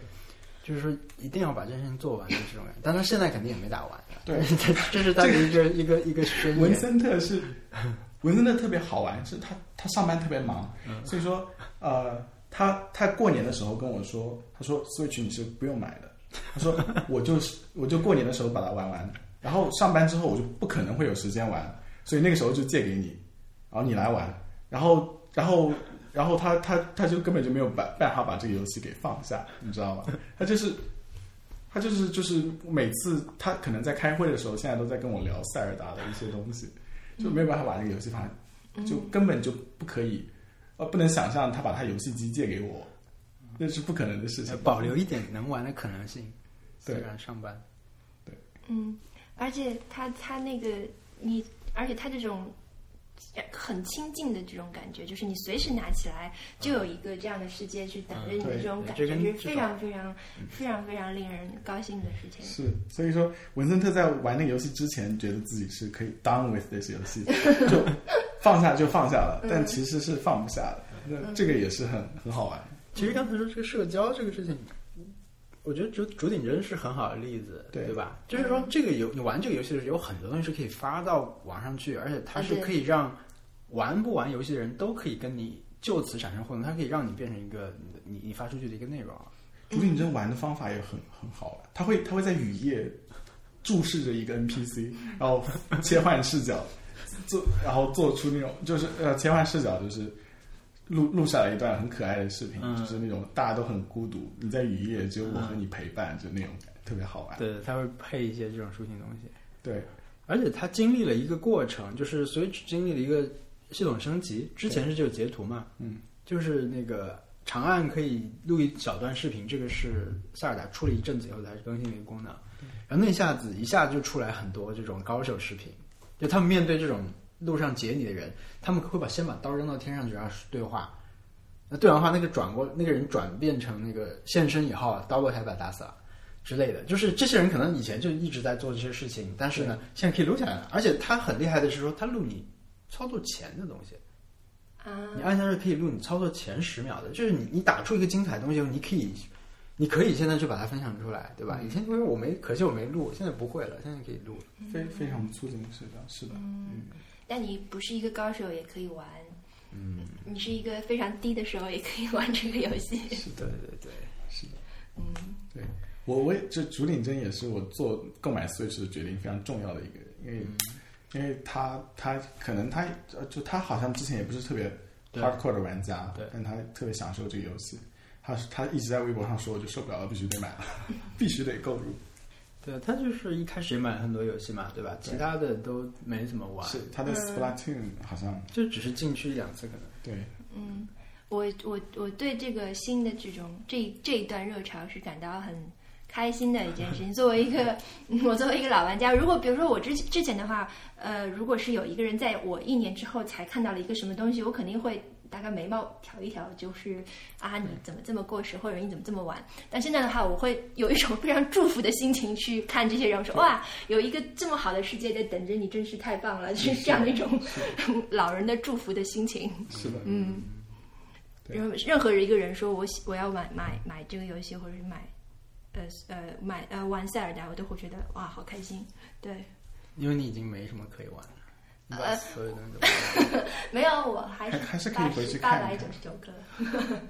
Speaker 1: 就是说一定要把这件事情做完，就是这种感觉。但他现在肯定也没打完，
Speaker 3: 对，
Speaker 1: 这是他的一个一个一个宣
Speaker 3: 文
Speaker 1: 言。
Speaker 3: 森特是 文森特特别好玩，是他他上班特别忙，所以说呃，他他过年的时候跟我说，他说 Switch 你是不用买的， 他说我就是我就过年的时候把它玩完，然后上班之后我就不可能会有时间玩，所以那个时候就借给你，然后你来玩，然后然后。然后他他他就根本就没有办办法把这个游戏给放下，你知道吗？他就是他就是就是每次他可能在开会的时候，现在都在跟我聊塞尔达的一些东西，就没有办法把这个游戏放，就根本就不可以，呃，不能想象他把他游戏机借给我，那是不可能的事情。
Speaker 1: 保留一点能玩的可能性，虽
Speaker 3: 对
Speaker 1: 然上班。
Speaker 2: 嗯，而且他他那个你，而且他这种很亲近的这种感觉，就是你随时拿起来就有一个这样的世界去等着你，
Speaker 3: 嗯对
Speaker 2: 这种感
Speaker 1: 这
Speaker 2: 觉
Speaker 1: 跟
Speaker 2: 是
Speaker 1: 这
Speaker 2: 非常非常非常非常令人高兴的事情。
Speaker 3: 是，所以说文森特在玩那个游戏之前，觉得自己是可以 done with this 游戏，就放下就放下了，但其实是放不下的。那这个也是很很好玩。
Speaker 1: 其实刚才说这个社交这个事情，我觉得竹竹顶真是很好的例子，对
Speaker 3: 对
Speaker 1: 吧？就是说，这个游你玩这个游戏的时候，有很多东西是可以发到网上去，而且它是
Speaker 2: 啊对
Speaker 1: 可以让玩不玩游戏的人都可以跟你就此产生互动，它可以让你变成一个你的你你发出去的一个内容。
Speaker 3: 竹顶真玩的方法也很很好玩，他会他会在雨夜注视着一个 NPC，然后切换视角， 做然后做出那种就是呃切换视角就是录录下来一段很可爱的视频，
Speaker 1: 嗯
Speaker 3: 就是那种大家都很孤独，你在雨夜只有我和你陪伴，就那种感觉。特别好玩。
Speaker 1: 啊对，它会配一些这种抒情东西。
Speaker 3: 对，
Speaker 1: 而且它经历了一个过程，就是 Switch 经历了一个系统升级，之前是只有截图嘛，
Speaker 3: 嗯，
Speaker 1: 就是那个长按可以录一小段视频，这个是塞尔达出了一阵子以后才更新的一个功能，然后那下子一下就出来很多这种高手视频，就他们面对这种路上截你的人，他们会把先把刀扔到天上去，然后对话。那对完话，那个转过那个人转变成那个现身以后，刀落才把他打死了。之类的，就是这些人可能以前就一直在做这些事情，但是呢，现在可以录下来了。而且他很厉害的是说，他录你操作前的东西，
Speaker 2: 啊，
Speaker 1: 你按下去可以录你操作前十秒的，就是你你打出一个精彩的东西，你可以，你可以现在就把它分享出来，对吧？以前因为我没，可惜我没录，现在不会了，现在可以录了。
Speaker 3: 非非常促进是的，是的，
Speaker 1: 嗯
Speaker 3: 嗯
Speaker 2: 但你不是一个高手也可以玩，嗯，你是一个非常低的时候也可以玩这个游戏，
Speaker 1: 对对对，
Speaker 3: 对我我也这竹岭真也是我做购买 Switch 的决定非常重要的一个，因为、
Speaker 1: 嗯
Speaker 3: 因为他他可能他呃就他好像之前也不是特别
Speaker 1: 对
Speaker 3: hardcore 的玩家，
Speaker 1: 对
Speaker 3: 但他特别享受这个游戏。他他一直在微博上说，我就受不了了，必须得买了， 必须得购入。
Speaker 1: 对他就是一开始也买了很多游戏嘛，对吧？其他的都没怎么玩，
Speaker 3: 是他
Speaker 2: 嗯
Speaker 3: 的 Splatoon 好像
Speaker 1: 就只是进去一两次可能。
Speaker 3: 对，
Speaker 2: 嗯，我我我对这个新的这种这这一段热潮是感到很开心的一件事情。作为一 个嗯我作为一个老玩家，如果比如说我之之前的话，呃，如果是有一个人在我一年之后才看到了一个什么东西，我肯定会大概眉毛挑一挑，就是啊你怎么这么过时，或者你怎么这么晚。但现在的话，我会有一种非常祝福的心情去看这些人，我说哇，有一个这么好的世界在等着你，真是太棒了，就是这样的一种 老人的祝福的心情。
Speaker 3: 是的，
Speaker 2: 嗯，
Speaker 3: 对
Speaker 2: 任任何一个人说我喜我要买买买这个游戏，或者是买呃呃买呃玩塞尔达，我都会觉得哇好开心。对，
Speaker 1: 因为你已经没什么可以玩了，你把
Speaker 2: 呃
Speaker 1: 所有东西都
Speaker 2: 没有我还是
Speaker 3: 还还是可以
Speaker 2: 八
Speaker 3: 回
Speaker 2: 十
Speaker 3: 去
Speaker 2: 八
Speaker 3: 看
Speaker 2: 百
Speaker 3: 一
Speaker 2: 九
Speaker 3: 看
Speaker 2: 十九个。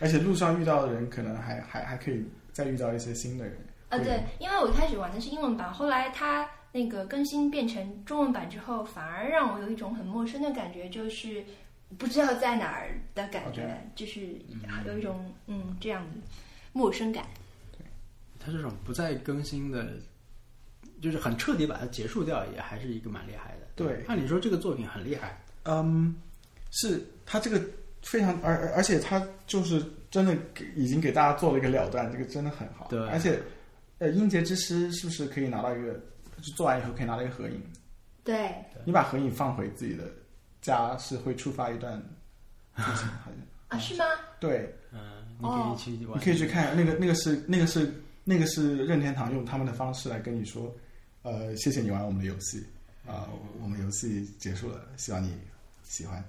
Speaker 3: 而且路上遇到的人，可能还还还可以再遇到一些新的人。
Speaker 2: 啊，
Speaker 3: 会
Speaker 2: 对，因为我一开始玩的是英文版，后来它那个更新变成中文版之后，反而让我有一种很陌生的感觉，就是不知道在哪儿的感觉
Speaker 3: OK
Speaker 2: 就是有一种嗯这样的陌生感。
Speaker 1: 它这种不再更新的，就是很彻底把它结束掉，也还是一个蛮厉害的。
Speaker 3: 对
Speaker 1: 按理说这个作品很厉害，
Speaker 3: 嗯，是他这个非常，而而而且他就是真的给已经给大家做了一个了断，这个真的很好。
Speaker 1: 对
Speaker 3: 而且呃，英杰之师是不是可以拿到一个，就做完以后可以拿到一个合影？
Speaker 2: 对，啊
Speaker 3: 你把合影放回自己的家，是会触发一段剧情，好像
Speaker 2: 啊，是吗？
Speaker 3: 对，
Speaker 1: 嗯，你
Speaker 2: 哦
Speaker 1: 可以去玩，
Speaker 3: 你可以去看那个那个是那个是那个是任天堂用他们的方式来跟你说，呃，谢谢你玩我们的游戏啊、我我们游戏结束了，希望你喜欢。